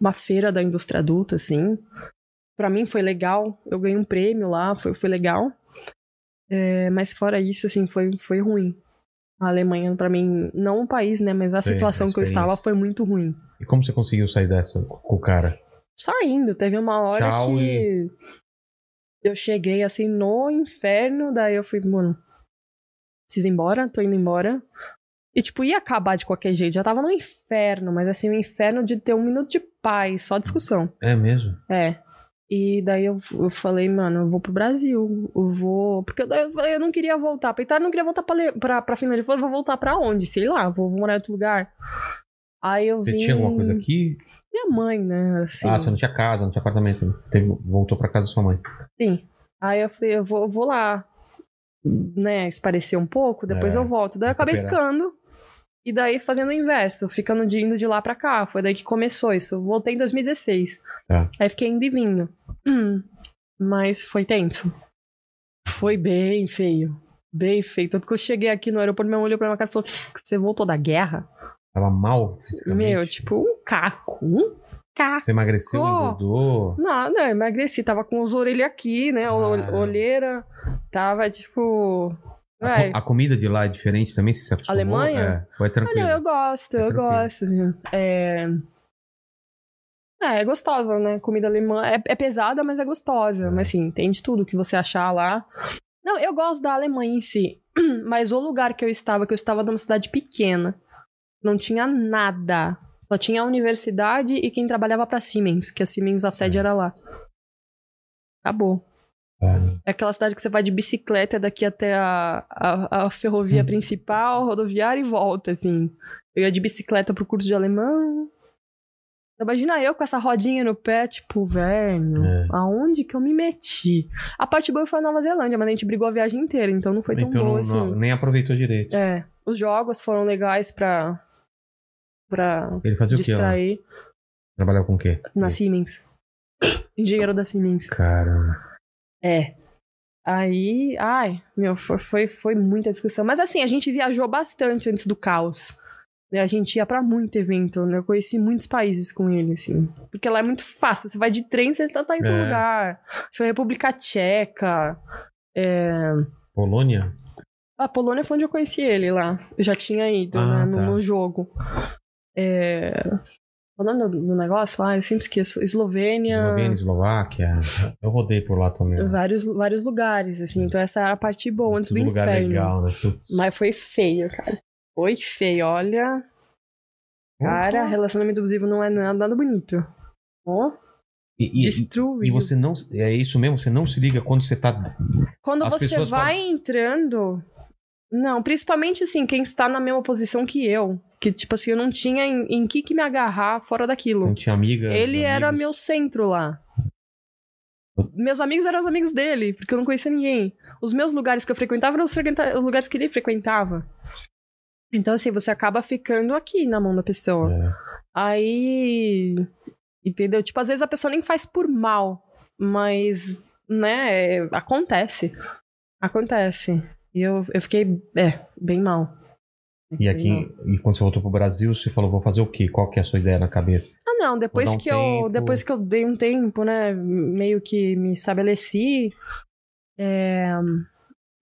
uma feira da indústria adulta, assim. Pra mim foi legal. Eu ganhei um prêmio lá, foi, foi legal. É, mas fora isso, assim, foi, foi ruim. A Alemanha, pra mim, não o país, né? Mas a Sim, situação a que eu estava foi muito ruim. E como você conseguiu sair dessa com com o cara? Só ainda, teve uma hora Tchau que eu cheguei assim no inferno, daí eu fui, mano, preciso ir embora, tô indo embora. E tipo, ia acabar de qualquer jeito, já tava no inferno, mas assim, o inferno de ter um minuto de paz, só discussão. É mesmo? É. E daí eu, eu falei, mano, eu vou pro Brasil, eu vou. Porque eu, eu falei, eu não queria voltar pra Itália, eu não queria voltar pra, Le- pra, pra Finlândia. Eu falei, eu vou voltar pra onde? Sei lá, vou, vou morar em outro lugar. Aí eu Você vim- tinha alguma coisa aqui? Minha mãe, né? Assim, Ah, você não tinha casa, não tinha apartamento. né? Teve- Voltou pra casa da sua mãe. Sim. Aí eu falei, eu vou, eu vou lá, né, esparecer um pouco, depois É, eu volto. Daí eu acabei recuperar. ficando. E daí fazendo o inverso, ficando de indo de lá pra cá. Foi daí que começou isso. Eu voltei em 2016. Tá. Aí fiquei indo e vindo. Hum, Mas foi tenso. Foi bem feio. Bem feio. Tanto que eu cheguei aqui no aeroporto, minha mãe olhou pra minha cara e falou: Você voltou da guerra? Tava mal fisicamente? Meu, tipo, um caco. Um caco. Você emagreceu, Co- engordou? Nada, eu emagreci. Tava com os orelhas aqui, né? ol- Ah. Olheira. Tava tipo. A Ué, co- Tá A, comida de lá é diferente também? Você se acostumou? Alemanha? É, ou é ah, tranquilo? não, eu gosto, eu Tá tranquilo. gosto. assim, É. É, é gostosa, né? Comida alemã. É, é pesada, mas é gostosa. É. Mas assim, tem de tudo que você achar lá. Não, eu gosto da Alemanha em si. Mas o lugar que eu estava, que eu estava numa cidade pequena, não tinha nada. Só tinha a universidade e quem trabalhava pra Siemens, que a Siemens a sede É. era lá. Acabou. É. É aquela cidade que você vai de bicicleta daqui até a, a, a ferrovia Hum. principal, rodoviária e volta, assim. Eu ia de bicicleta pro curso de alemão. Imagina eu com essa rodinha no pé, tipo, velho, É. aonde que eu me meti? A parte boa foi a Nova Zelândia, mas a gente brigou a viagem inteira, então não foi tão Então boa não- assim. não- nem aproveitou direito. É, os jogos foram legais pra, pra Ele fazia o quê lá? É. distrair Trabalhava com o quê? na Siemens. Engenheiro da Siemens. Caramba. É. Aí, ai, meu, foi, foi, foi muita discussão. Mas assim, a gente viajou bastante antes do caos. né? A gente ia pra muito evento, né? Eu conheci muitos países com ele, assim. Porque lá é muito fácil. Você vai de trem, você tá, tá em todo É. lugar. Foi República Tcheca. é, Polônia? A Polônia foi onde eu conheci ele lá. Eu já tinha ido, Ah, né? no- tá. No, jogo. É, O nome do, do negócio lá, eu sempre esqueço. Eslovênia. Eslovênia, Eslováquia. Eu rodei por lá também. né? Vários, vários lugares, assim. Então essa era a parte boa antes Tudo do É. lugar inferno. legal, né? Tudo- Mas foi feio, cara. Foi feio, olha. É. Cara, relacionamento abusivo não é nada, nada bonito. Ó, E, e- destruiu. e você não. É isso mesmo? Você não se liga quando você tá. Quando as você pessoas vai entrando. Não, principalmente assim, quem está na mesma posição que eu. Que, tipo assim, eu não tinha em, em que, que me agarrar fora daquilo. Não tinha amiga. Ele era amigos. meu centro lá. Meus amigos eram os amigos dele, porque eu não conhecia ninguém. Os meus lugares que eu frequentava eram os, frequenta- os lugares que ele frequentava. Então, assim, você acaba ficando aqui na mão da pessoa. É. Aí. Entendeu? Tipo, às vezes a pessoa nem faz por mal, mas, né, é, acontece. Acontece. E eu, eu fiquei, é, bem mal. E Bem aqui, mal. e quando você voltou pro Brasil, você falou, vou fazer o quê? Qual que é a sua ideia na cabeça? Ah, não, depois dar um que tempo. eu depois que eu dei um tempo, né, meio que me estabeleci, é,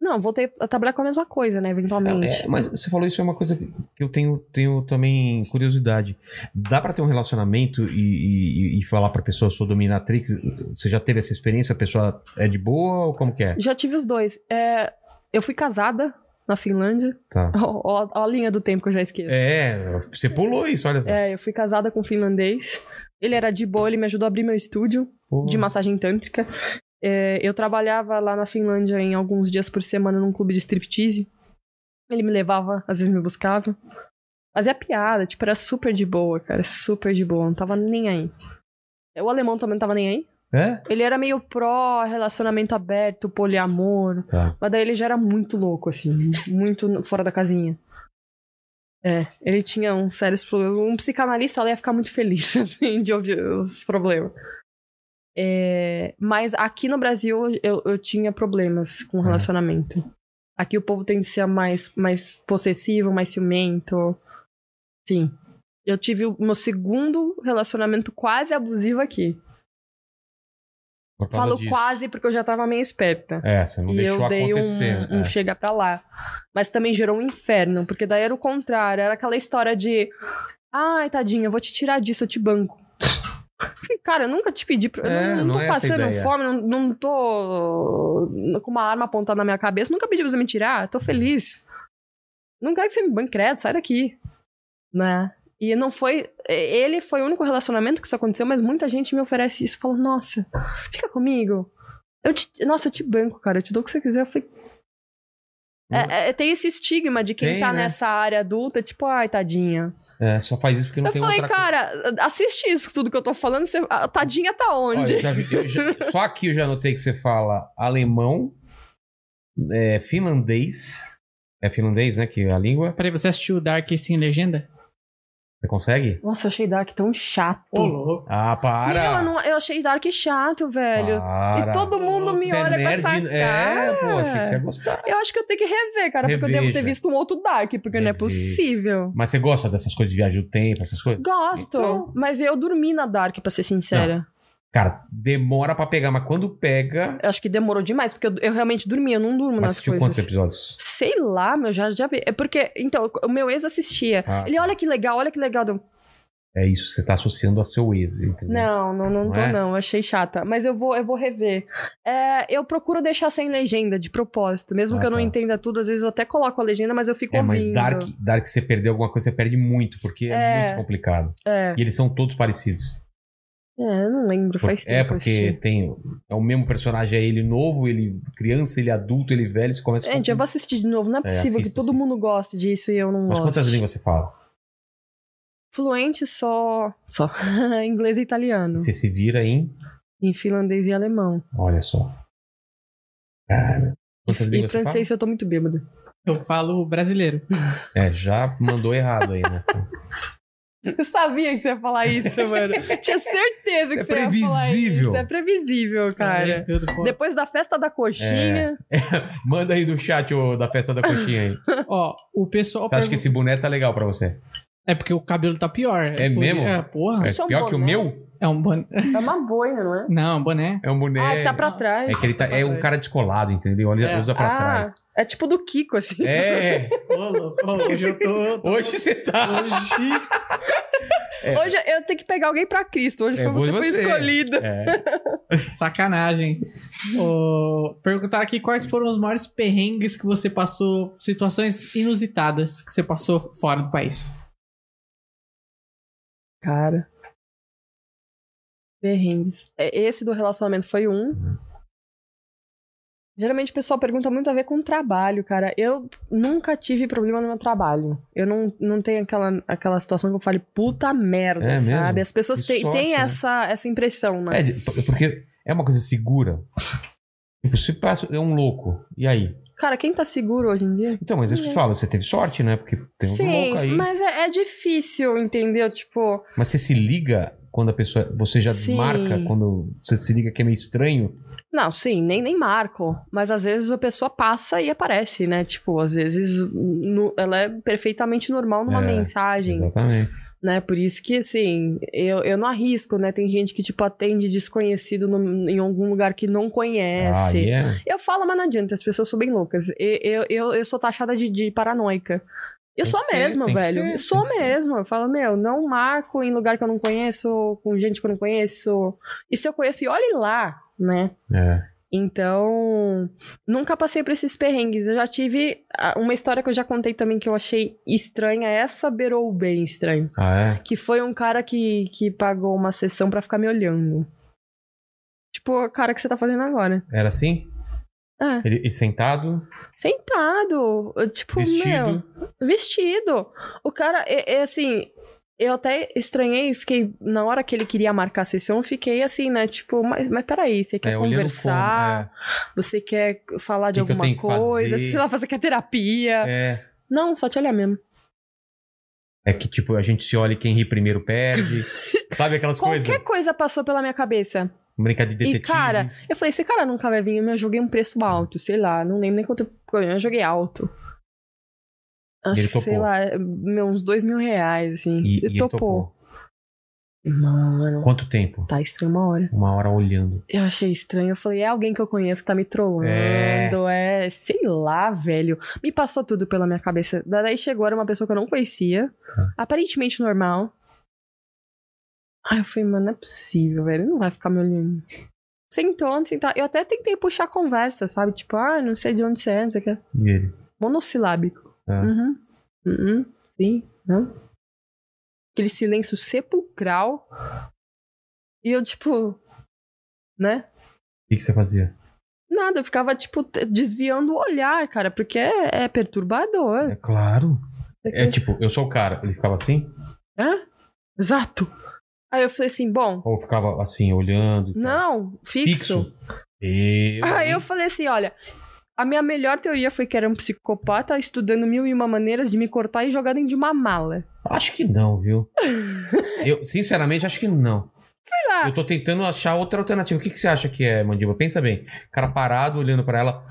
não, voltei a trabalhar com a mesma coisa, né, eventualmente. É, mas você falou isso é uma coisa que eu tenho, tenho também curiosidade. Dá pra ter um relacionamento e, e- e falar pra pessoa, eu sou dominatrix? Você já teve essa experiência? A pessoa é de boa ou como que é? Já tive os dois. É, eu fui casada na Finlândia. Tá. Ó, ó- ó a linha do tempo que eu já esqueço. É, você pulou isso, olha só. É, eu fui casada com um finlandês. Ele era de boa, ele me ajudou a abrir meu estúdio Pô, de massagem tântrica. É, eu trabalhava lá na Finlândia em alguns dias por semana num clube de striptease. Ele me levava, às vezes me buscava. Fazia piada, tipo, era super de boa, cara. Super de boa, não tava nem aí. O alemão também não tava nem aí. É? Ele era meio pró relacionamento aberto, poliamor. Tá. Mas daí ele já era muito louco, assim. Muito fora da casinha. É, ele tinha um sérios problemas. Um psicanalista ela ia ficar muito feliz, assim, de ouvir os problemas. É, mas aqui no Brasil eu, eu tinha problemas com relacionamento. Aqui o povo tem que ser mais, mais possessivo, mais ciumento. Sim. Eu tive o meu segundo relacionamento quase abusivo aqui. Por causa Falo disso. quase porque eu já tava meio esperta É, você não e deixou eu dei um, acontecer. um é. chega pra lá. Mas também gerou um inferno, porque daí era o contrário, era aquela história de. Ai, tadinha, eu vou te tirar disso, eu te banco. Porque, Cara, eu nunca te pedi. Pra... eu É, não, não não tô é essa a passando ideia. fome, não, não tô com uma arma apontada na minha cabeça. Nunca pedi pra você me tirar, eu tô feliz. Não quero que você me banque, credo, sai daqui. Né? E não foi. é, Ele foi o único relacionamento que isso aconteceu, mas muita gente me oferece isso. Fala, nossa, fica comigo. Eu te- nossa, eu te banco, cara, eu te dou o que você quiser. Eu falei. É, é, tem esse estigma de quem Tem, tá né? nessa área adulta, tipo, ai, tadinha. É, só faz isso porque não eu tem falei, outra cara, assiste isso, tudo que eu tô falando, você- a tadinha tá Olha, onde? eu já vi- eu já- só aqui eu já notei que você fala alemão, é, finlandês. É finlandês, né? Que é a língua. Peraí, você assistiu Dark sem legenda? Você consegue? Nossa, eu achei Dark tão chato. louco. Ah, para! Meu, eu, não- eu achei Dark chato, velho. Para. E todo mundo me Você é olha com nerd? essa cara. É, pô, achei que você ia gostar. Eu acho que eu tenho que rever, cara, porque eu devo ter Reveja. visto um outro Dark, porque não é Reveja. possível. Mas você gosta dessas coisas de viagem do tempo, essas coisas? Gosto, Então- mas eu dormi na Dark, pra ser sincera. Cara, demora pra pegar, mas quando pega. Eu acho que demorou demais, porque eu, eu realmente dormi, eu não durmo Mas nas assistiu coisas. quantos episódios? Sei lá, meu, já, já vi. É porque, então, o meu ex assistia. Ah, Ele, olha que legal, olha que legal. Eu, É isso, você tá associando a seu ex, entendeu? Não, não, não, Não tô, é? não. Achei chata. Mas eu vou, eu vou rever. É, eu procuro deixar sem legenda, de propósito. Mesmo Ah, que eu não tá. entenda tudo, às vezes eu até coloco a legenda, mas eu fico É, mas ouvindo. Dark, Dark, você perder alguma coisa, você perde muito, porque é, É. muito complicado. É. E eles são todos parecidos. É, eu não lembro, faz é, tempo. que eu porque assisti. tem. É o mesmo personagem, é ele novo, ele criança, ele adulto, ele velho, você começa a Gente, eu vou confundir. assistir de novo. Não é possível que assista, todo assista. mundo goste disso e eu não Mas gosto. quantas línguas você fala? Fluente só. Só. Inglês e italiano. Você se vira em. Em finlandês e alemão. Olha só. Cara. Quantas E línguas francês eu tô muito bêbada. Eu falo brasileiro. você fala? É, já mandou errado aí, né? Eu sabia que você ia falar isso, mano. Tinha certeza que É você ia falar previsível. É. isso. É previsível, Falei cara. tudo, pô. Depois da festa da coxinha. Manda aí no chat ô, da festa da coxinha aí. Ó, o pessoal. Você acha que pergun- esse boné tá legal pra você? É porque o cabelo tá pior. É por- mesmo? É, porra. É Isso é um pior que o boné? meu? É um boné. É uma boina, não é? Não, um boné. É um boné. Ah, tá pra trás. É que ele tá. É um cara descolado, entendeu? Olha, É. usa pra ah, trás. é tipo do Kiko, assim. É, Ô, louco, hoje eu tô. hoje você tá. Hoje. É. Hoje eu tenho que pegar alguém pra Cristo. Hoje É, foi você, foi foi você. escolhida. É. Sacanagem. Ô, perguntaram aqui quais foram os maiores perrengues que você passou, situações inusitadas que você passou fora do país. Cara. Perrengues. É, Esse do relacionamento foi um. Geralmente o pessoal pergunta muito a ver com trabalho, cara. Eu nunca tive problema no meu trabalho. Eu não, não tenho aquela, aquela situação que eu fale, puta merda, É mesmo? sabe? As pessoas Que têm, sorte, têm né? essa, essa impressão, né? É, de- p- porque é uma coisa segura. Tipo, se passa é um louco, e aí? Cara, quem tá seguro hoje em dia? Então, mas é isso que eu te falo, você teve sorte, né? Porque tem um Uhum. Sim, louco aí. Mas... mas é, é difícil, entendeu? Tipo, você se liga quando a pessoa. Você já Sim. marca quando você se liga que é meio estranho. não, sim, nem, nem marco. Mas às vezes a pessoa passa e aparece, né? Tipo, às vezes no- ela é perfeitamente normal numa É, mensagem, Exatamente. né? Por isso que, assim, eu, eu não arrisco, né? Tem gente que, tipo, atende desconhecido no- em algum lugar que não conhece. Aí é. Eu falo, mas não adianta, as pessoas são bem loucas. Eu, eu, eu, eu sou taxada de, de paranoica. Tem Eu sou que ser, mesmo, tem que velho. ser, Eu sou tem que ser. mesmo. Eu falo, meu, não marco em lugar que eu não conheço, com gente que eu não conheço. E se eu conheço, e olhe lá, né? é. Então, nunca passei por esses perrengues. Eu já tive ah, uma história que eu já contei também que eu achei estranha. Essa beirou bem estranho. Ah, é? Que foi um cara que, que pagou uma sessão pra ficar me olhando. Tipo, cara, o que você tá fazendo agora? Era assim? É. Ele, ele sentado, Sentado. eu, Tipo, meu. vestido. Vestido. O cara, é, é assim. Eu até estranhei, fiquei. Na hora que ele queria marcar a sessão, eu fiquei assim, né? Tipo, mas, mas peraí, você quer é, olhando como. conversar? Você quer falar de Que que eu alguma tenho que coisa? fazer? Sei lá, você quer terapia? É, é. Não, só te olhar mesmo. É que, tipo, a gente se olha e quem ri primeiro perde. Sabe aquelas Qualquer coisas? coisa passou pela minha cabeça. Brincar de detetive. cara, Eu falei, esse cara nunca vai vir, eu me joguei um preço alto, sei lá, não lembro nem quanto. Eu joguei alto. Acho Ele que, sei topou. lá, meu, uns dois mil reais, assim. E, Ele e topou. Mano, Quanto tempo? tá estranho uma hora. Uma hora olhando. Eu achei estranho. Eu falei, é alguém que eu conheço que tá me trollando. É. É, sei lá, velho. Me passou tudo pela minha cabeça. Da- Daí chegou, era uma pessoa que eu não conhecia. Aparentemente normal. Aí eu falei, mano, não é possível, velho. Ele não vai ficar me olhando. Sentou, não sentou. Eu até tentei puxar a conversa, sabe? Tipo, ah, não sei de onde você é, não sei o que. E ele? Monossilábico. Ah. Uhum. Uhum. Sim. Não. Aquele silêncio sepulcral. E eu, tipo. Né? O que, que você fazia? Nada, eu ficava, tipo, te- desviando o olhar, cara, porque é, é perturbador. É claro. É tipo, eu sou o cara. Ele ficava assim? Hã? Exato. Aí eu falei assim, bom, Ou ficava assim, olhando? e tal? não, fixo. Fixo? Eu, Aí hein? eu falei assim, olha, a minha melhor teoria foi que era um psicopata estudando mil e uma maneiras de me cortar e jogar dentro de uma mala. Acho que não, viu? eu, sinceramente, acho que não. Sei lá. Eu tô tentando achar outra alternativa. O que, que você acha que é, Mandiba? Pensa bem. O cara parado, olhando pra ela.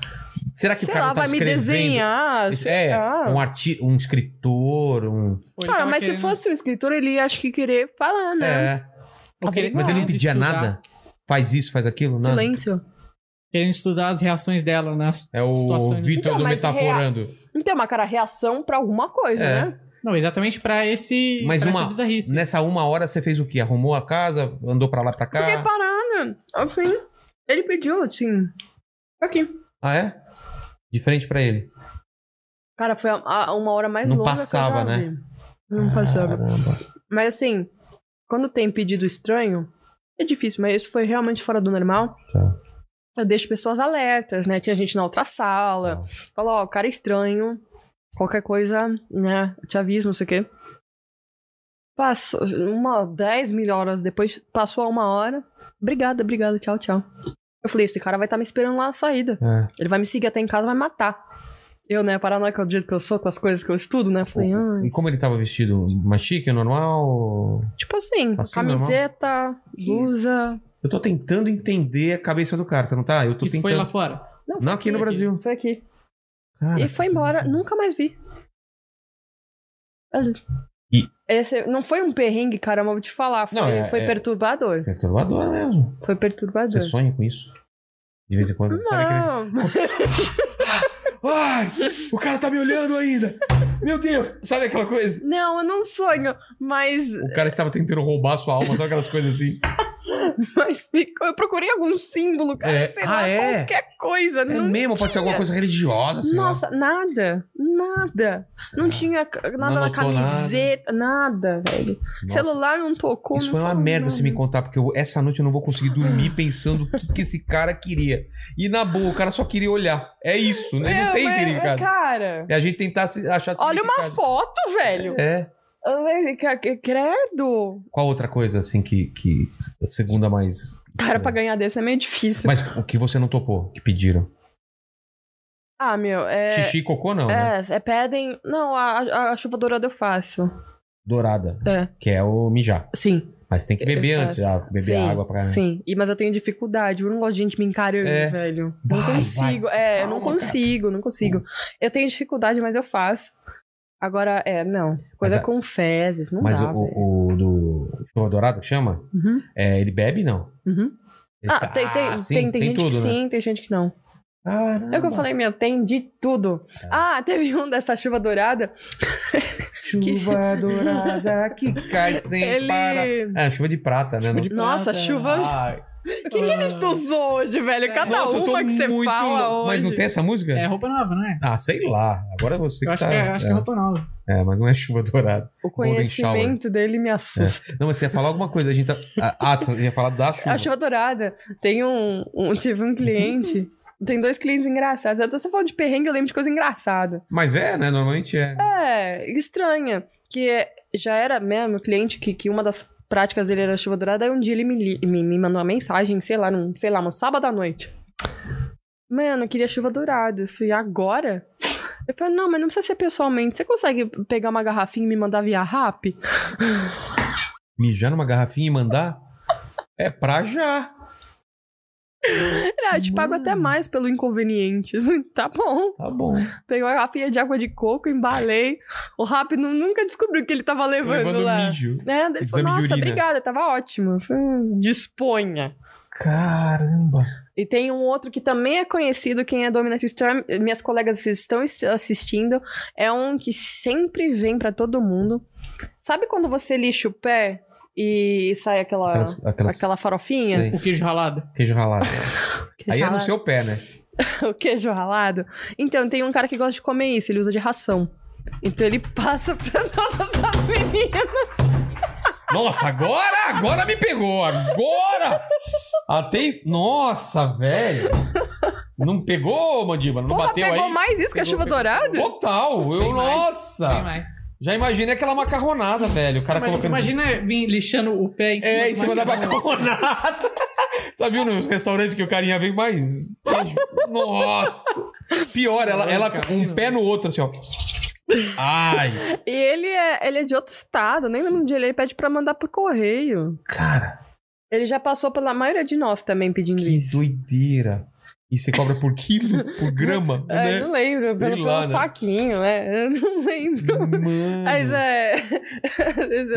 Será que o Sei cara não lá, tá vai me escrevendo? desenhar. Isso- sei É, lá. um, arti um escritor, um... Ou ele Cara, tava mas se querendo- fosse um escritor, ele ia, acho que querer falar, né? É, ou querendo- mas ele não pedia estudar- nada? Faz isso, faz aquilo? Nada. Silêncio. Querendo estudar as reações dela, né? As- É o Vitor Situação inicial. do Então, mas Metaforando. Não tem uma cara reação pra alguma coisa, É. né? Não, exatamente pra esse. Mas pra uma- né? essa bizarrice. Nessa uma hora você fez o quê? Arrumou a casa, andou pra lá pra cá? Fiquei parada. Assim, ele pediu, assim. Aqui. Ah, é? De frente pra ele. Cara, foi a, a- uma hora mais Não longa passava, que eu já né? vi. Não passava. Caramba. Mas assim, quando tem pedido estranho, é difícil, mas isso foi realmente fora do normal. Tá. Eu deixo pessoas alertas, né? Tinha gente na outra sala. Tá. Falou, ó, cara estranho. Qualquer coisa, né? Te aviso, não sei o quê. Passou uma 10 mil horas depois, passou uma hora. Obrigada, obrigada, tchau, tchau. Eu falei, esse cara vai estar me esperando lá na saída. É. Ele vai me seguir até em casa, vai matar. Eu, né, paranoica do jeito que eu sou, com as coisas que eu estudo, né? Falei, ah, E como ele tava vestido? Mais chique, um normal? tipo assim, Assim, camiseta, blusa. Eu tô tentando entender a cabeça do cara, você não tá? Eu tô Isso tentando. foi lá fora. Não, aqui no foi aqui. Brasil. Foi aqui. Cara, E foi embora, nunca mais vi. E- Esse não foi um perrengue, cara, mas vou te falar. Foi, Não, é- foi é- perturbador. Perturbador mesmo. Foi Você perturbador. sonha com isso? De vez em quando. Sabe aquele- Não, Ai, o cara tá me olhando ainda. Meu Deus, sabe aquela coisa? Não, eu não sonho, mas, O cara estava tentando roubar sua alma, sabe aquelas coisas assim? mas ficou. Eu procurei algum símbolo, cara, É. sei Ah, lá, é? qualquer coisa. É não mesmo, pode ser alguma tinha. coisa religiosa, sei lá. Nossa, nada, nada. Não Ah, tinha c- nada não na anotou nada. camiseta, nada, velho. Nossa. Celular não tocou. Isso não foi uma falou merda nada. você me contar, porque eu- essa noite eu não vou conseguir dormir pensando o que, que esse cara queria. E na boa, o cara só queria olhar. É isso, né? não Meu, tem mas- significado. Cara, É a gente tentar se- achar olha uma significado. foto, velho. É. Ai, ca- que- Credo. Qual outra coisa, assim, que, que segunda mais... Cara, pra ganhar desse é meio difícil. Mas o que você não topou, que pediram? Ah, meu, é. Xixi e cocô não, né? É, é, pedem. Não, a, a- a chuva dourada eu faço. Dourada, É, que é o mijar. sim. Mas tem que beber eu antes, faço. ah, beber Sim, água pra... Sim, e, mas eu tenho dificuldade. Eu não gosto de gente me encarando, É. velho. Não Vai, consigo. vai. É, eu não Calma, Hum. consigo, não consigo. Eu tenho dificuldade, mas eu faço. Agora, é, não. Coisa Mas a- com fezes, não Mas dá, o, velho. o, o do chuva dourada, que chama? Uhum, É, ele bebe, não? uhum. Ele Ah, tá- tem, tem, sim, tem, tem, gente que tudo, né? sim, tem gente que não. Caramba. É o que eu falei, meu, tem de tudo. Ah, teve um dessa chuva dourada. Chuva dourada que cai sem Ele. parar. É, chuva de prata, né? Chuva de Nossa, prata. chuva- Ai, O que, que ele usou hoje, velho? Cada Nossa, eu tô uma que você muito fala louco. hoje. Mas não tem essa música? É roupa nova, não é? Ah, sei lá. Agora você Eu que acho, tá... que, é, acho que é roupa nova. É, mas não é chuva dourada. O Golden Shower. conhecimento dele me assusta. Não, mas você ia falar alguma coisa. A gente tá... Ah, ah, você ia falar da chuva. A chuva dourada. Tem um, um- Tive um cliente. tem dois clientes engraçados. Até você falou de perrengue, eu lembro de coisa engraçada. Mas é, né? Normalmente é. É, estranha. Que é- já era mesmo cliente que, que uma das práticas dele era chuva dourada. Aí um dia ele me, li- me, me mandou uma mensagem, sei lá, num, sei lá, um sábado à noite. Mano, eu queria chuva dourada. Eu falei, agora? Eu falei, não, mas não precisa ser pessoalmente. Você consegue pegar uma garrafinha e me mandar via rap? Mijar numa garrafinha e mandar? É pra já. Ah, eu te pago até mais pelo inconveniente. tá bom. Tá bom. Peguei uma garrafinha de água de coco, embalei. O rap nu- nunca descobriu o que ele tava levando, Levando lá. mijo. Né? Ele Exame falou, de nossa, urina." obrigada, tava ótimo. Eu falei, "Hum, Disponha. Caramba. E tem um outro que também é conhecido, quem é Dominant Storm, minhas colegas estão es- assistindo. É um que sempre vem pra todo mundo. Sabe quando você lixa o pé e sai aquela, Aquelas, aquelas... aquela farofinha? Sei. O queijo ralado. Queijo ralado. Queijo Aí é no ralado. seu pé, né? o queijo ralado. Então, tem um cara que gosta de comer isso, ele usa de ração. Então ele passa pra todas as meninas. Nossa, agora, agora me pegou. Agora! Até. Nossa, velho. Não pegou, Mandiba? Não Porra, bateu pegou aí? mais isso que a Pegou, chuva pegou. dourada? Total. Eu, Tem mais, nossa. Tem mais. Já imaginei aquela macarronada, velho. O cara Imagina, colocando. imagina vir lixando o pé em cima, É, em do cima da macarrão. assim. macarronada. Sabia nos restaurantes que o carinha vem mais. Nossa. Pior, ela, ela com um pé no outro, assim, ó. Ai. E ele é, ele é de outro estado, nem lembro onde ele é, ele pede pra mandar por correio. Cara, Ele já passou pela maioria de nós também pedindo que isso. doideira. E você cobra por quilo, por grama, É, né? não lembro, pelo, pelo lá, né? saquinho, é, eu não lembro. Mano. Mas é.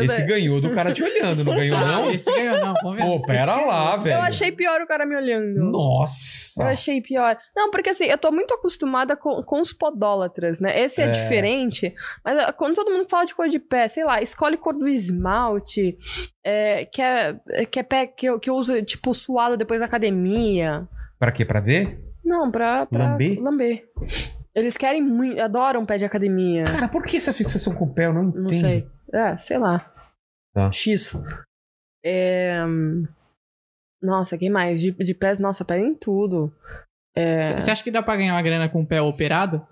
Esse ganhou do cara te olhando, não ganhou, Ah, não? esse ganhou, não. Convenhamos. Pô, pera Esse lá, ganhou. velho. Ah. eu achei pior o cara me olhando. Eu Nossa! achei pior. Não, porque assim, eu tô muito acostumada com, com os podólatras, né? Esse é, É. diferente, mas ah, quando todo mundo fala de cor de pé, sei lá, escolhe cor do esmalte, é, que, é, é, que é pé que eu, que eu uso, tipo, suado depois da academia. Pra quê? Pra ver? Não, pra. pra Lamber? Eles querem muito, adoram pé de academia. Cara, por que essa fixação com o pé? Eu não entendo. Não sei. É, sei lá. Tá. X. É, hum, Nossa, quem mais? De, de pés, nossa, pé em tudo. É... C- Você acha que dá pra ganhar uma grana com o pé operado?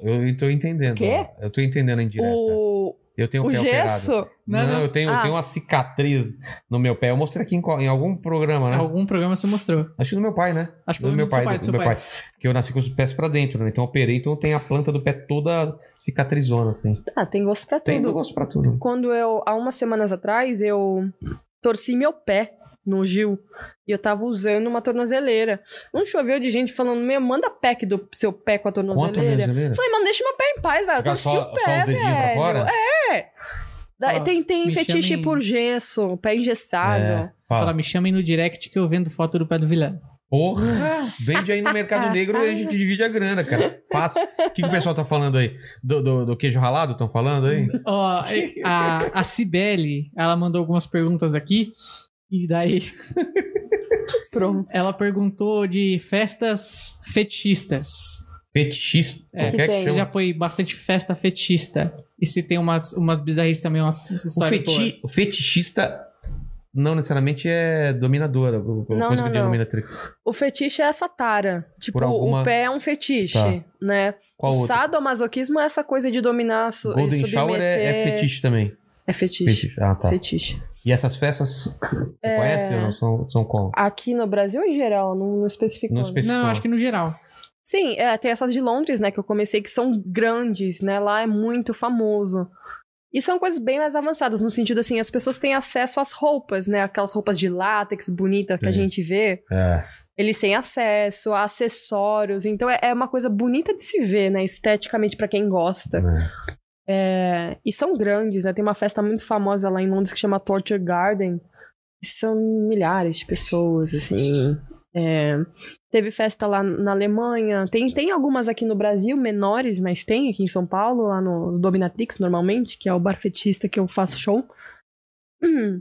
Eu eu tô entendendo. Quê? ó. Eu tô entendendo em direta. O, Eu tenho o, o pé operado. gesso? Não, Não, não. eu tenho, eu Ah. tenho uma cicatriz no meu pé. Eu mostrei aqui em, qual- em algum programa, né? Algum programa você mostrou. Acho que no meu pai, né? Acho que do foi meu do pai, seu pai, do, do seu meu pai. pai. Que eu nasci com os pés pra dentro, né? Então eu operei, então tem a planta do pé toda cicatrizona, assim. Ah, tem gosto pra Tem tudo. negócio pra tudo. Quando eu, há umas semanas atrás, eu torci meu pé no Gil e eu tava usando uma tornozeleira. Não choveu de gente falando, meu, manda pack do seu pé com a Quanto tornozeleira. tornozeleira? Eu falei, mano, deixa meu pé em paz, velho. Eu Ficar torci né, É. só, o pé, só os dedinhos pra velho. fora? É. Daí Ó, tem tem me fetiche chamem- por gesso, pé engessado. É. Fala. Fala, me chamem no direct que eu vendo foto do pé do vilão. Porra! Ah. Vende aí no mercado negro e a gente divide a grana, cara. Fácil. O que, que o pessoal tá falando aí? Do, do, do queijo ralado? Estão falando aí? Uhum. Ó, a, a Cibele, ela mandou algumas perguntas aqui. E daí Pronto. ela perguntou de festas fetichistas. Fetichista. É, qualquer que que tem. Se seja. já foi bastante festa fetista. E se tem umas, umas bizarrices também, umas O, histórias feti- boas. o fetichista não necessariamente é dominadora. Não, coisa Não, que não, eu não. denomino tri- O fetiche é essa tara. Tipo, alguma- o pé é um fetiche, Tá. né? Qual o outro? sadomasoquismo é essa coisa de dominar su Golden e Shower é, é submeter- fetiche também. É fetiche. Fetiche. Ah, tá. Fetiche. E essas festas, você É. conhece ou não? São, são qual? Aqui no Brasil, em geral, não, não especificou. Não né? especificou. Não, acho que no geral. Sim, é, tem essas de Londres, né, que eu comecei, que são grandes, né? Lá é muito famoso. E são coisas bem mais avançadas, no sentido assim, as pessoas têm acesso às roupas, né? Aquelas roupas de látex bonita que a Sim. gente vê. É. Eles têm acesso a acessórios. Então é, é uma coisa bonita de se ver, né? Esteticamente, pra quem gosta. é. É, e são grandes, né? Tem uma festa muito famosa lá em Londres que chama Torture Garden. E são milhares de pessoas, assim. É, teve festa lá na Alemanha. Tem, tem algumas aqui no Brasil, menores, mas tem aqui em São Paulo, lá no Dominatrix, normalmente, que é o bar fetista que eu faço show. Hum,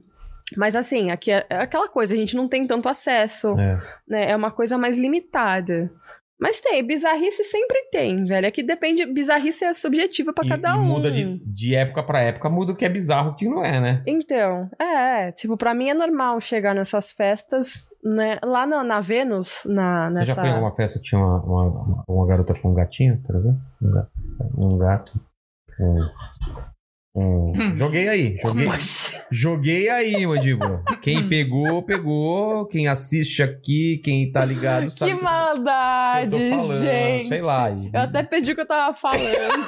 Mas assim, aqui é, é aquela coisa, a gente não tem tanto acesso É. né? É uma coisa mais limitada. Mas tem, bizarrice sempre tem, velho. É que depende, bizarrice é subjetiva pra E- cada e um. muda de, de época pra época, muda o que é bizarro e o que não é, né? Então, é, é, tipo, pra mim é normal chegar nessas festas, né? Lá na, na Vênus, na, Você já nessa. foi em alguma festa que tinha uma, uma, uma garota com um gatinho, por exemplo? Um gato. Um gato. Um- Hum. um- Joguei aí. Joguei, é? joguei aí, mandíbula. Quem pegou, pegou. Quem assiste aqui, quem tá ligado, sabe. Que do que eu maldade, tô falando, gente. Sei lá. Eu até perdi o que eu tava falando.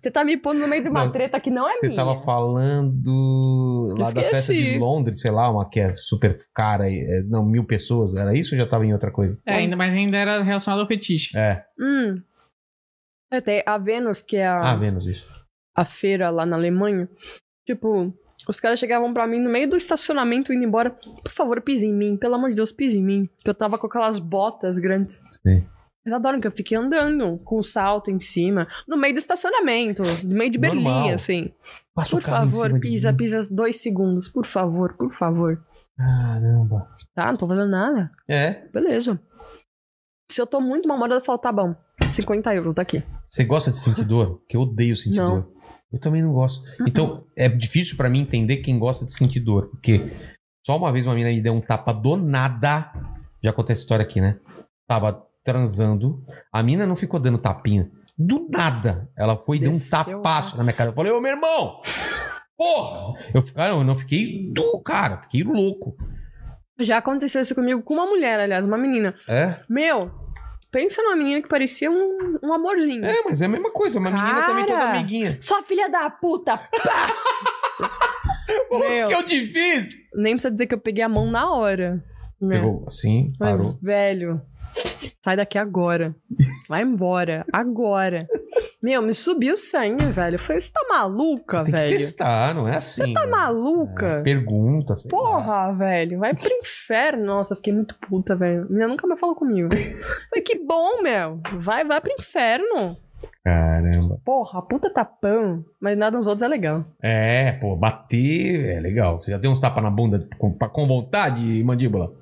Você tá me pondo no meio de uma Não, treta que não é Você minha. tava falando lá da Esqueci. festa de Londres, sei lá, uma que é super cara, e- é, não, mil pessoas. Era isso ou já tava em outra coisa? É, ainda, mas ainda era relacionado ao fetiche. É. Hum. É, tem a Vênus, que é a. Ah, menos isso. a feira lá na Alemanha. Tipo, os caras chegavam pra mim no meio do estacionamento indo embora. Por favor, pise em mim. Pelo amor de Deus, pise em mim. Que eu tava com aquelas botas grandes. Sim. Eles adoram que eu fiquei andando com o salto em cima. No meio do estacionamento. No meio de Berlim, Normal. assim. Passa o Por carro em favor, cima de pisa, mim. pisa dois segundos. Por favor, por favor. Caramba. Tá, não tô fazendo nada. É. Beleza. Se eu tô muito mal-humorada, eu falo, tá bom. 50 euros, tá aqui. Você gosta de sentir dor? Porque eu odeio sentir Não. Uhum. dor. Eu também não gosto. Então, é difícil pra mim entender quem gosta de sentir dor. Porque só uma vez uma menina me deu um tapa do nada. Já contei essa história aqui, né? Tava transando. A mina não ficou dando tapinha. Do nada. Ela foi e deu um Desceu a- tapaço na minha cara. Eu falei, ô meu irmão! Porra! Eu, fi- cara, eu não fiquei do cara, fiquei louco. Já aconteceu isso comigo com uma mulher, aliás, uma menina. É? Meu, pensa numa menina que parecia um, um amorzinho. É, mas é a mesma coisa. Uma menina também toda Cara! amiguinha. Só filha da puta! pá! Falou Meu. que eu te fiz! Nem precisa dizer que eu peguei a mão na hora. né? Pegou assim, Mas, parou. velho, sai daqui agora. Vai embora. Agora. Meu, me subiu o sangue, velho. Eu falei, você tá maluca, Tem que É, velho? testar, não é assim. Você Tá maluca? Pergunta. assim. sei lá. Porra, velho, vai pro inferno. Nossa, eu fiquei muito puta, velho. A menina nunca mais falou comigo. Falei, que bom, meu. Vai, vai pro inferno. Caramba. Porra, puta tapão. Mas nada nos outros é legal. É, pô, bater é legal. Você já deu uns tapas na bunda com, pra- com vontade, mandíbula?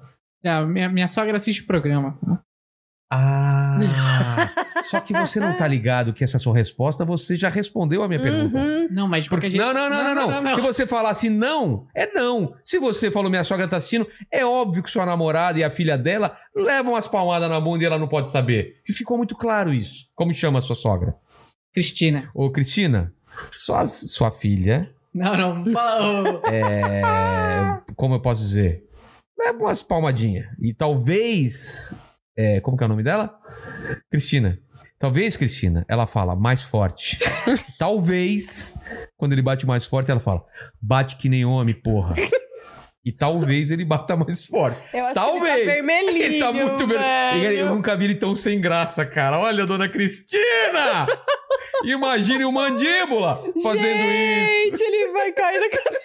Já, minha, minha sogra assiste o programa. Ah. só que você não tá ligado que essa sua resposta, você já respondeu a minha pergunta. Uhum. Não, mas de qualquer Porque- jeito. não, não, não, não, não, Se você falasse não, é não. Se você falou minha sogra tá assistindo, é óbvio que sua namorada e a filha dela levam as palmadas na bunda e ela não pode saber. E ficou muito claro isso. Como chama a sua sogra? Cristina. Ô, Cristina, sua, sua filha Não, não. Fala, ô. é, como eu posso dizer? Leva umas palmadinhas. E talvez. é, como que é o nome dela? Cristina. Talvez, Cristina, ela fala mais forte. talvez, quando ele bate mais forte, ela fala: bate que nem homem, porra. E talvez ele bata mais forte. Eu acho Talvez. que ele tá vermelhinho, Ele tá muito ver- velho. Eu nunca vi ele tão sem graça, cara. Olha, dona Cristina! Imagine o mandíbula fazendo isso. Gente, ele vai cair da cadeira.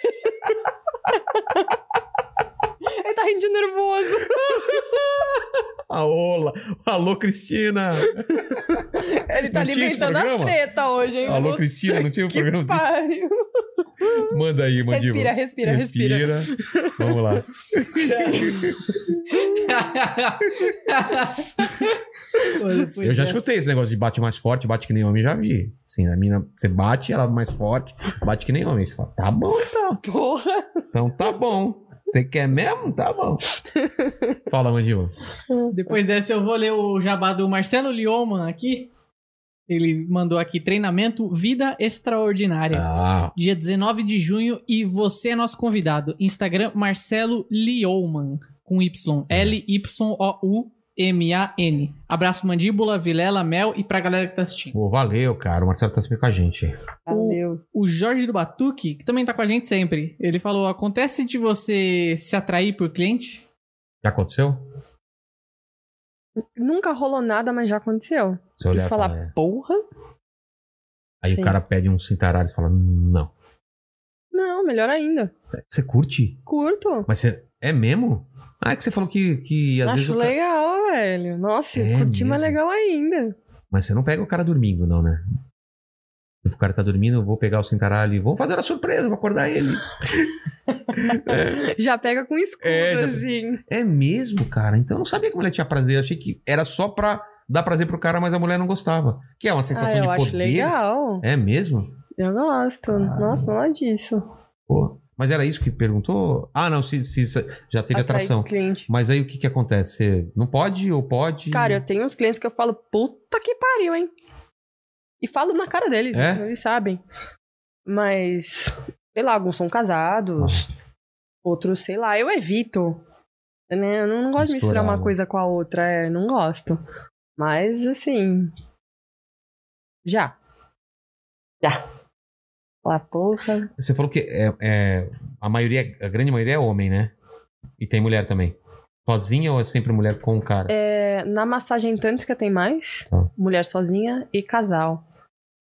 ele tá rindo de nervoso. A Ola. Alô, Cristina. Ele tá Não tinha esse alimentando as programa? tretas hoje, hein? Alô, Puta Cristina. Não tinha o que programa disso? pariu. Manda aí, Mandiva. Respira, respira, respira. Respira. Vamos lá. Eu já escutei esse negócio de bate mais forte, bate que nem homem, já vi. Sim, a mina, você bate, ela mais forte, bate que nem homem. Você fala, tá bom, então. Porra. Então tá bom. Você quer mesmo? Tá bom. Fala, Mandiva. Depois dessa eu vou ler o jabá do Marcelo Lioman aqui. Ele mandou aqui treinamento Vida Extraordinária. Ah, Dia 19 de junho e você é nosso convidado. Instagram Marcelo Lioman com Y. L-Y-O-U-M-A-N. Abraço Mandíbula, Vilela, Mel e pra galera que tá assistindo. pô, valeu, cara. O Marcelo tá sempre com a gente. Valeu. O Jorge do Batuque, que também tá com a gente sempre, ele falou: acontece de você se atrair por cliente? Já aconteceu? Nunca rolou nada, mas já aconteceu. Você E olhar e falar, falar, é. porra? Aí Sim. o cara pede um cintaralho e fala, não. Não, melhor ainda. Você curte? Curto. Mas você... É mesmo? Ah, é que você falou que, que às vezes... Acho o cara- legal, velho. Nossa, É curtir mais mesmo. legal ainda. Mas você não pega o cara dormindo, não, né? Tipo, o cara tá dormindo, eu vou pegar o cintaralho e vou fazer uma surpresa, vou acordar ele. Já pega com escudo, É, já- assim. É mesmo, cara? Então eu não sabia que a mulher tinha prazer. Eu achei que era só pra dar prazer pro cara, mas a mulher não gostava. Que é uma Ah, sensação eu de acho poder. legal. É mesmo? Eu gosto. Ah. Nossa, nada disso. Pô. Mas era isso que perguntou? Ah, não, se, se- se- já teve Atrai atração. cliente. Mas aí o que que acontece? Você não pode ou pode? Cara, eu tenho uns clientes que eu falo, puta que pariu, hein? E falo na cara deles, É? né? eles sabem. Mas, sei lá, alguns são casados, outros, sei lá, eu evito. Né? Eu não, não gosto de misturar Misturar, uma né? coisa com a outra, é, não gosto. Mas, assim. Já. Já. Lá, porra. Você falou que é, é- a maioria, a grande maioria é homem, né? E tem mulher também. Sozinha ou é sempre mulher com o cara? É, na massagem tântrica tem mais Tá. mulher sozinha e casal.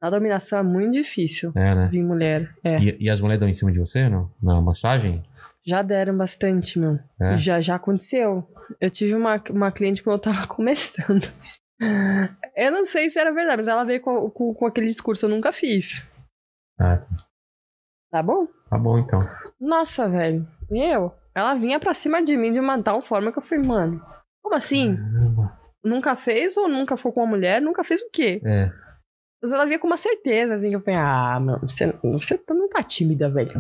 Na dominação é muito difícil É, né? vir mulher. É. E, e as mulheres dão em cima de você, não? Na massagem? Já deram bastante, meu. É. Já, já aconteceu. Eu tive uma, uma cliente quando eu tava começando. Eu não sei se era verdade, mas ela veio com, com, com aquele discurso, eu nunca fiz. Ah. Tá bom? Tá bom, então. Nossa, velho. E eu? Ela vinha pra cima de mim de uma tal forma que eu falei, mano, como Hum. assim? Caramba. Nunca fez ou nunca foi com uma mulher? Nunca fez o quê? É. Mas ela vinha com uma certeza, assim, que eu falei, ah, mano, você, você tá- não tá tímida, velho.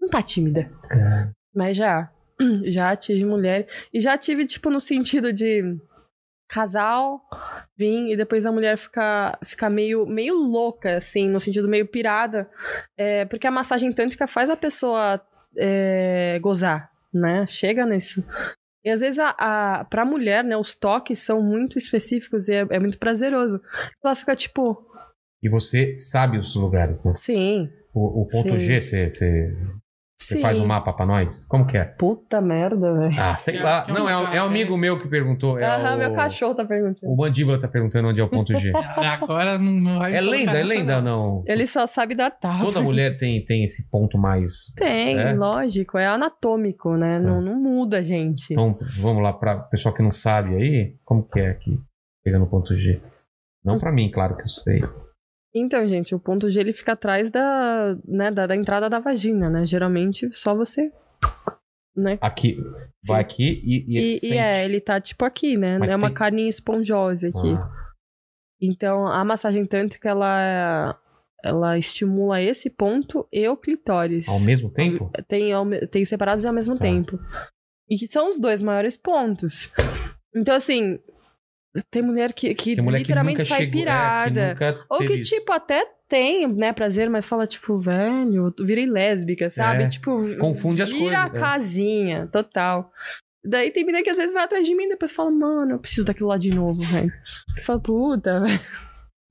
Não tá tímida. Cara. Mas já. Já tive mulher. E já tive, tipo, no sentido de casal, vim, e depois a mulher fica, fica meio, meio louca, assim, no sentido meio pirada. É, porque a massagem tântrica faz a pessoa é, gozar, né? Chega nisso. E às vezes, a, a, pra mulher, né, os toques são muito específicos e é, é muito prazeroso. Ela fica tipo, E você sabe os lugares, né? sim, O, o ponto Sim. G, você- você você sim. faz um mapa pra nós? Como que é? Puta merda, velho. Ah, sei Que é- lá. que é um não, é, um- lugar, é um amigo meu que perguntou. É Aham, o, meu cachorro tá perguntando. O Mandíbula tá perguntando onde é o ponto G. Agora não, não vai me é colocar lenda, é nessa, lenda ou não. não? Ele só sabe da tábua. Toda mulher tem, tem esse ponto mais. Tem, É? lógico. É anatômico, né? Não, não muda, gente. Então, vamos lá, pra pessoal que não sabe aí, como que é aqui? Pegando o ponto G. Não pra mim, claro que eu sei. Então, gente, o ponto G ele fica atrás da, né, da, da entrada da vagina, né? Geralmente só você. Né? Aqui, vai Sim. aqui e, e, E, e sente. é, ele tá tipo aqui, né? Mas é uma tem- carninha esponjosa aqui. Ah, Então, a massagem tântrica, ela, é, ela estimula esse ponto e o clitóris. ao mesmo tempo? tem, ao me- tem separados e ao mesmo Tá. tempo. E que são os dois maiores pontos. Então, assim, tem mulher que, que Tem mulher que literalmente nunca sai chegou. é, que pirada. nunca Ou teve que, isso. tipo, até tem, né, prazer, mas fala, tipo, velho, eu virei lésbica, sabe? É, Tipo, confunde as vira a coisas, é. casinha, total. Daí tem menina que às vezes vai atrás de mim e depois fala, mano, eu preciso daquilo lá de novo, velho. Eu falo, puta, velho,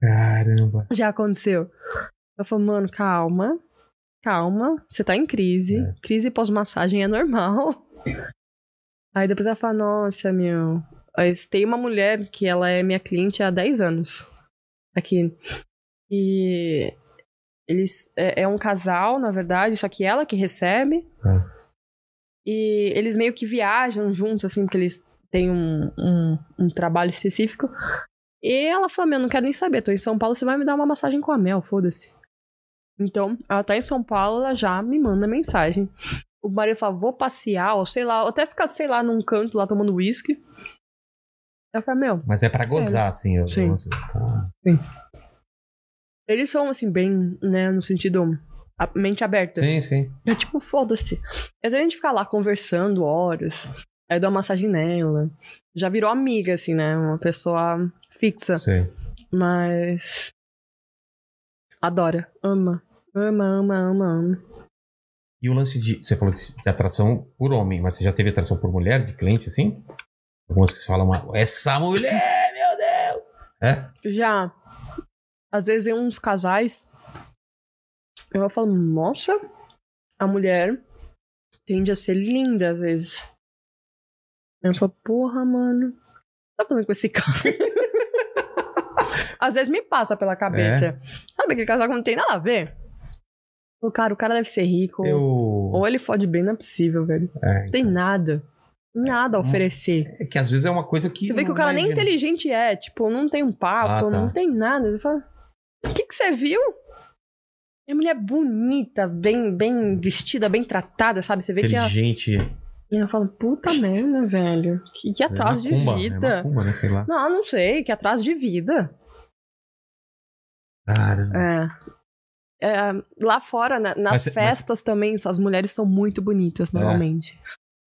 Caramba. já aconteceu. Eu falo, mano, calma, calma, você tá em crise. É. Crise pós-massagem é normal. Aí depois ela fala, nossa, meu. Aí Tem uma mulher que ela é minha cliente há 10 anos aqui. E eles é, é um casal, na verdade, só que ela que recebe. Ah. E eles meio que viajam juntos, assim, porque eles têm um, um, um trabalho específico. E ela falou: Meu, não quero nem saber, tô em São Paulo, você vai me dar uma massagem com a Mel, foda-se. Então, ela tá em São Paulo, ela já me manda mensagem. O marido fala: Vou passear, ou sei lá, ou até ficar, sei lá, num canto lá tomando uísque. Ela fala: Meu, Mas é pra gozar, assim. Eu, né? Sim. Tá. eles são, assim, bem, né, no sentido. a- mente aberta. Sim, sim. É tipo, foda-se. Às vezes a gente fica lá conversando horas. Aí eu dou uma massagem nela. Já virou amiga, assim, né? Uma pessoa fixa. Sei. Mas. Adora. Ama. Ama, ama, ama, ama. E o lance de. Você falou de de atração por homem, mas você já teve atração por mulher, de cliente, assim? Algumas que falam, "Ah, essa mulher, meu Deus! É? Já. Às vezes em uns casais. Eu falo, nossa. A mulher tende a ser linda às vezes. Eu falo, porra, mano. Tá falando com esse cara? às vezes me passa pela cabeça. Sabe aquele casal que não tem nada a ver? Eu falo, cara, o cara deve ser rico. Eu. Ou ele fode bem, não é possível, velho. É, Não tem nada. Nada a Hum. oferecer. é que às vezes é uma coisa que. você vê que não o cara nem imagina. inteligente é. Tipo, não tem um papo, Ah, tá. não tem nada. Você fala, o que, que você viu? É mulher bonita, bem, bem vestida, bem tratada, sabe? Você vê que é ela... Inteligente. né? E ela fala, puta merda, velho. Que, que atraso um de macumba, É vida. macumba, né? Sei lá. não, não sei. Que atraso de vida. Cara. É. É, lá fora, na- nas Mas- É. mas- festas também, as mulheres são muito bonitas normalmente.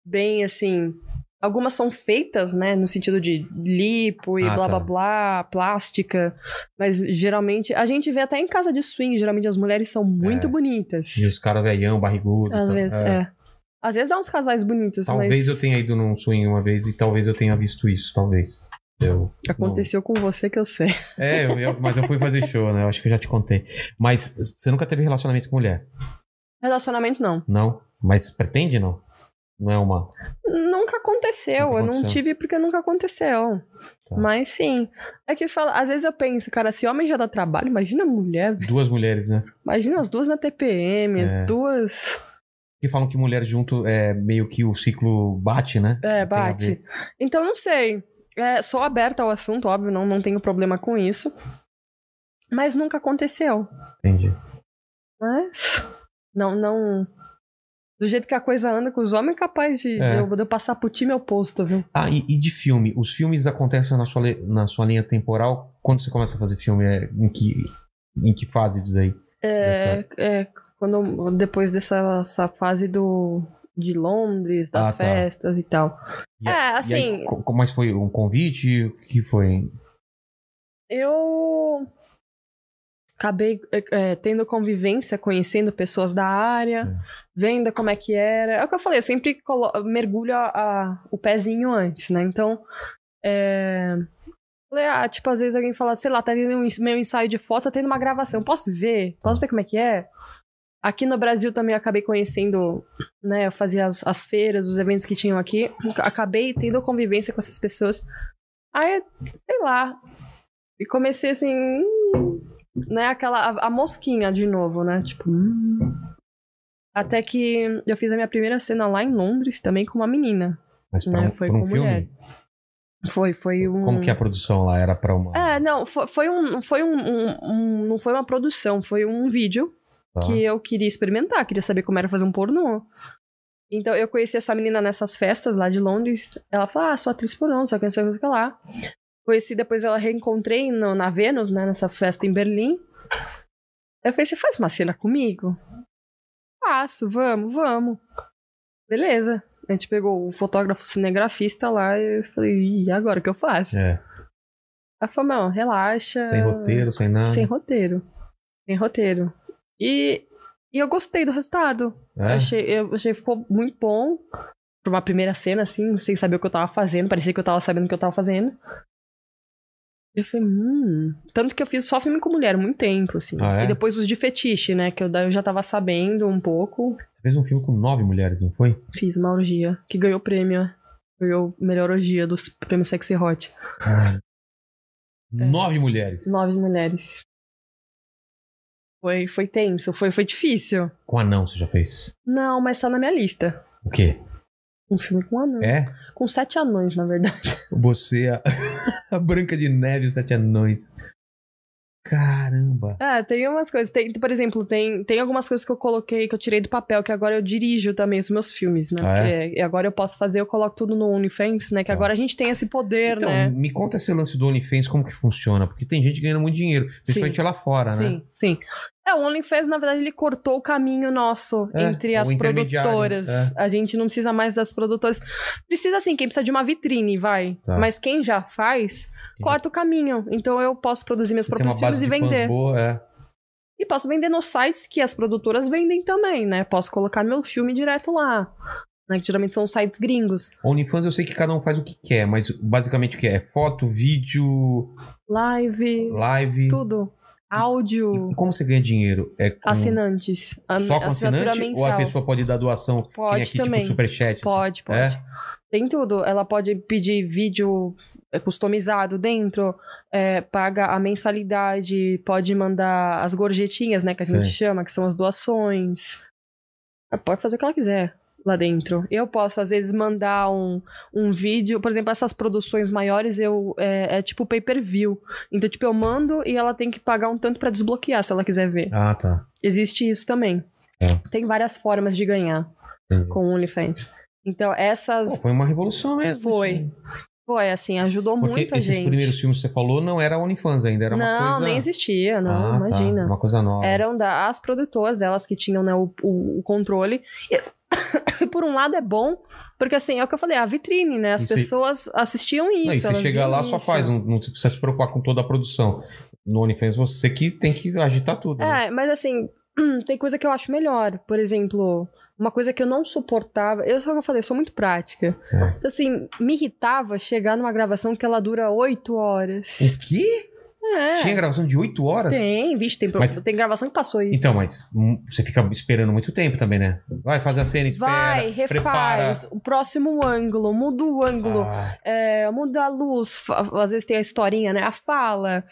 Bem assim. Algumas são feitas, né? No sentido de lipo e Ah, blá tá. blá blá, plástica. Mas geralmente. A gente vê até em casa de swing, geralmente as mulheres são muito É. bonitas. E os caras velhão, barrigudo. Às tal. vezes, É. é. Às vezes dá uns casais bonitos, Talvez mas eu tenha ido num swing uma vez e talvez eu tenha visto isso, talvez. Eu, aconteceu com você que eu sei. É, eu- eu- mas eu fui fazer show, né? Eu acho que eu já te contei. Mas você nunca teve relacionamento com mulher? Relacionamento não. Não? Mas pretende, não? Não é uma. Nunca aconteceu. Nunca eu não aconteceu. tive porque nunca aconteceu. Tá. Mas sim. É que fala, às vezes eu penso, cara, se homem já dá trabalho, imagina mulher. Duas mulheres, né? Imagina as duas na TPM, É. as duas. Que falam que mulher junto é meio que o ciclo bate, né? Tem É, a ver. bate. Então não sei. É, sou aberta ao assunto, óbvio, não, não tenho problema com isso. Mas nunca aconteceu. Entendi. Mas. Não, não. Do jeito que a coisa anda com os homens, é capaz de, É. de eu, de eu passar pro time oposto, viu? Ah, e, e de filme? Os filmes acontecem na sua, le- na sua linha temporal? Quando você começa a fazer filme, é, em que, em que fase disso aí? É, é, quando depois dessa essa fase do de Londres, das Ah, tá. festas e tal. E E é, aí, assim, co- mas foi um convite? O que foi? eu acabei é, é, tendo convivência, conhecendo pessoas da área, Hum. vendo como é que era. É o que eu falei, eu sempre colo- mergulho a- a- o pezinho antes, né? Então, é, falei, ah, tipo, às vezes alguém fala, sei lá, tá tendo um ens- meu ensaio de foto, tá tendo uma gravação, posso ver? Posso ver como é que é? Aqui no Brasil também eu acabei conhecendo, né? Eu fazia as, as feiras, os eventos que tinham aqui. Acabei tendo convivência com essas pessoas. Aí, sei lá, e comecei assim. hum, Né, aquela. A, a mosquinha de novo, né? Tipo. hum. Até que eu fiz a minha primeira cena lá em Londres também com uma menina. Mas pra Não, um, foi pra um com filme? mulher. Foi, foi um. Como que é? a produção lá era pra uma. É, não, foi, foi um. Foi um, um- um- Não foi uma produção, foi um vídeo tá? que eu queria experimentar, queria saber como era fazer um pornô. Então eu conheci essa menina nessas festas lá de Londres. Ela falou: Ah, sou atriz pornô, só que não sei o que lá. Conheci depois ela reencontrei no- na Vênus, né? Nessa festa em Berlim. Eu falei: Você faz uma cena comigo? Faço, vamos, vamos. Beleza. A gente pegou o fotógrafo cinegrafista lá e eu falei: E agora o que eu faço? É, Ela falou: Não, relaxa. sem roteiro, sem nada. Sem roteiro. Sem roteiro. E, e eu gostei do resultado. É? Eu achei, eu achei que ficou muito bom. Pra uma primeira cena, assim, sem saber o que eu tava fazendo. Parecia que eu tava sabendo o que eu tava fazendo. Eu falei, hum. Tanto que eu fiz só filme com mulher há muito tempo, assim. Ah, é? E depois os de fetiche, né? Que eu, daí eu já tava sabendo um pouco. Você fez um filme com nove mulheres, não foi? Fiz uma orgia, que ganhou prêmio. Ganhou melhor orgia dos prêmios Sexy Hot. É. Cara. Nove mulheres. Nove mulheres. Foi, foi tenso, foi, foi difícil. Com anão você já fez? Não, mas tá na minha lista. O quê? Um filme com anão. É? Com sete anões, na verdade. Você, a, a Branca de Neve e os Sete Anões. Caramba. Ah, tem umas coisas. Tem, por exemplo, tem, tem algumas coisas que eu coloquei, que eu tirei do papel, que agora eu dirijo também os meus filmes, né? Ah, é? Porque agora eu posso fazer, eu coloco tudo no OnlyFans, né? Que Ah. agora a gente tem esse poder, Então, né? me conta esse lance do OnlyFans, como que funciona? Porque tem gente ganhando muito dinheiro, principalmente lá fora, né? Sim, sim. É, o OnlyFans, na verdade, ele cortou o caminho nosso É, entre o as intermediário, produtoras. é. A gente não precisa mais das produtoras. Precisa sim, quem precisa de uma vitrine, vai. Tá. Mas quem já faz, Entendi. corta o caminho. Então eu posso produzir meus Tem próprios uma filmes base e de fãs vender. boa, é. E posso vender nos sites que as produtoras vendem também, né? Posso colocar meu filme direto lá. Né? Que geralmente são sites gringos. OnlyFans eu sei que cada um faz o que quer, mas basicamente o que é? É Foto, vídeo, Live, Hum. live. tudo. E Áudio, como você ganha dinheiro? É com, assinantes. A- Hum. só com assinante? Ou a pessoa pode dar doação? que nem Pode aqui, também. tipo superchat? Pode, pode. É? Tem tudo. Ela pode pedir vídeo é, customizado dentro, é, paga a mensalidade, pode mandar as gorjetinhas, né, que a gente Sim. chama, que são as doações. Ela pode fazer o que ela quiser lá dentro. Eu posso, às vezes, mandar um, um vídeo. Por exemplo, essas produções maiores, eu é, é tipo pay-per-view. Então, tipo, eu mando e ela tem que pagar um tanto pra desbloquear, se ela quiser ver. Ah, tá. Existe isso também. É. Uhum. Tem várias formas de ganhar Entendi. com o OnlyFans. Então, essas... Pô, foi uma revolução mesmo. Foi. isso, né? Foi, assim, ajudou Porque muito a esses gente. primeiros filmes que você falou não era OnlyFans ainda, era uma não, coisa... nem existia, não, Ah, tá, imagina. É, Uma coisa nova. Eram da, as produtoras, elas que tinham né, o, o- o controle. E, por um lado é bom, porque assim, é o que eu falei, a vitrine, né? As Isso aí. pessoas assistiam isso. Não, e você elas chega viam lá, só isso. faz, um, não, não precisa se preocupar com toda a produção. No OnlyFans você que tem que agitar tudo. né? É, mas assim, tem coisa que eu acho melhor. Por exemplo, uma coisa que eu não suportava. Eu só que eu falei, eu sou muito prática. É. Então, assim, me irritava chegar numa gravação que ela dura oito horas. O quê? É. Hum. Tinha gravação de 8 horas? Tem, vixe, tem, pro- Mas- tem gravação que passou isso. Então, mas hum, você fica esperando muito tempo também, né? Vai fazer a cena, espera. Vai, refaz, o próximo ângulo, muda o ângulo, Ah, é, muda a luz, fa- às vezes tem a historinha, né? A fala.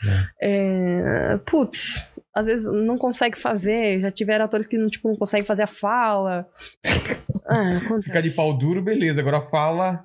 é, putz, às vezes não consegue fazer, já tiveram atores que não, tipo, não conseguem fazer a fala. ah, acontece. fica de pau duro, beleza. Agora fala.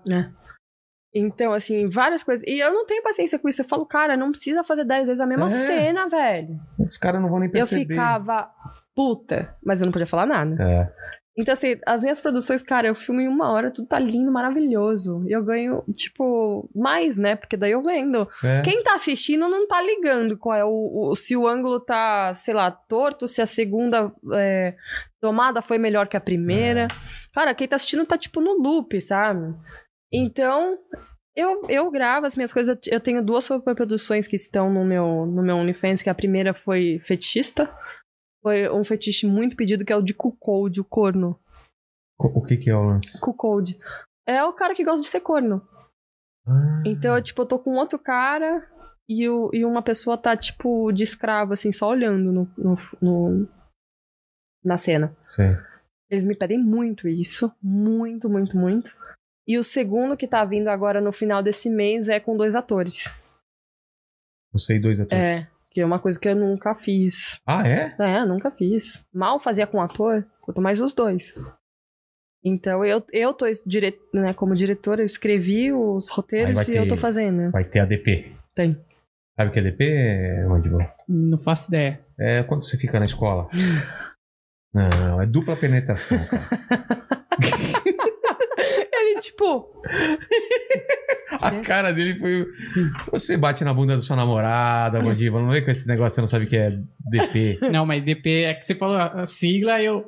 Então, assim, várias coisas. E eu não tenho paciência com isso. Eu falo, cara, não precisa fazer dez vezes a mesma É. cena, velho. Os caras não vão nem Eu perceber. ficava puta, mas eu não podia falar nada. É. Então, assim, as minhas produções, cara, eu filmo em uma hora, tudo tá lindo, maravilhoso. E eu ganho, tipo, mais, né? Porque daí eu vendo. é. Quem tá assistindo não tá ligando qual é o, o- Se o ângulo tá, sei lá, torto, se a segunda é, tomada foi melhor que a primeira. Cara, quem tá assistindo tá, tipo, no loop, sabe? Então. Eu, eu gravo as minhas coisas. Eu tenho duas superproduções que estão no meu, no meu OnlyFans, que a primeira foi fetichista. Foi um fetiche muito pedido, que é o de cuckold, o corno. O que que é o lance? Cuckold. É o cara que gosta de ser corno. Ah, Então, eu, tipo, eu tô com outro cara e, o, e uma pessoa tá, tipo, de escravo, assim, só olhando no, no- no- na cena. sei. Eles me pedem muito isso. Muito, muito, muito. E o segundo que tá vindo agora no final desse mês é com dois atores. Você e dois atores. É. Que é uma coisa que eu nunca fiz. Ah, é? É, nunca fiz. Mal fazia com ator, quanto mais os dois. Então eu, eu tô es- dire, né, como diretora, eu escrevi os Aí vai roteiros e ter- eu tô fazendo. Vai ter ADP. Tem. Sabe o que é ADP, Mandíbula? Não faço ideia. É quando você fica na escola. não, não, é dupla penetração, cara. Ele, tipo, É. A cara dele foi. Você bate na bunda da sua namorada, Mandíbula. Não vem com esse negócio, você não sabe o que é DP. Não, mas DP, é que você falou a a sigla, eu.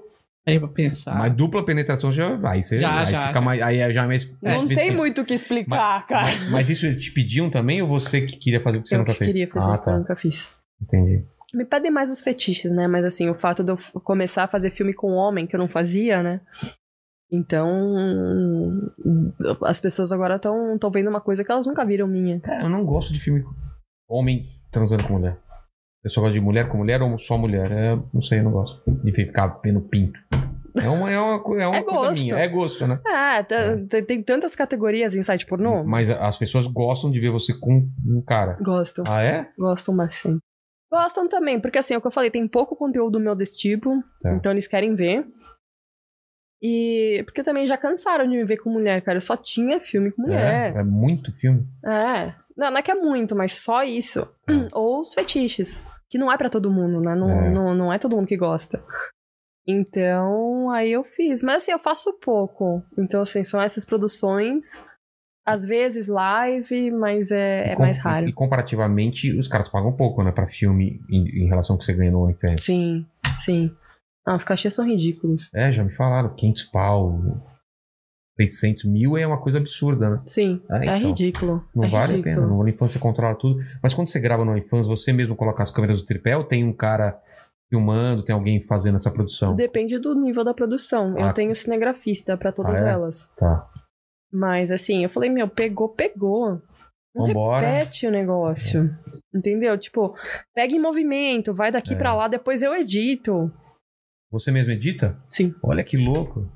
Aí pra Tá. pensar. Mas dupla penetração já vai. Você, Já, aí já, Fica já. Mais, aí é já mais. mais não tem específico. muito o que explicar, cara. Mas, mas isso te pediam também ou você que queria fazer o que você eu nunca que fez? queria fazer, ah, mas eu tá. nunca fiz. Entendi. Me pedem mais os fetiches, né? Mas assim, o fato de eu f- começar a fazer filme com homem, que eu não fazia, né? Então, as pessoas agora estão vendo uma coisa que elas nunca viram minha. Cara, eu não gosto de filme com homem transando com mulher. Eu só gosto de mulher com mulher ou só mulher. É, não sei, eu não gosto. De ficar vendo pinto. É uma, é uma, co- é uma É coisa gosto. minha. É gosto, né? Ah, tá- É. Uhum. tem- tem tantas categorias em site pornô. Mas a- as pessoas gostam de ver você com um cara. Gosto, Ah, é? gostam bastante. Gostam também, porque assim, é o que eu falei, tem pouco conteúdo meu desse tipo, Tá. então eles querem ver. E porque também já cansaram de me ver com mulher, cara. Eu só tinha filme com mulher. É, é muito filme. É. Não, não é que é muito, mas só isso. Ou os fetiches. Que não é pra todo mundo, né? Não É. é. Não, não é todo mundo que gosta. Então, aí eu fiz. Mas assim, eu faço pouco. Então, assim, são essas produções. Às vezes live, mas é, é E mais com- raro. E comparativamente, os caras pagam pouco, né? Pra filme em, em relação ao que você ganha no OnlyFans. Sim, sim. Ah, os cachês são ridículos. É, já me falaram. 500 pau, 600 mil é uma coisa absurda, né? Sim, Ah, é então. ridículo. Não é vale a ridículo. pena. No OnlyFans você controla tudo. Mas quando você grava no OnlyFans, você mesmo coloca as câmeras do tripé ou tem um cara filmando, tem alguém fazendo essa produção? Depende do nível da produção. Ah. Eu tenho cinegrafista pra todas Ah, é? elas. Tá. Mas assim, eu falei, meu, pegou, pegou. Não Vambora. um repete o negócio. Entendeu? Tipo, pega em movimento, vai daqui É. pra lá, depois eu edito. Você mesmo edita? Sim. Olha que louco.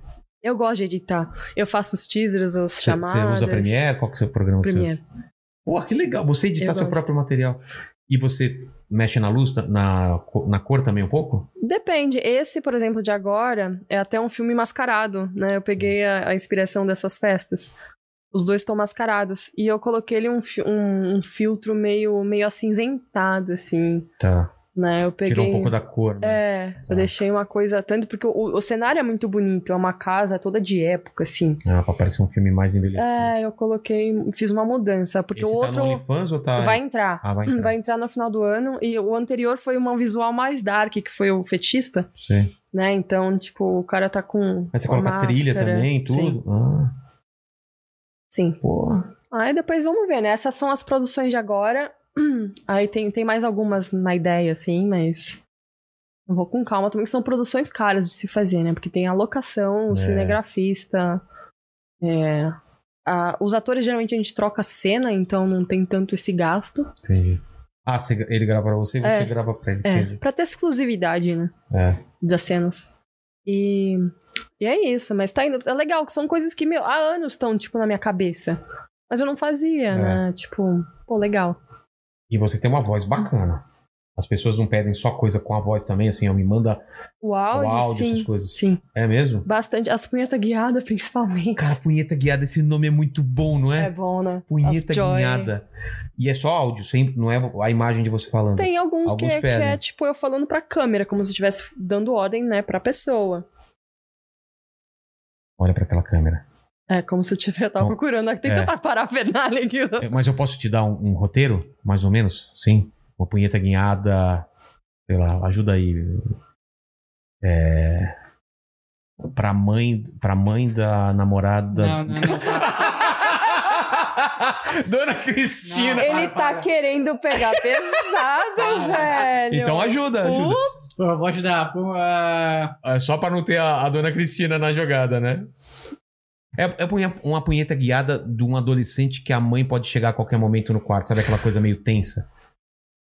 Eu gosto de editar. Eu faço os teasers, os Você chamadas. você usa Premiere? Qual que é o seu programa? que você usa? Premiere. Pô, que legal. Você editar Eu seu gosto. próprio material. E você mexe na luz, na- na, co- na cor também um pouco? Depende. Esse, por exemplo, de agora, é até um filme mascarado, né? Eu peguei a, a inspiração dessas festas. Os dois estão mascarados. E eu coloquei ele um, fi- um- um filtro meio, meio acinzentado, assim, Tá. né? Eu peguei... Tirou um pouco da cor, né? É, eu Tá. deixei uma coisa... Tanto porque o, o cenário é muito bonito. É uma casa toda de época, assim. Ah, pra parecer um filme mais envelhecido. É, eu coloquei... Fiz uma mudança. Porque Esse o outro tá no OnlyFans ou tá... vai entrar. Ah, vai entrar. Vai entrar no final do ano. E o anterior foi um visual mais dark, que foi o Fetista. Sim. né? Então, tipo, o cara tá com. Mas você com a coloca trilha máscara. também, tudo? Sim. Ah, Sim. porra. Aí depois vamos ver, né? Essas são as produções de agora. Aí tem, tem mais algumas na ideia, assim, mas. Eu vou com calma também, que são produções caras de se fazer, né? Porque tem a locação, É. o cinegrafista. é, a- os atores geralmente a gente troca cena, então não tem tanto esse gasto. Entendi. Ah, você- ele grava pra você e você É. grava pra ele. É, entendi. pra ter exclusividade, né? É. das cenas. E, e é isso, mas tá indo. É legal, que são coisas que meu, há anos estão, tipo, na minha cabeça. Mas eu não fazia, É. né? Tipo, pô, legal. E você tem uma voz bacana. As pessoas não pedem só coisa com a voz também, assim, ó, me manda O o áudio, áudio, sim. essas coisas. Sim, É mesmo? bastante. As punheta guiada, principalmente. Cara, punheta guiada, esse nome é muito bom, não É, é? bom, né? punheta As Joy. guiada. E é só áudio, sempre, não é a imagem de você falando. Tem alguns, que, Alguns é, que pedem. é, tipo, eu falando pra câmera, como se eu estivesse dando ordem, né, pra pessoa. Olha pra aquela câmera. É, como se eu tivesse tava Então, procurando, né, é. tentando parar a Fernanda aqui. né? É, Mas eu posso te dar um, um roteiro, mais ou menos? Sim. Uma punheta guiada. Sei lá, ajuda aí. É. Pra mãe, pra mãe da namorada. Não, não, não. Dona Não. Ele Para, para. tá querendo pegar pesado, velho. Então ajuda, ajuda. Pô, eu vou ajudar. Pô, ah, É só pra não ter a, a Dona Cristina na jogada, né? É, é punha- uma punheta guiada de um adolescente que a mãe pode chegar a qualquer momento no quarto, sabe aquela coisa meio tensa?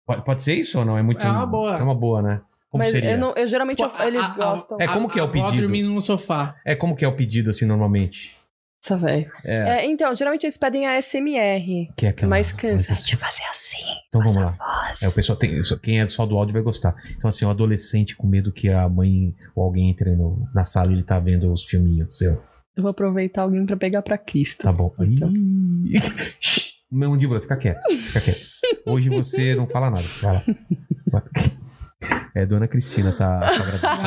Pode, pode ser isso ou não? É muito. É uma boa. É uma boa, né? Como mas seria? eu não, eu geralmente pô, eu- eles Tipo, a- a- gostam. É, como a- que é o a avó pedido? dormindo no sofá. É como que é o pedido assim normalmente? Nossa, velho. É. É, então, geralmente eles pedem a SMR. Que é aquela. mas cansa. coisa Vai assim. te fazer assim, Então com vamos essa lá. voz. É, o pessoal tem. isso- Quem é só do áudio vai gostar. Então, assim, o adolescente com medo que a mãe ou alguém entre no- na sala e ele tá vendo os filminhos seu. Eu vou aproveitar alguém pra pegar pra Cristo. Tá bom. Então. Ih, Meu mandíbula, fica quieto. Fica quieto. Hoje você não fala nada. Vai lá. Vai. É Dona Cristina, tá? tá gravando,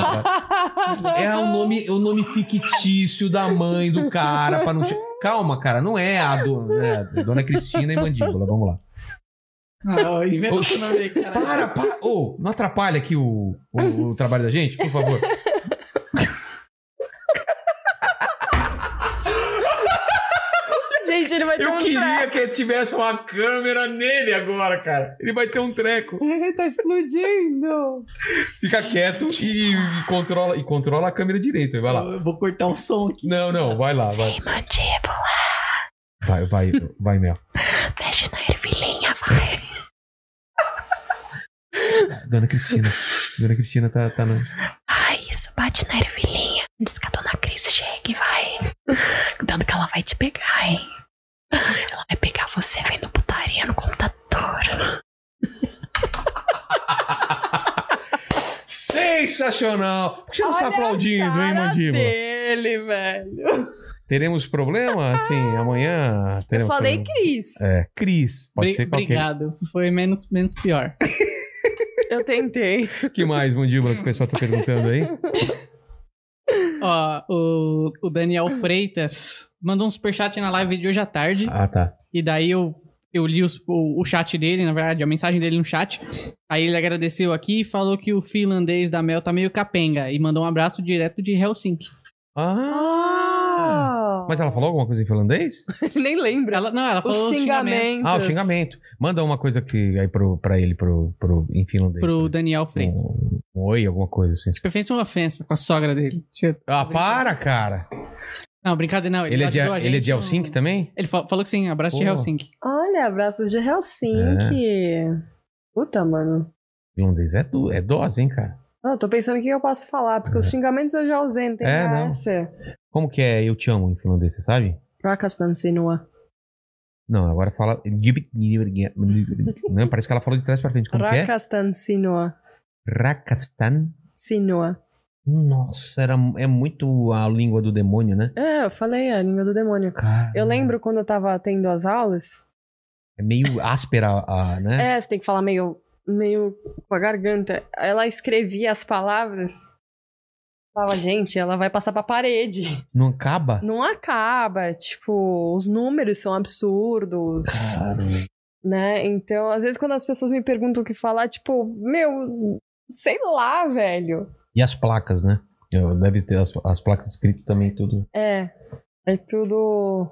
só pra- É o nome, é o nome fictício da mãe do cara. Pra não... che- Calma, cara. Não é a do... é a Dona Cristina e mandíbula. Vamos lá. Não, Ah, inventa esse nome aí, cara. Para, para. Ô, não atrapalha aqui o, o- o trabalho da gente, por favor. Gente, ele vai ter um treco. que tivesse uma câmera nele agora, cara. Ele vai ter um treco. Ele tá explodindo. Fica quieto e, e controla, e controla a câmera direito. Vai lá. Eu vou cortar o som aqui. Não, não, vai lá, vai. Vem, mandíbula. Vai, vai, vai, Mel. Mexe na ervilhinha, vai. Dona Cristina. Dona Cristina tá, tá na. Ai, isso. Bate na ervilhinha. Diz que a dona Cris chegue, vai. Cuidado que ela vai te pegar, hein. Ela vai pegar você vendo putaria no computador. Se Sensacional! Por que você não está Olha a aplaudindo, hein, cara Mandiba? dele, velho. Teremos problema? Assim, amanhã Eu teremos falei problema. Cris. É, Cris. Pode Bri- ser qualquer. Obrigado. Foi menos, menos pior. É. Eu tentei. O que mais, Mandíbula, que o pessoal tá perguntando aí? Ó, o, o Daniel Freitas mandou um superchat na live de hoje à tarde. Ah, tá. E daí eu, eu li os- o, o chat dele, na verdade, a mensagem dele no chat. Aí ele agradeceu aqui e falou que o finlandês da Mel tá meio capenga. E mandou um abraço direto de Helsinki. Ah! Mas ela falou alguma coisa em finlandês? Nem lembra. Ela, não, ela falou os xingamentos xingamento. Ah, o xingamento. Manda uma coisa que, aí pro, pra ele, pro, pro, em finlandês. pro Um- Daniel Freitas. Um, oi, alguma coisa assim. Tipo, ele fez uma ofensa com a sogra dele. Deixa eu- Ah, para, cara! Não, brincadeira, não. Ele, Ele é de, ajudou a gente. ele é né? de Helsinki também? Ele fa- falou que sim, abraço de Pô. Helsinki. Olha, abraços de Helsinki. Puta, mano. Finlandês é, do, é dose, hein, cara? Ah, eu tô pensando o que eu posso falar, porque os xingamentos eu já usei, não tem É, não. graça. Como que é eu te amo em finlandês, você sabe? Rakastan sinua. Não, agora fala. Não, parece que ela falou de trás pra frente. Como que é? Rakastan sinua. Rakastan. Sinua. Nossa, era, é muito a língua do demônio, né? É, eu falei, é a língua do demônio. Cara, Eu lembro quando eu tava tendo as aulas. É meio áspera, a, né? É, você tem que falar meio, meio com a garganta. Ela escrevia as palavras. Falava, gente, ela vai passar pra parede. Não acaba? Não acaba. Tipo, os números são absurdos. Cara, né? Então, às vezes, quando as pessoas me perguntam o que falar, tipo, meu, sei lá, velho. E as placas, né? Eu- Deve ter as, as placas escritas também, tudo. É, é tudo,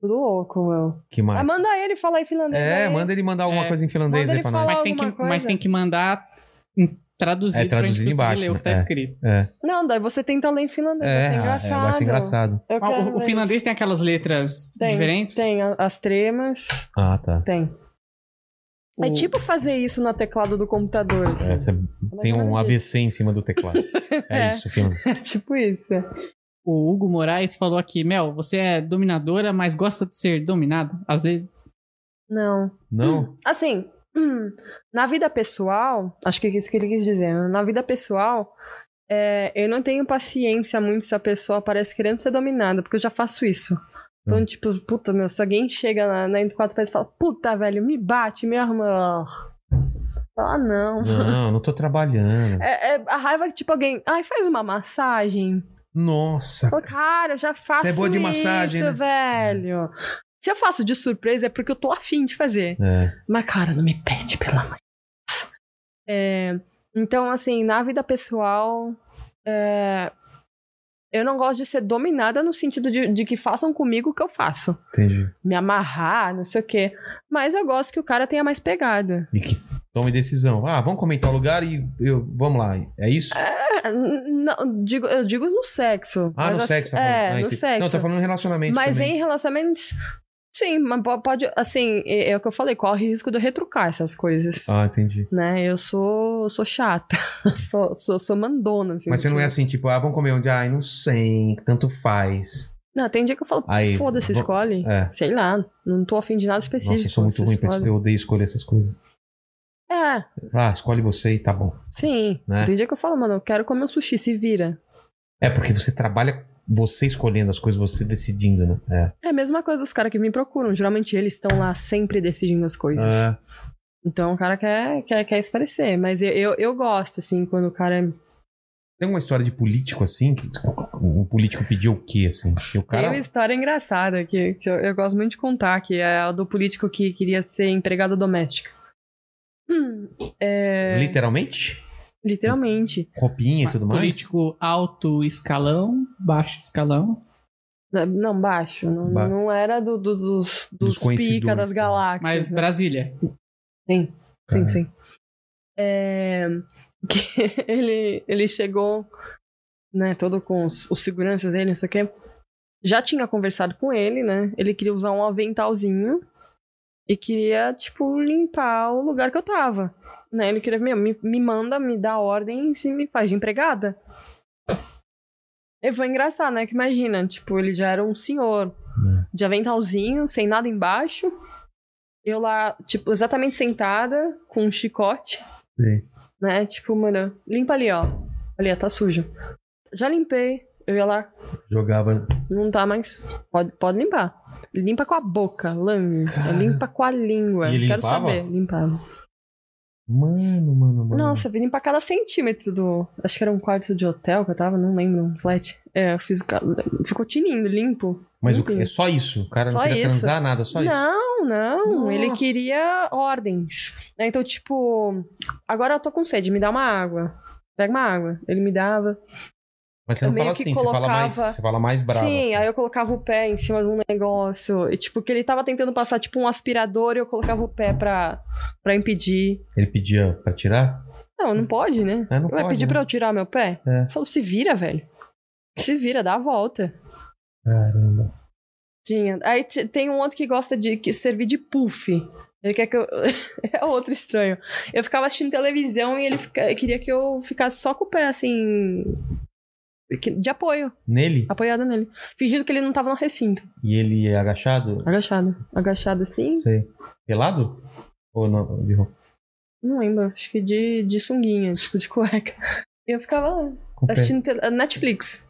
tudo louco, meu. que Ah, mais? manda ele falar em finlandês. é, aí. manda ele mandar alguma É. coisa em finlandês Manda aí ele pra falar. nós. Mas tem, que, alguma mas coisa. tem que mandar hum, traduzido, É, traduzido pra gente conseguir embaixo, ler o que tá né? É. escrito. É, Não, daí você tenta ler em finlandês, é, vai é, ser um engraçado. vai ser engraçado. Eu Ah, quero O, o ler. finlandês tem aquelas letras Tem, diferentes? Tem a- as tremas, Ah, tá. tem. O- É tipo fazer isso no teclado do computador, assim. É, você tem mais ou um menos ABC em cima do teclado. É, É. isso, finlandês. É tipo isso. O Hugo Moraes falou aqui, Mel, você é dominadora, mas gosta de ser dominado, às vezes. Não. Não? Assim, hum, na vida pessoal, acho que é isso que ele quis dizer, né? Na vida pessoal, é, eu não tenho paciência muito se a pessoa parece querendo ser dominada, porque eu já faço isso. Hum. Então, tipo, puta, meu, se alguém chega na, na M4 e fala, puta, velho, me bate, meu irmão. Ah, não. Não, não tô trabalhando. É, é a raiva que, tipo, alguém, ai, faz uma massagem. Nossa. Fala, cara, eu já faço Você é boa de massagem, isso, né? velho. Se eu faço de surpresa é porque eu tô afim de fazer. É. Mas, cara, não me pede, pelo amor de Deus. É, então, assim, na vida pessoal, é, eu não gosto de ser dominada no sentido de, de que façam comigo o que eu faço. Entendi. Me amarrar, não sei o quê. Mas eu gosto que o cara tenha mais pegada. E que tome decisão. Ah, vamos comentar o lugar e eu, vamos lá. É isso? É, n- não, digo- eu digo no sexo. ah, mas no eu- sexo. tá falando. É, Ah, no entendi. sexo. Não, tá falando em relacionamento mas também. em relacionamentos, sim, mas po- pode, assim, é, é o que eu falei, corre risco de eu retrucar essas coisas. Ah, entendi. né? Eu sou, sou chata. sou, sou, sou mandona, assim. Mas você não é tipo. assim, tipo, ah, vamos comer onde? Ai, não sei, que tanto faz. Não, tem dia que eu falo, é Aí, foda-se, vou- escolhe. É. Sei lá, não tô afim de nada específico. Nossa, eu sou muito você ruim pra escolhe. escolher. Eu odeio escolher essas coisas. É, Ah, escolhe você e tá bom. sim. Né? Tem dia que eu falo, mano, eu quero comer um sushi, se vira. É, porque você trabalha você escolhendo as coisas, você decidindo, né? É. É a mesma coisa dos caras que me procuram. Geralmente eles estão lá sempre decidindo as coisas. Ah, Então o cara quer, quer, quer esparecer. Mas eu, eu, eu gosto, assim, quando o cara é. tem uma história de político assim? que Um político pediu o quê, assim? Que o Tem cara. uma história engraçada que, que eu, eu gosto muito de contar, que é a do político que queria ser empregada doméstica. Hum, é... Literalmente? Literalmente. Roupinha e tudo mais? Político alto escalão, baixo escalão. Não, baixo. Não, Ba- não era do, do- dos, dos conhecidos, pica das né? galáxias. Mas né? Brasília. Sim, sim, Caralho. sim. É, que ele, ele chegou, né, todo com os, os seguranças dele, não sei o quê. Já tinha conversado com ele, né? Ele queria usar um aventalzinho e queria, tipo, limpar o lugar que eu tava. Né? Ele queria, meu, me, me manda, me dá ordens e me faz de empregada. E foi engraçado, né? Que imagina, tipo, ele já era um senhor de aventalzinho, sem nada embaixo. Eu lá, tipo, exatamente sentada, com um chicote. Sim. Né? Tipo, mano, limpa ali, ó. Ali, ó, tá sujo. Já limpei. Eu ia lá, Jogava. não tá mais. Pode, pode limpar. Limpa com a boca, langue. Cara. Limpa com a língua. E ele Quero limpava? saber. Limpava. Mano, mano, mano. Nossa, eu vim limpar cada centímetro do. Acho que era um quarto de hotel que eu tava, não lembro, um flat. É, eu fiz. ca- Ficou tinindo, limpo. Mas o, Limpinho. é só isso. O cara não Só queria isso. transar nada, só isso. não, não. Nossa. Ele queria ordens. né? Então, tipo, agora eu tô com sede, me dá uma água. Pega uma água. Ele me dava. Mas você eu não fala meio que assim, você fala mais, colocava- você fala mais bravo. Sim, aí eu colocava o pé em cima de um negócio. E, tipo, que ele tava tentando passar, tipo, um aspirador e eu colocava o pé pra, pra impedir. Ele pedia pra tirar? Não, não pode, né? É, não Vai pode, pedir né? pra eu tirar meu pé? É. Eu falo, se vira, velho. Se vira, dá a volta. Ah, Caramba. Tinha. Aí ti- tem um outro que gosta de que servir de puff. Ele quer que eu. é outro estranho. Eu ficava assistindo televisão e ele fica- queria que eu ficasse só com o pé, assim. que- De apoio, Nele? apoiada nele. Fingindo que ele não tava no recinto. E ele é agachado? Agachado. Agachado assim? Não sei. Pelado? Ou não? De roupa? Não lembro. Acho que de, de sunguinha, tipo de cueca. Eu ficava lá, Com o pé. assistindo tele- Netflix.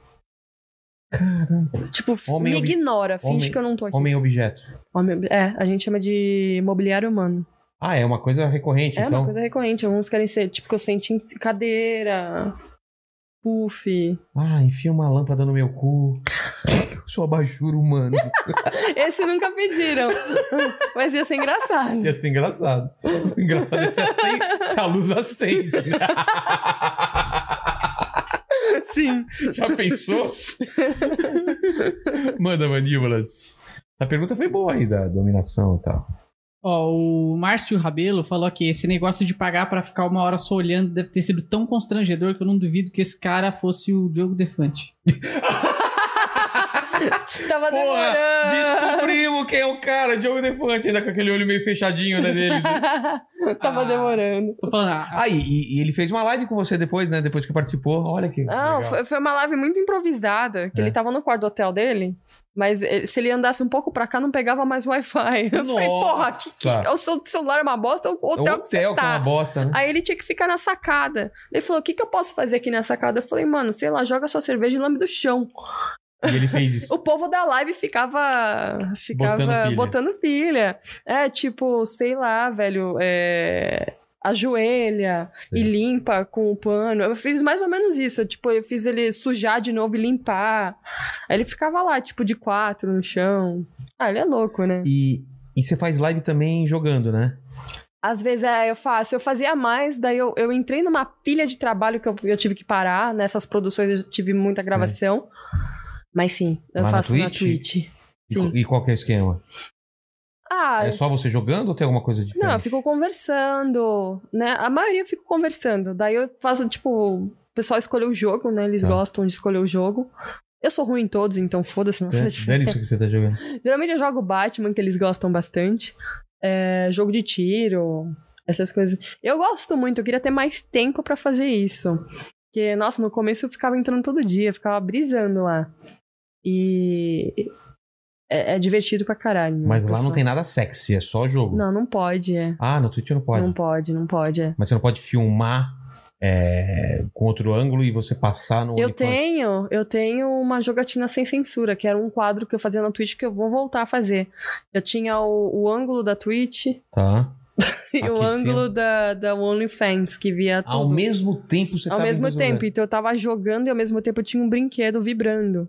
Caramba. Tipo, f- Homem me obi- ignora, finge homem- que eu não tô aqui. Homem objeto. Homem- É, a gente chama de mobiliário humano. Ah, é uma coisa recorrente, É então. uma coisa recorrente. Alguns querem ser, tipo, que eu sente em cadeira, puff. Ah, enfia uma lâmpada no meu cu. Eu sou abajuro humano. Esse nunca pediram. Mas ia ser engraçado. Ia ser engraçado. O Engraçado é se, acende, se a luz acende. Sim. Já pensou? Manda, mandíbulas. Essa pergunta foi boa aí da dominação e tal. Ó, o Márcio Rabelo falou que esse negócio de pagar pra ficar uma hora só olhando deve ter sido tão constrangedor que eu não duvido que esse cara fosse o Diogo Defante. Tava Porra, Ah. demorando. Descobrimos quem é o cara, Diogo Defante, ainda com aquele olho meio fechadinho, né, dele. Tava Ah. demorando. Tô falando, ah, Ah, e, e- e ele fez uma live com você depois, né? Depois que participou. Olha que. Não, legal. foi, foi uma live muito improvisada, que É. ele tava no quarto do hotel dele, mas ele- se ele andasse um pouco pra cá, não pegava mais Wi-Fi. Eu falei, porra, que, que, Nossa. o seu celular é uma bosta, o O hotel, hotel, que você que Tá. é uma tá. bosta, né? Aí ele tinha que ficar na sacada. Ele falou: o que, que eu posso fazer aqui na sacada? Eu falei, mano, sei lá, joga sua cerveja e lambe do chão. E ele fez isso. O povo da live ficava. Ficava Botando pilha. botando pilha. É, tipo, sei lá, velho. É... Ajoelha Sei. e limpa com o pano. Eu fiz mais ou menos isso. eu, Tipo, eu fiz ele sujar de novo e limpar. Aí ele ficava lá, tipo, de quatro no chão. Ah, ele é louco, né? E, e você faz live também jogando, né? Às vezes é, eu faço, eu fazia mais, daí eu, eu entrei numa pilha de trabalho que eu, eu tive que parar. Nessas produções eu tive muita gravação. Mas sim, eu Lá na faço na Twitch? Twitch. E, Sim. co- e qual que é o esquema? Ah, É só você jogando ou tem alguma coisa diferente? não, eu fico conversando, né? A maioria eu fico conversando. Daí eu faço, tipo, o pessoal escolheu o jogo, né? Eles Tá. gostam de escolher o jogo. Eu sou ruim em todos, então foda-se, não faz É, diferença. Dane-se o que você tá jogando. Geralmente eu jogo Batman, que eles gostam bastante. É, jogo de tiro, essas coisas. Eu gosto muito, eu queria ter mais tempo pra fazer isso. Porque, nossa, no começo eu ficava entrando todo dia, eu ficava brisando lá. E. É, é divertido pra caralho. né, Mas lá não pessoal? tem nada sexy, é só jogo. Não, não pode, é. Ah, no Twitch não pode. Não pode, não pode, é. Mas você não pode filmar é, com outro ângulo e você passar no Eu OnlyFans. tenho, eu tenho uma jogatina sem censura, que era um quadro que eu fazia na Twitch que eu vou voltar a fazer. Eu tinha o, o ângulo da Twitch Tá. e Aqui o em ângulo cima. da, da OnlyFans, que via tudo. Ao mesmo tempo você Ao tá mesmo vendo as tempo. mulheres. Então eu tava jogando e ao mesmo tempo eu tinha um brinquedo vibrando.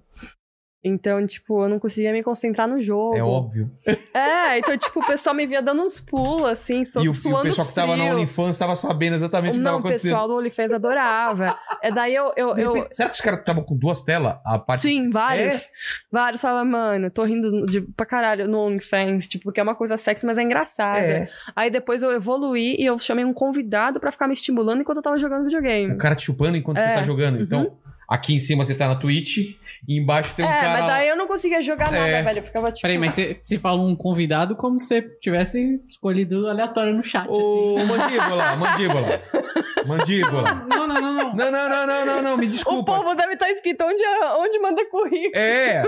Então, tipo, eu não conseguia me concentrar no jogo. É óbvio. É, então, tipo, o pessoal me via dando uns pulos, assim, so, E o, e o suando pessoal que tava na frio. OnlyFans tava sabendo exatamente o que Não, tava o acontecendo. pessoal do OnlyFans adorava. É daí eu... eu, De eu- repente, Será que os caras estavam com duas telas? A parte Sim, de- É? vários. Vários falavam, mano, tô rindo de, pra caralho no OnlyFans, tipo, porque é uma coisa sexy, mas é engraçada. É. Aí depois eu evoluí e eu chamei um convidado pra ficar me estimulando enquanto eu tava jogando videogame. O cara te chupando enquanto você É, tá jogando. Então, aqui em cima você tá na Twitch e embaixo tem um é, cara. mas lá. daí eu não conseguia jogar nada, É. velho. Eu ficava tipo. peraí, mas você você fala um convidado como se você tivesse escolhido aleatório no chat, assim. Ô, mandíbula, mandíbula. Mandíbula. Não, não, não, não. Não, não, não, não, não, não, me O desculpa. povo deve estar escrito onde, onde manda currículo. É,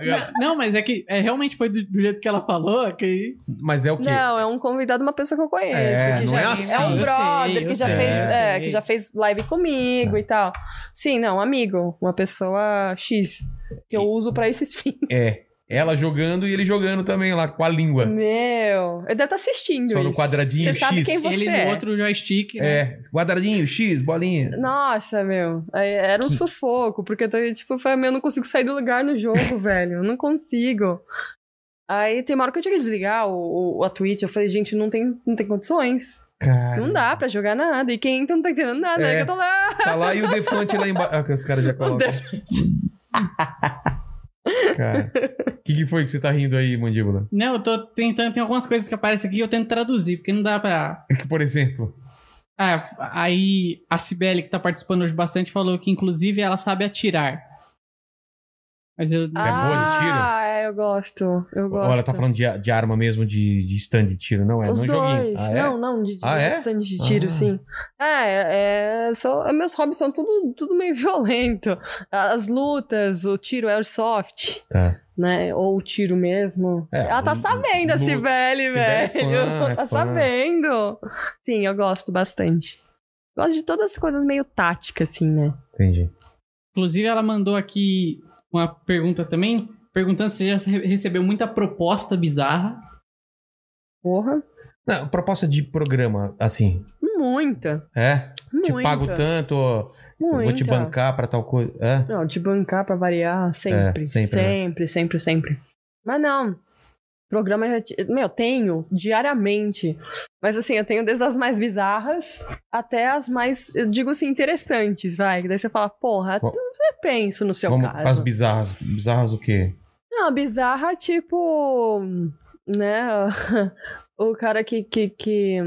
Não, não, mas é que é, realmente foi do, do jeito que ela falou, que mas é o quê? Não, é um convidado, uma pessoa que eu conheço. É, que não já, é assim. um Eu brother sei, eu que, já sei, fez, eu é, sei. que já fez live comigo e tal. Sim, não, amigo. Uma pessoa X. Que eu uso pra esses fins. É, ela jogando e ele jogando também lá com a língua. Meu. Ele deve estar assistindo Só isso. no quadradinho Você X. sabe quem você ele é. no outro joystick, né? É, quadradinho, X, bolinha. Nossa, meu. Aí Era um Que- sufoco, porque eu, tipo, eu falei, meu, eu não consigo sair do lugar no jogo, velho. Eu não consigo. Aí tem uma hora que eu tinha que desligar o, o- a Twitch. Eu falei, gente, não tem, não tem condições. Cara, Não dá pra jogar nada. E quem entra não tá entendendo nada. É. É. que eu tô lá. Tá lá e o defante lá embaixo. Ah, que os caras já Os colocam. Cara, o que, que foi que você tá rindo aí, mandíbula? Não, eu tô tentando, tem algumas coisas que aparecem aqui e eu tento traduzir, porque não dá pra. É que, por exemplo, Ah, aí a Cibele, que tá participando hoje bastante, falou que inclusive ela sabe atirar. Mas eu. é boa de tiro? Ah, é, eu gosto. Eu ou gosto. ela tá falando de, a- de arma mesmo, de, de stand de tiro, não? É Os não joguinho. dois. Ah, é? Não, não, de, de Ah, é? stand de tiro, Ah. sim. É, é, são- meus hobbies são tudo, tudo meio violento. As lutas, o tiro é airsoft. Tá. né? Ou o tiro mesmo. É, ela tá o- sabendo, o- a Cibele, Cibele é velho. fã, é tá fã. sabendo. Sim, eu gosto bastante. Gosto de todas as coisas meio táticas, assim, né? Entendi. Inclusive, ela mandou aqui uma pergunta também, perguntando se já re- recebeu muita proposta bizarra. Porra, Não, proposta de programa, assim. muita. É? Muita. Te pago tanto, ó, eu muita. vou te bancar pra tal coisa. É? Não, te bancar pra variar sempre. É, sempre, né? sempre, sempre, sempre, Mas não. Programa já. ti- Meu, tenho diariamente. Mas assim, eu tenho desde as mais bizarras até as mais, eu digo assim, interessantes, vai. Que daí você fala, porra, Bom, eu penso no seu Vamos caso. pras bizarras. Bizarras o quê? Não, bizarra, tipo. Né? O cara que. que, que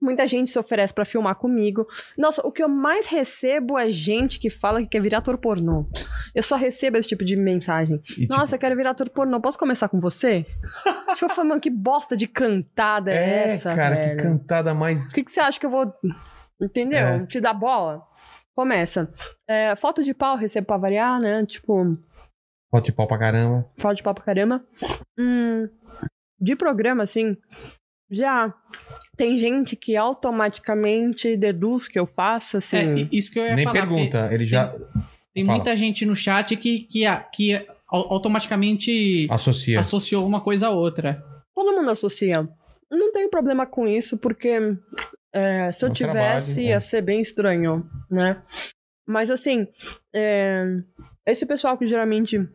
muita gente se oferece pra filmar comigo. Nossa, o que eu mais recebo é gente que fala que quer virar ator pornô. Eu só recebo esse tipo de mensagem. E, tipo, Nossa, eu quero virar ator pornô. Posso começar com você? tipo, eu falo, mano, que bosta de cantada é, essa? cara, velho? que cantada mais. O que, que você acha que eu vou. Entendeu? É. Te dar bola? Começa. É, foto de pau eu recebo pra variar, né? Tipo. Foto de pau pra caramba. Fala de pau pra caramba. Hum, de programa, assim, já tem gente que automaticamente deduz que eu faço, assim. É, i- isso que eu ia Nem falar. porque pergunta, ele já Tem Fala. muita gente no chat que, que, a- que au- automaticamente associa. associou uma coisa a outra. Todo mundo associa. Não tenho problema com isso, porque é, se eu É um tivesse, trabalho, ia é. ser bem estranho, né? Mas assim, é, esse pessoal que geralmente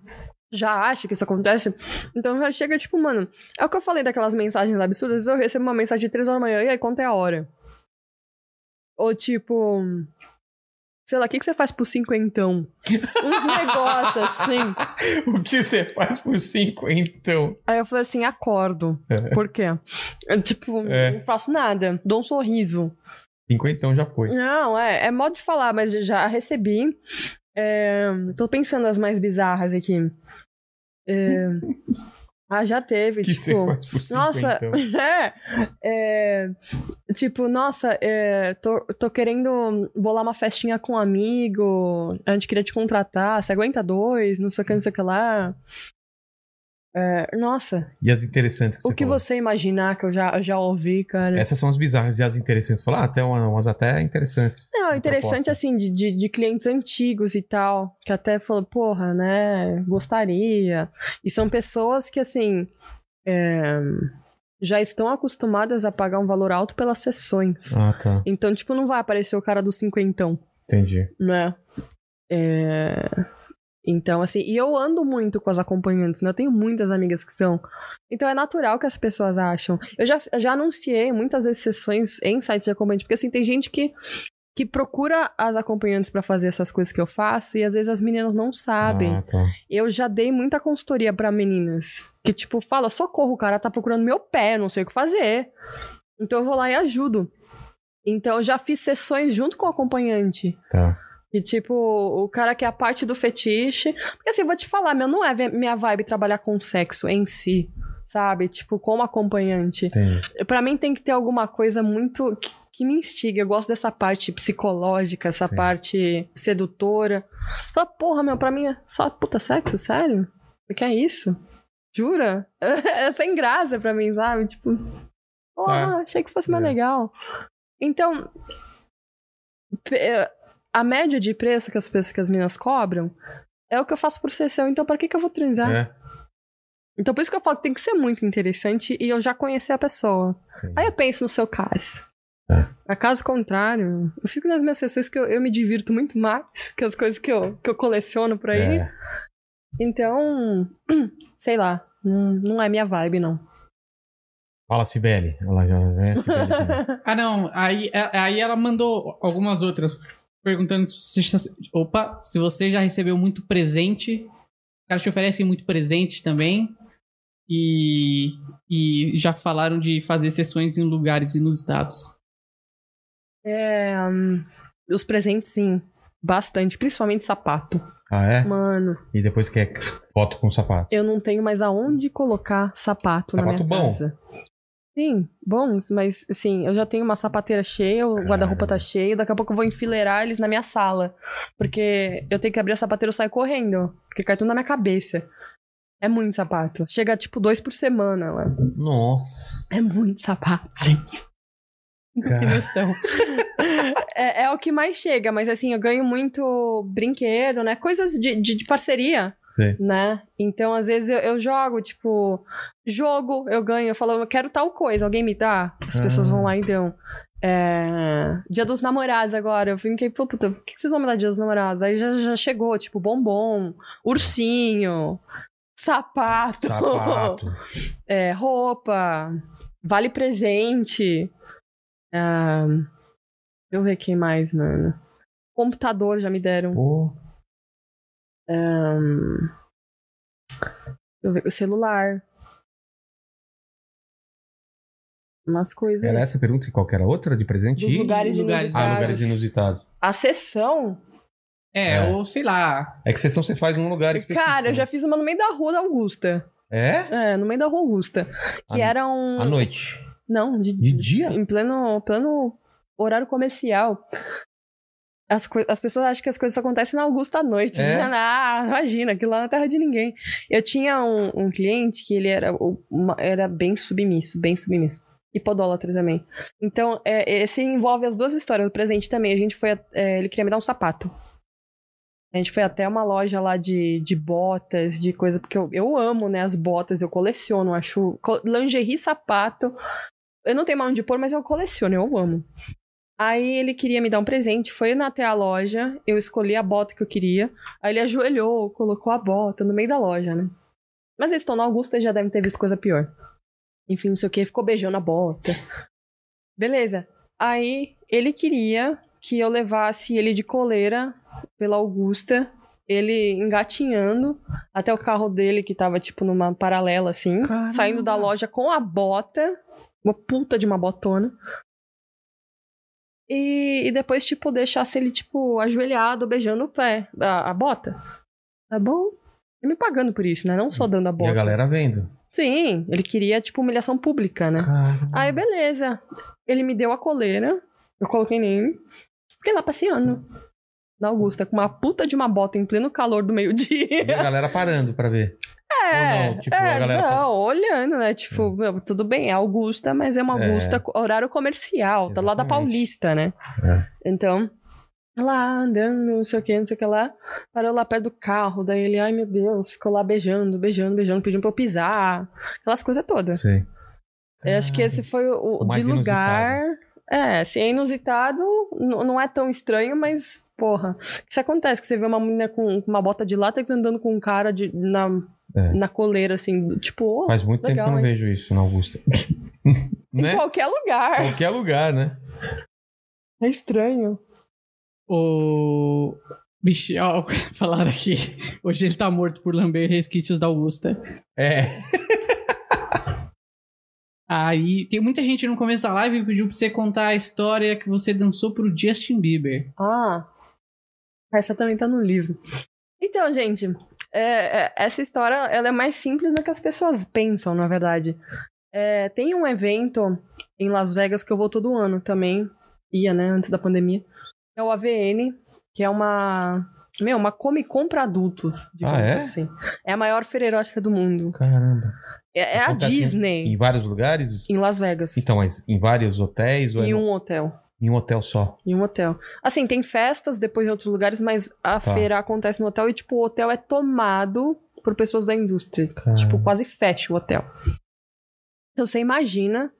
já acha que isso acontece, então já chega tipo, mano, é o que eu falei daquelas mensagens absurdas, eu recebo uma mensagem de 3 horas da manhã e aí quanto é a hora? Ou tipo, sei lá, o que, que você faz por cinquentão? Uns negócios assim. o que você faz por cinco, então? Aí eu falei assim, acordo. Por quê? Eu, tipo, É. não faço nada. Dou um sorriso. Cinco, então já foi. Não, é, é modo de falar, mas eu já recebi. É, tô pensando as mais bizarras aqui. É, ah, já teve, O que você tipo... faz por cinco, Nossa, então? é, é, Tipo, nossa, é, tô, tô querendo bolar uma festinha com um amigo. A gente queria te contratar. Você aguenta dois? Não sei o que, não sei o que lá. É, nossa, E as interessantes que o você que falou? É você imaginar que eu já, eu já ouvi, cara? Essas são as bizarras e as interessantes. Falar, ah, até uma- umas até interessantes. Não, de interessante proposta. assim, de, de, de clientes antigos e tal, que até falou, porra, né, gostaria. E são pessoas que, assim, é, já estão acostumadas a pagar um valor alto pelas sessões. Ah, tá. Então, tipo, não vai aparecer o cara do cinquentão, Entendi. né? É, Então, assim, e eu ando muito com as acompanhantes, né? Eu tenho muitas amigas que são. Então é natural que as pessoas acham. Eu já, eu já anunciei muitas vezes sessões em sites de acompanhante, porque assim, tem gente que, que procura as acompanhantes pra fazer essas coisas que eu faço, e às vezes as meninas não sabem. Ah, tá. Eu já dei muita consultoria pra meninas. Que, tipo, fala, socorro, o cara tá procurando meu pé, não sei o que fazer. Então eu vou lá e ajudo. Então eu já fiz sessões junto com o acompanhante. Tá. E, tipo, o cara que é a parte do fetiche. Porque, assim, eu vou te falar, meu, não é ve- minha vibe trabalhar com sexo em si, sabe? Tipo, como acompanhante. Entendi. Pra mim tem que ter alguma coisa muito. que, que me instiga. Eu gosto dessa parte psicológica, essa Sim. parte sedutora. Fala, porra, meu, pra mim é só puta sexo, sério? O que é isso? Jura? É sem graça pra mim, sabe? Tipo, porra, achei que fosse mais É. legal. Então, pe- eh, a média de preço que as pessoas que as meninas cobram é o que eu faço por sessão, então pra que, que eu vou transar? É. Então por isso que eu falo que tem que ser muito interessante e eu já conhecer a pessoa. Sim. Aí eu penso no seu caso. É. A caso contrário, eu fico nas minhas sessões que eu, eu me divirto muito mais que as coisas que eu, que eu coleciono por aí. É. Então, sei lá, não, não é minha vibe, não. Fala, Sibeli. Ela já já é a Sibeli. já. Ah, não. Aí, é- aí ela mandou algumas outras perguntando se, se- opa, se você já recebeu muito presente. Os caras te oferecem muito presente também. E, e já falaram de fazer sessões em lugares inusitados. É, hum, os presentes, sim. Bastante, principalmente sapato. ah, é? Mano, E depois quer foto com sapato. eu não tenho mais aonde colocar sapato, na Sapato minha bom. casa. Sim, bons, mas assim, eu já tenho uma sapateira cheia, o Caralho. guarda-roupa tá cheio, daqui a pouco eu vou enfileirar eles na minha sala. Porque eu tenho que abrir a sapateira e eu saio correndo. Porque cai tudo na minha cabeça. É muito sapato. Chega tipo dois por semana lá. Nossa. É muito sapato, gente. Que Cara. noção. é, é o que mais chega, mas assim, eu ganho muito brinquedo, né? Coisas de, de, de parceria, Sim. né? Então, às vezes, eu, eu jogo, tipo, jogo, eu ganho, eu falo, eu quero tal coisa, alguém me dá? As Ah. pessoas vão lá e dão. É, Dia dos namorados agora, eu fiquei, pô, puta, o que que vocês vão me dar dia dos namorados? Aí já, já chegou, tipo, bombom, ursinho, sapato, Sapato. é, roupa, vale presente. ah, deixa eu ver quem mais, mano. Computador já me deram. Pô. Ahn, deixa eu ver, o celular. Umas coisas. Era essa a pergunta e qualquer outra de presente? Dos Ih. lugares lugares. inusitados. Ah, lugares inusitados. A sessão? É, É. ou sei lá. É que sessão você faz num lugar específico. Cara, eu já né? fiz uma no meio da rua da Augusta. É? É, no meio da rua Augusta. Que À- era um. À noite. Não, de, Ah, De dia? Em pleno, pleno horário comercial. As, coi- as pessoas acham que as coisas acontecem na Augusta à noite. É. Ah, imagina, aquilo lá na terra de ninguém. Eu tinha um, um cliente que ele era, o- uma- era bem submisso, bem submisso. E podólatra também. Então, é, esse envolve as duas histórias. O presente também. A gente foi. a- é, ele queria me dar um sapato. A gente foi até uma loja lá de, de botas, de coisa, porque eu, eu amo, né, as botas, eu coleciono, acho. co- Lingerie e sapato. Eu não tenho mais onde pôr, mas eu coleciono, eu amo. Aí ele queria me dar um presente, foi na- até a loja, eu escolhi a bota que eu queria. Aí ele ajoelhou, colocou a bota no meio da loja, né? Mas eles estão na Augusta e já devem ter visto coisa pior. Enfim, não sei o que, ficou beijando a bota. Beleza. Aí ele queria que eu levasse ele de coleira pela Augusta, ele engatinhando até o carro dele, que tava tipo numa paralela assim, Caramba. saindo da loja com a bota, uma puta de uma botona. E, e depois, tipo, deixasse ele, tipo, ajoelhado, beijando o pé, a, a bota. Tá bom? E me pagando por isso, né? Não só dando a E bota. a galera vendo. Sim, ele queria, tipo, humilhação pública, né? Caramba. Aí, beleza. Ele me deu a coleira, eu coloquei nele. Fiquei lá passeando. Na Augusta, com uma puta de uma bota em pleno calor do E a meio-dia. galera parando pra ver. É, Ou não, tipo, é, a galera- Hum. não, olhando, né? Tipo, meu, tudo bem, é Augusta, mas é uma É. Augusta, co- horário comercial, tá lá da Exatamente. É. Paulista, né? Então, lá andando, não sei o que, não sei o que lá. Parou lá perto do carro, daí ele, ai meu Deus, ficou lá beijando, beijando, beijando, pedindo pra eu pisar, aquelas coisas todas. Sei. Eu acho que esse foi o, O de mais lugar. É, se é inusitado, n- não é tão estranho, mas, porra. Isso acontece, que você vê uma menina com com uma bota de látex andando com um cara de, na, É. na coleira, assim, do- tipo, oh, Faz muito tempo Legal, que eu não hein? vejo isso na Augusta. em né? qualquer lugar. Qualquer lugar, né? É estranho. O. Bicho, ó, falaram aqui. Hoje ele tá morto por lamber resquícios da Augusta. É. Aí, tem muita gente no começo da live que pediu pra você contar a história que você dançou pro Justin Bieber. Ah, essa também tá no livro. Então, gente, é, é, essa história ela é mais simples do que as pessoas pensam, na verdade. É, tem um evento em Las Vegas que eu vou todo ano também, ia, né, antes da pandemia. É o AVN, que é uma. Meu, uma Comic Con pra adultos, digamos Ah, é? assim. É a maior feira erótica do mundo. Caramba. É, é a Acontece em- Disney, Em vários lugares? em Las Vegas. Então, mas em vários hotéis ou é Em no- um hotel. em um hotel só? Em um hotel. Assim, tem festas depois em outros lugares, mas a Tá. feira acontece no hotel e, tipo, o hotel é tomado por pessoas da indústria. Ah. Caramba. Tipo, quase fecha o hotel. Então você imagina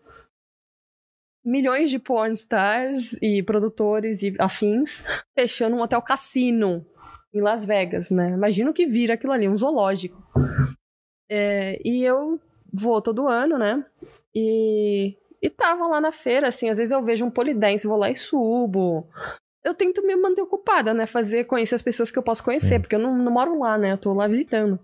milhões de porn stars e produtores e afins fechando um hotel cassino em Las Vegas, né? Imagina o que vira aquilo ali, um zoológico. É, e eu vou todo ano, né? E, e tava lá na feira, assim, às vezes eu vejo um polidense, vou lá e subo. Eu tento me manter ocupada, né? Fazer, conhecer as pessoas que eu posso conhecer, Sim. porque eu não, não moro lá, né? Eu tô lá visitando.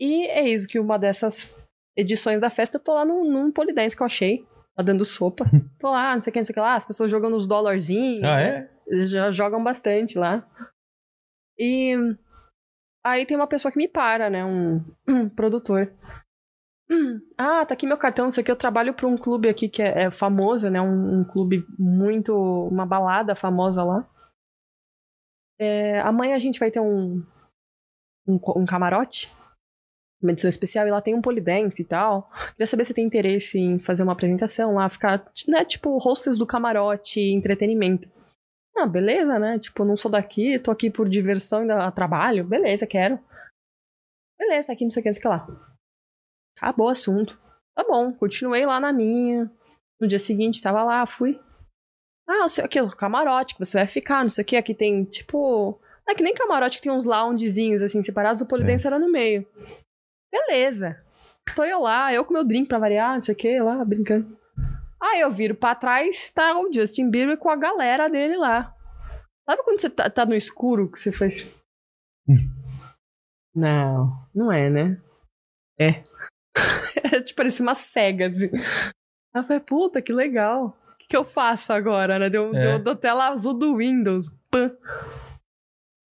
E é isso que uma dessas edições da festa, eu tô lá num, num polidense que eu achei, lá dando sopa. tô lá, não sei o que, não sei o que lá, as pessoas jogam nos dólarzinhos. Ah, é? Eles já jogam bastante lá. E aí tem uma pessoa que me para, né? Um, um produtor. Hum, Ah, tá aqui meu cartão, não sei o que. Eu trabalho pra um clube aqui que é, é famoso, né? Um, um clube muito. Uma balada famosa lá. É, amanhã a gente vai ter um, um, co- um camarote, uma edição especial, e lá tem um polidense e tal. Queria saber se você tem interesse em fazer uma apresentação lá, ficar, né? Tipo, hostess do camarote, entretenimento. Ah, beleza, né? Tipo, não sou daqui, tô aqui por diversão, ainda trabalho. Beleza, quero. Beleza, tá aqui, não sei o que, não sei o que lá. Acabou o assunto. Tá bom, continuei lá na minha. No dia seguinte, tava lá, fui. Ah, não sei o que, o camarote que você vai ficar, não sei o que. Aqui tem, tipo... Não é que nem camarote que tem uns loungezinhos, assim, separados. O polidense era no meio. Beleza. Tô eu lá, eu com meu drink pra variar, não sei o que, lá, brincando. Aí eu viro pra trás, tá o Justin Bieber com a galera dele lá. Sabe quando você tá, tá no escuro que você faz. não, não é, né? É. É, tipo, parecia uma cega, assim. Aí eu falei, puta, que legal. O que, que eu faço agora, né? Deu, É. deu, deu tela azul do Windows. Pã.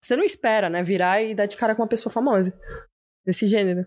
Você não espera, né? Virar e dar de cara com uma pessoa famosa. Desse gênero.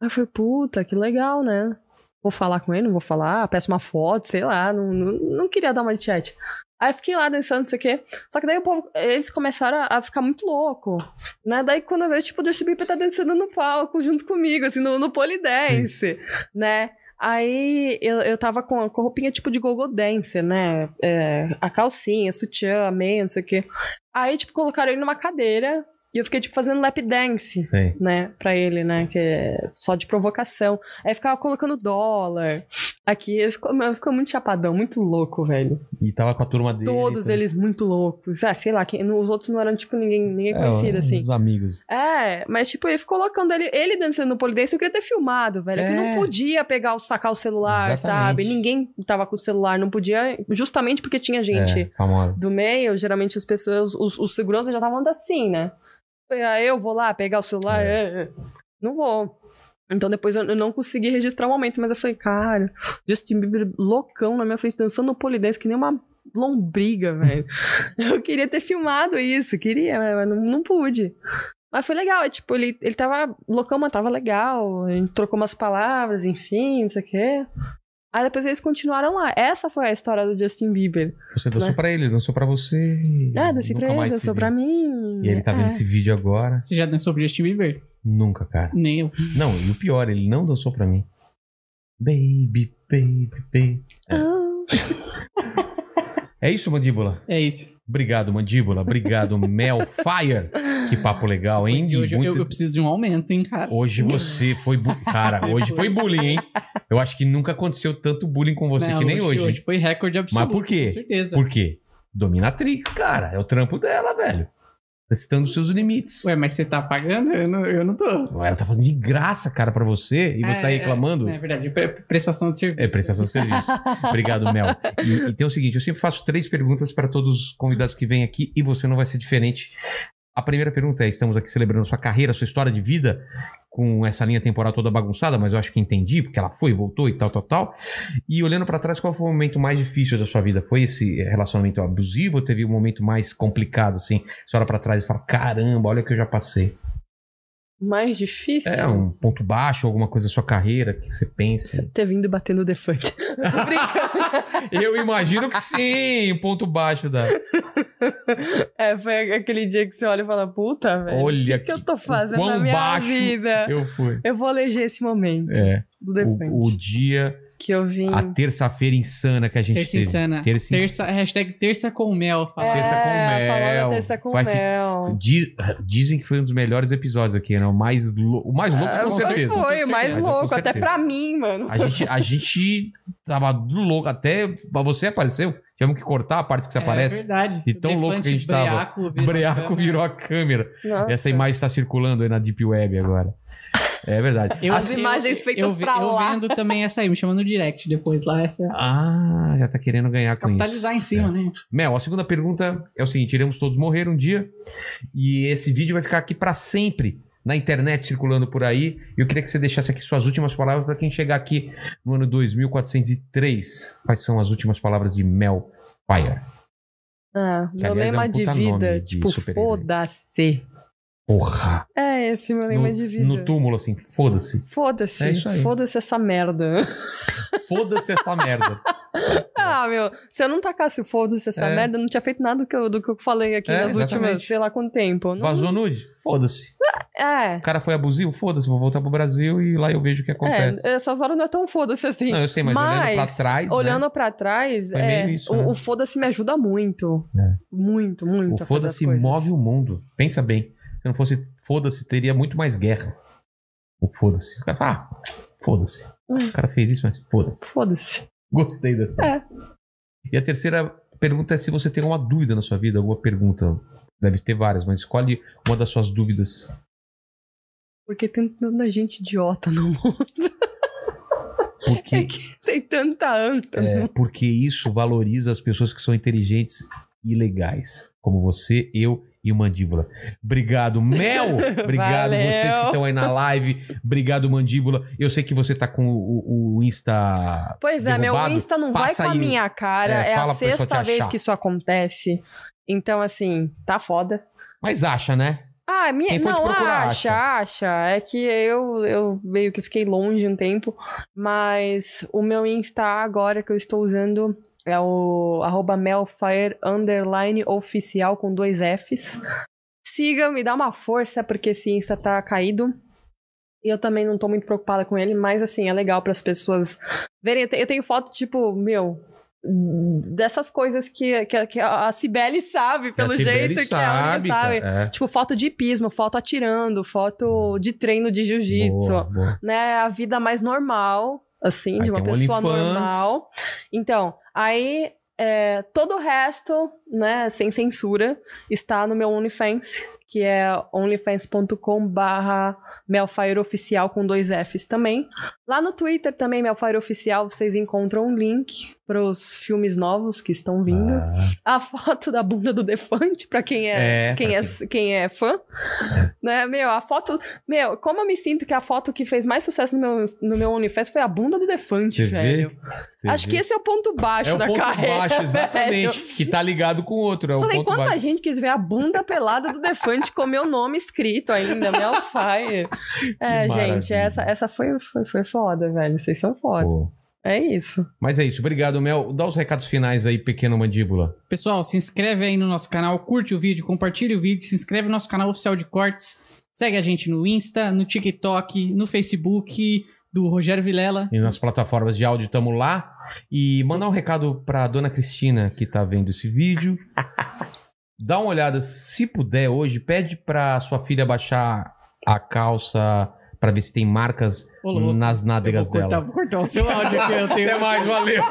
Aí eu falei, puta, que legal, né? Vou falar com ele, não vou falar, peço uma foto, sei lá, não, não, não queria dar uma de chat. Aí eu fiquei lá dançando, não sei o quê. Só que daí o povo, eles começaram a, a ficar muito louco, né? Daí quando eu vejo, tipo, o Justin Bieber tá dançando no palco junto comigo, assim, no, no polidense, né? Aí eu, eu tava com a com a roupinha tipo de gogo dancer, né? É, a calcinha, sutiã, a meia, não sei o quê. Aí, tipo, colocaram ele numa cadeira e eu fiquei, tipo, fazendo lap dance Sim. né, pra ele, né, que é só de provocação. Aí ficava colocando dólar. Aqui eu ficou, meu, ficou muito chapadão, muito louco, velho. E tava com a turma dele. Todos tá? eles muito loucos. Ah, sei lá, quem, os outros não eram, tipo, ninguém, É, ninguém conhecido, assim. Os amigos. É, mas tipo, ele ficou colocando ele, ele dançando no polidense, eu queria ter filmado, velho. É. Que É. não podia pegar o sacar o celular, Exatamente. sabe? Ninguém tava com o celular, não podia, justamente porque tinha gente É, famosa. do meio, geralmente as pessoas, os, os seguranças já estavam andando assim, né? Ah, Eu vou lá pegar o celular, é, é. não vou. Então depois eu eu não consegui registrar o momento, mas eu falei, cara, Justin Bieber loucão na minha frente, dançando no polidense, que nem uma lombriga, velho. eu queria ter filmado isso, queria, mas não, não pude. Mas foi legal, é, tipo, ele, ele tava loucão, mas tava legal, a gente trocou umas palavras, enfim, não sei o quê. Aí depois eles continuaram lá. Essa foi a história do Justin Bieber. Você dançou Né? pra ele, dançou pra você. e Ah, dancei pra nunca ele, mais se dançou viu. pra mim. E ele tá vendo É. esse vídeo agora. Você já dançou pro Justin Bieber? Nunca, cara. Nem eu. Não, e o pior, ele não dançou pra mim. Baby, baby, baby. É. Ah, É isso, mandíbula? É isso. Obrigado, mandíbula. Obrigado, Mel Fire. Que papo legal, hein? E hoje eu- Muito- eu, preciso de um aumento, hein, cara. Hoje você foi. Bu... Cara, hoje foi bullying, hein? Eu acho que nunca aconteceu tanto bullying com você Não, que nem hoje. Hoje foi recorde absoluto. por quê? Com certeza. Por quê? Dominatrix, cara. É o trampo dela, velho. Testando seus limites. Ué, mas você tá pagando? Eu não, eu não tô. Ela tá fazendo de graça, cara, pra você. E você É, tá aí reclamando. É, é verdade, pre- prestação de serviço. É, prestação de serviço. Obrigado, Mel. E, e tem o seguinte: eu sempre faço três perguntas para todos os convidados que vêm aqui e você não vai ser diferente. A primeira pergunta é: estamos aqui celebrando sua carreira, sua história de vida, com essa linha temporal toda bagunçada, mas eu acho que entendi, porque ela foi, voltou e tal, tal, tal. E olhando para trás, qual foi o momento mais difícil da sua vida? Foi esse relacionamento abusivo ou teve um momento mais complicado, assim? Você olha para trás e fala: caramba, olha o que eu já passei. Mais difícil? É, um ponto baixo, alguma coisa da sua carreira que você pensa. Ter vindo batendo The Funk. Tô brincando. Eu imagino que sim, um ponto baixo da. é, foi aquele dia que você olha e fala, puta, velho. Olha o que, que eu que- tô fazendo quão na minha baixo vida? Eu fui. Eu vou eleger esse momento É. do The O, Funk. o dia, Que eu vim. a terça-feira insana que a gente Terça teve. insana. Terça ins- Terça, hashtag terça com mel, fala. terça com É, mel. Falando terça com Vai fi- mel. Diz- dizem que foi um dos melhores episódios aqui, né? O mais, lou- o mais louco, Ah, com com certeza. certeza. Foi, o mais Mas eu com louco, até certeza. pra mim, mano. A gente, a gente tava louco, até pra você apareceu. Tivemos que cortar a parte que você É aparece. verdade. E tão louco que a gente tava. Breaco O virou. Breaco virou a câmera. Nossa. Ah, Essa imagem está circulando aí na Deep Web agora. É verdade. Eu- As eu- imagens feitas eu, ve- pra eu lá. vendo também essa aí, me chama no direct depois lá. Essa. Ah, já tá querendo ganhar com isso. Capitalizar em cima, né? Mel, a segunda pergunta é o seguinte: iremos todos morrer um dia e esse vídeo vai ficar aqui pra sempre na internet circulando por aí. E eu queria que você deixasse aqui suas últimas palavras pra quem chegar aqui no ano 2403. Quais são as últimas palavras de Mel Fire? Ah, meu aliás, é um lema de puta nome vida, de tipo, super-herói. foda-se. Porra! É esse meu lema No, de vida. no túmulo, assim, foda-se. É Foda-se, isso aí. foda-se essa merda. Foda-se essa merda. Ah, meu, se eu não tacasse o foda-se essa É. merda, eu não tinha feito nada do que eu, do que eu falei aqui É, nas últimas, exatamente. sei lá quanto tempo. Não- Vazou nude? Foda-se. É, O cara foi abusivo? Foda-se, vou voltar pro Brasil e lá eu vejo o que acontece. é, essas horas não é tão foda-se assim. Não, eu sei, mas, olhando pra trás. né? olhando pra trás, Foi é, meio isso, o, né? o foda-se me ajuda muito. É. Muito, muito. O foda-se move o mundo. Pensa bem. Se não fosse foda-se, teria muito mais guerra. O foda-se. O cara fala, ah, foda-se. O cara fez isso, mas foda-se. Foda-se. Gostei dessa. É. E a terceira pergunta é se você tem uma dúvida na sua vida, alguma pergunta. Deve ter várias, mas escolhe uma das suas dúvidas. Porque tem tanta gente idiota no mundo. É Porque, que tem tanta anta. é, porque isso valoriza as pessoas que são inteligentes e legais. Como você, eu e o Mandíbula. Obrigado, Mel! Obrigado Valeu. vocês que estão aí na live. Obrigado, Mandíbula. Eu sei que você tá com o, o Insta. Pois é, derrubado, meu Insta não vai passa com a aí. minha cara. É, É, fala a pra pessoa sexta te vez achar. que isso acontece. Então, assim, tá foda. Mas acha, né? Ah, minha, Quem for te não, procurar, acha, acha, É que eu, eu meio que fiquei longe um tempo, mas o meu Insta agora que eu estou usando é o arroba melfire underline oficial com dois Fs. Siga, me dá uma força, porque esse Insta tá caído. E eu também não tô muito preocupada com ele, mas assim, é legal para as pessoas verem. Eu te- Eu tenho foto, tipo, meu. Dessas coisas que, que, que a Cibele sabe, pelo A Sibeli jeito que ela sabe. cara. É. Tipo, foto de hipismo, foto atirando, foto de treino de Boa, jiu-jitsu. boa. Né? A vida mais normal, assim, Aí de uma tem um pessoa OnlyFans. normal. Então, aí é, todo o resto, né, sem censura, está no meu OnlyFans, que é onlyfans.com barra melfireoficial com dois Fs também. Lá no Twitter também, Melfire Oficial, vocês encontram um link pros filmes novos que estão vindo Ah, a foto da bunda do Defante, pra quem é, É, quem, pra é quem é fã. Né, meu, a foto. Meu, como eu me sinto que a foto que fez mais sucesso no meu, no meu OnlyFans foi a bunda do Defante, você velho. vê? Você Acho vê? que esse é o ponto baixo é o da ponto carreira. baixo, velho. exatamente. Que tá ligado com o outro. É o Falei, ponto quanta baixo. gente quis ver a bunda pelada do Defante com meu nome escrito ainda, Mel Fire. É, gente, maravilha. essa, essa foi, foi, foi foda, velho. Vocês são foda. Pô. É isso. Mas é isso. Obrigado, Mel. Dá os recados finais aí, pequeno mandíbula. Pessoal, se inscreve aí no nosso canal, curte o vídeo, compartilha o vídeo, se inscreve no nosso canal oficial de cortes, segue a gente no Insta, no TikTok, no Facebook do Rogério Vilela. E nas plataformas de áudio estamos lá. E mandar um recado pra dona Cristina que tá vendo esse vídeo. Dá uma olhada, se puder hoje, pede pra sua filha baixar a calça pra ver se tem marcas Ô, louco. nas Eu vou nádegas cortar, dela. vou um cortar o seu áudio aqui, eu tenho. mais, valeu.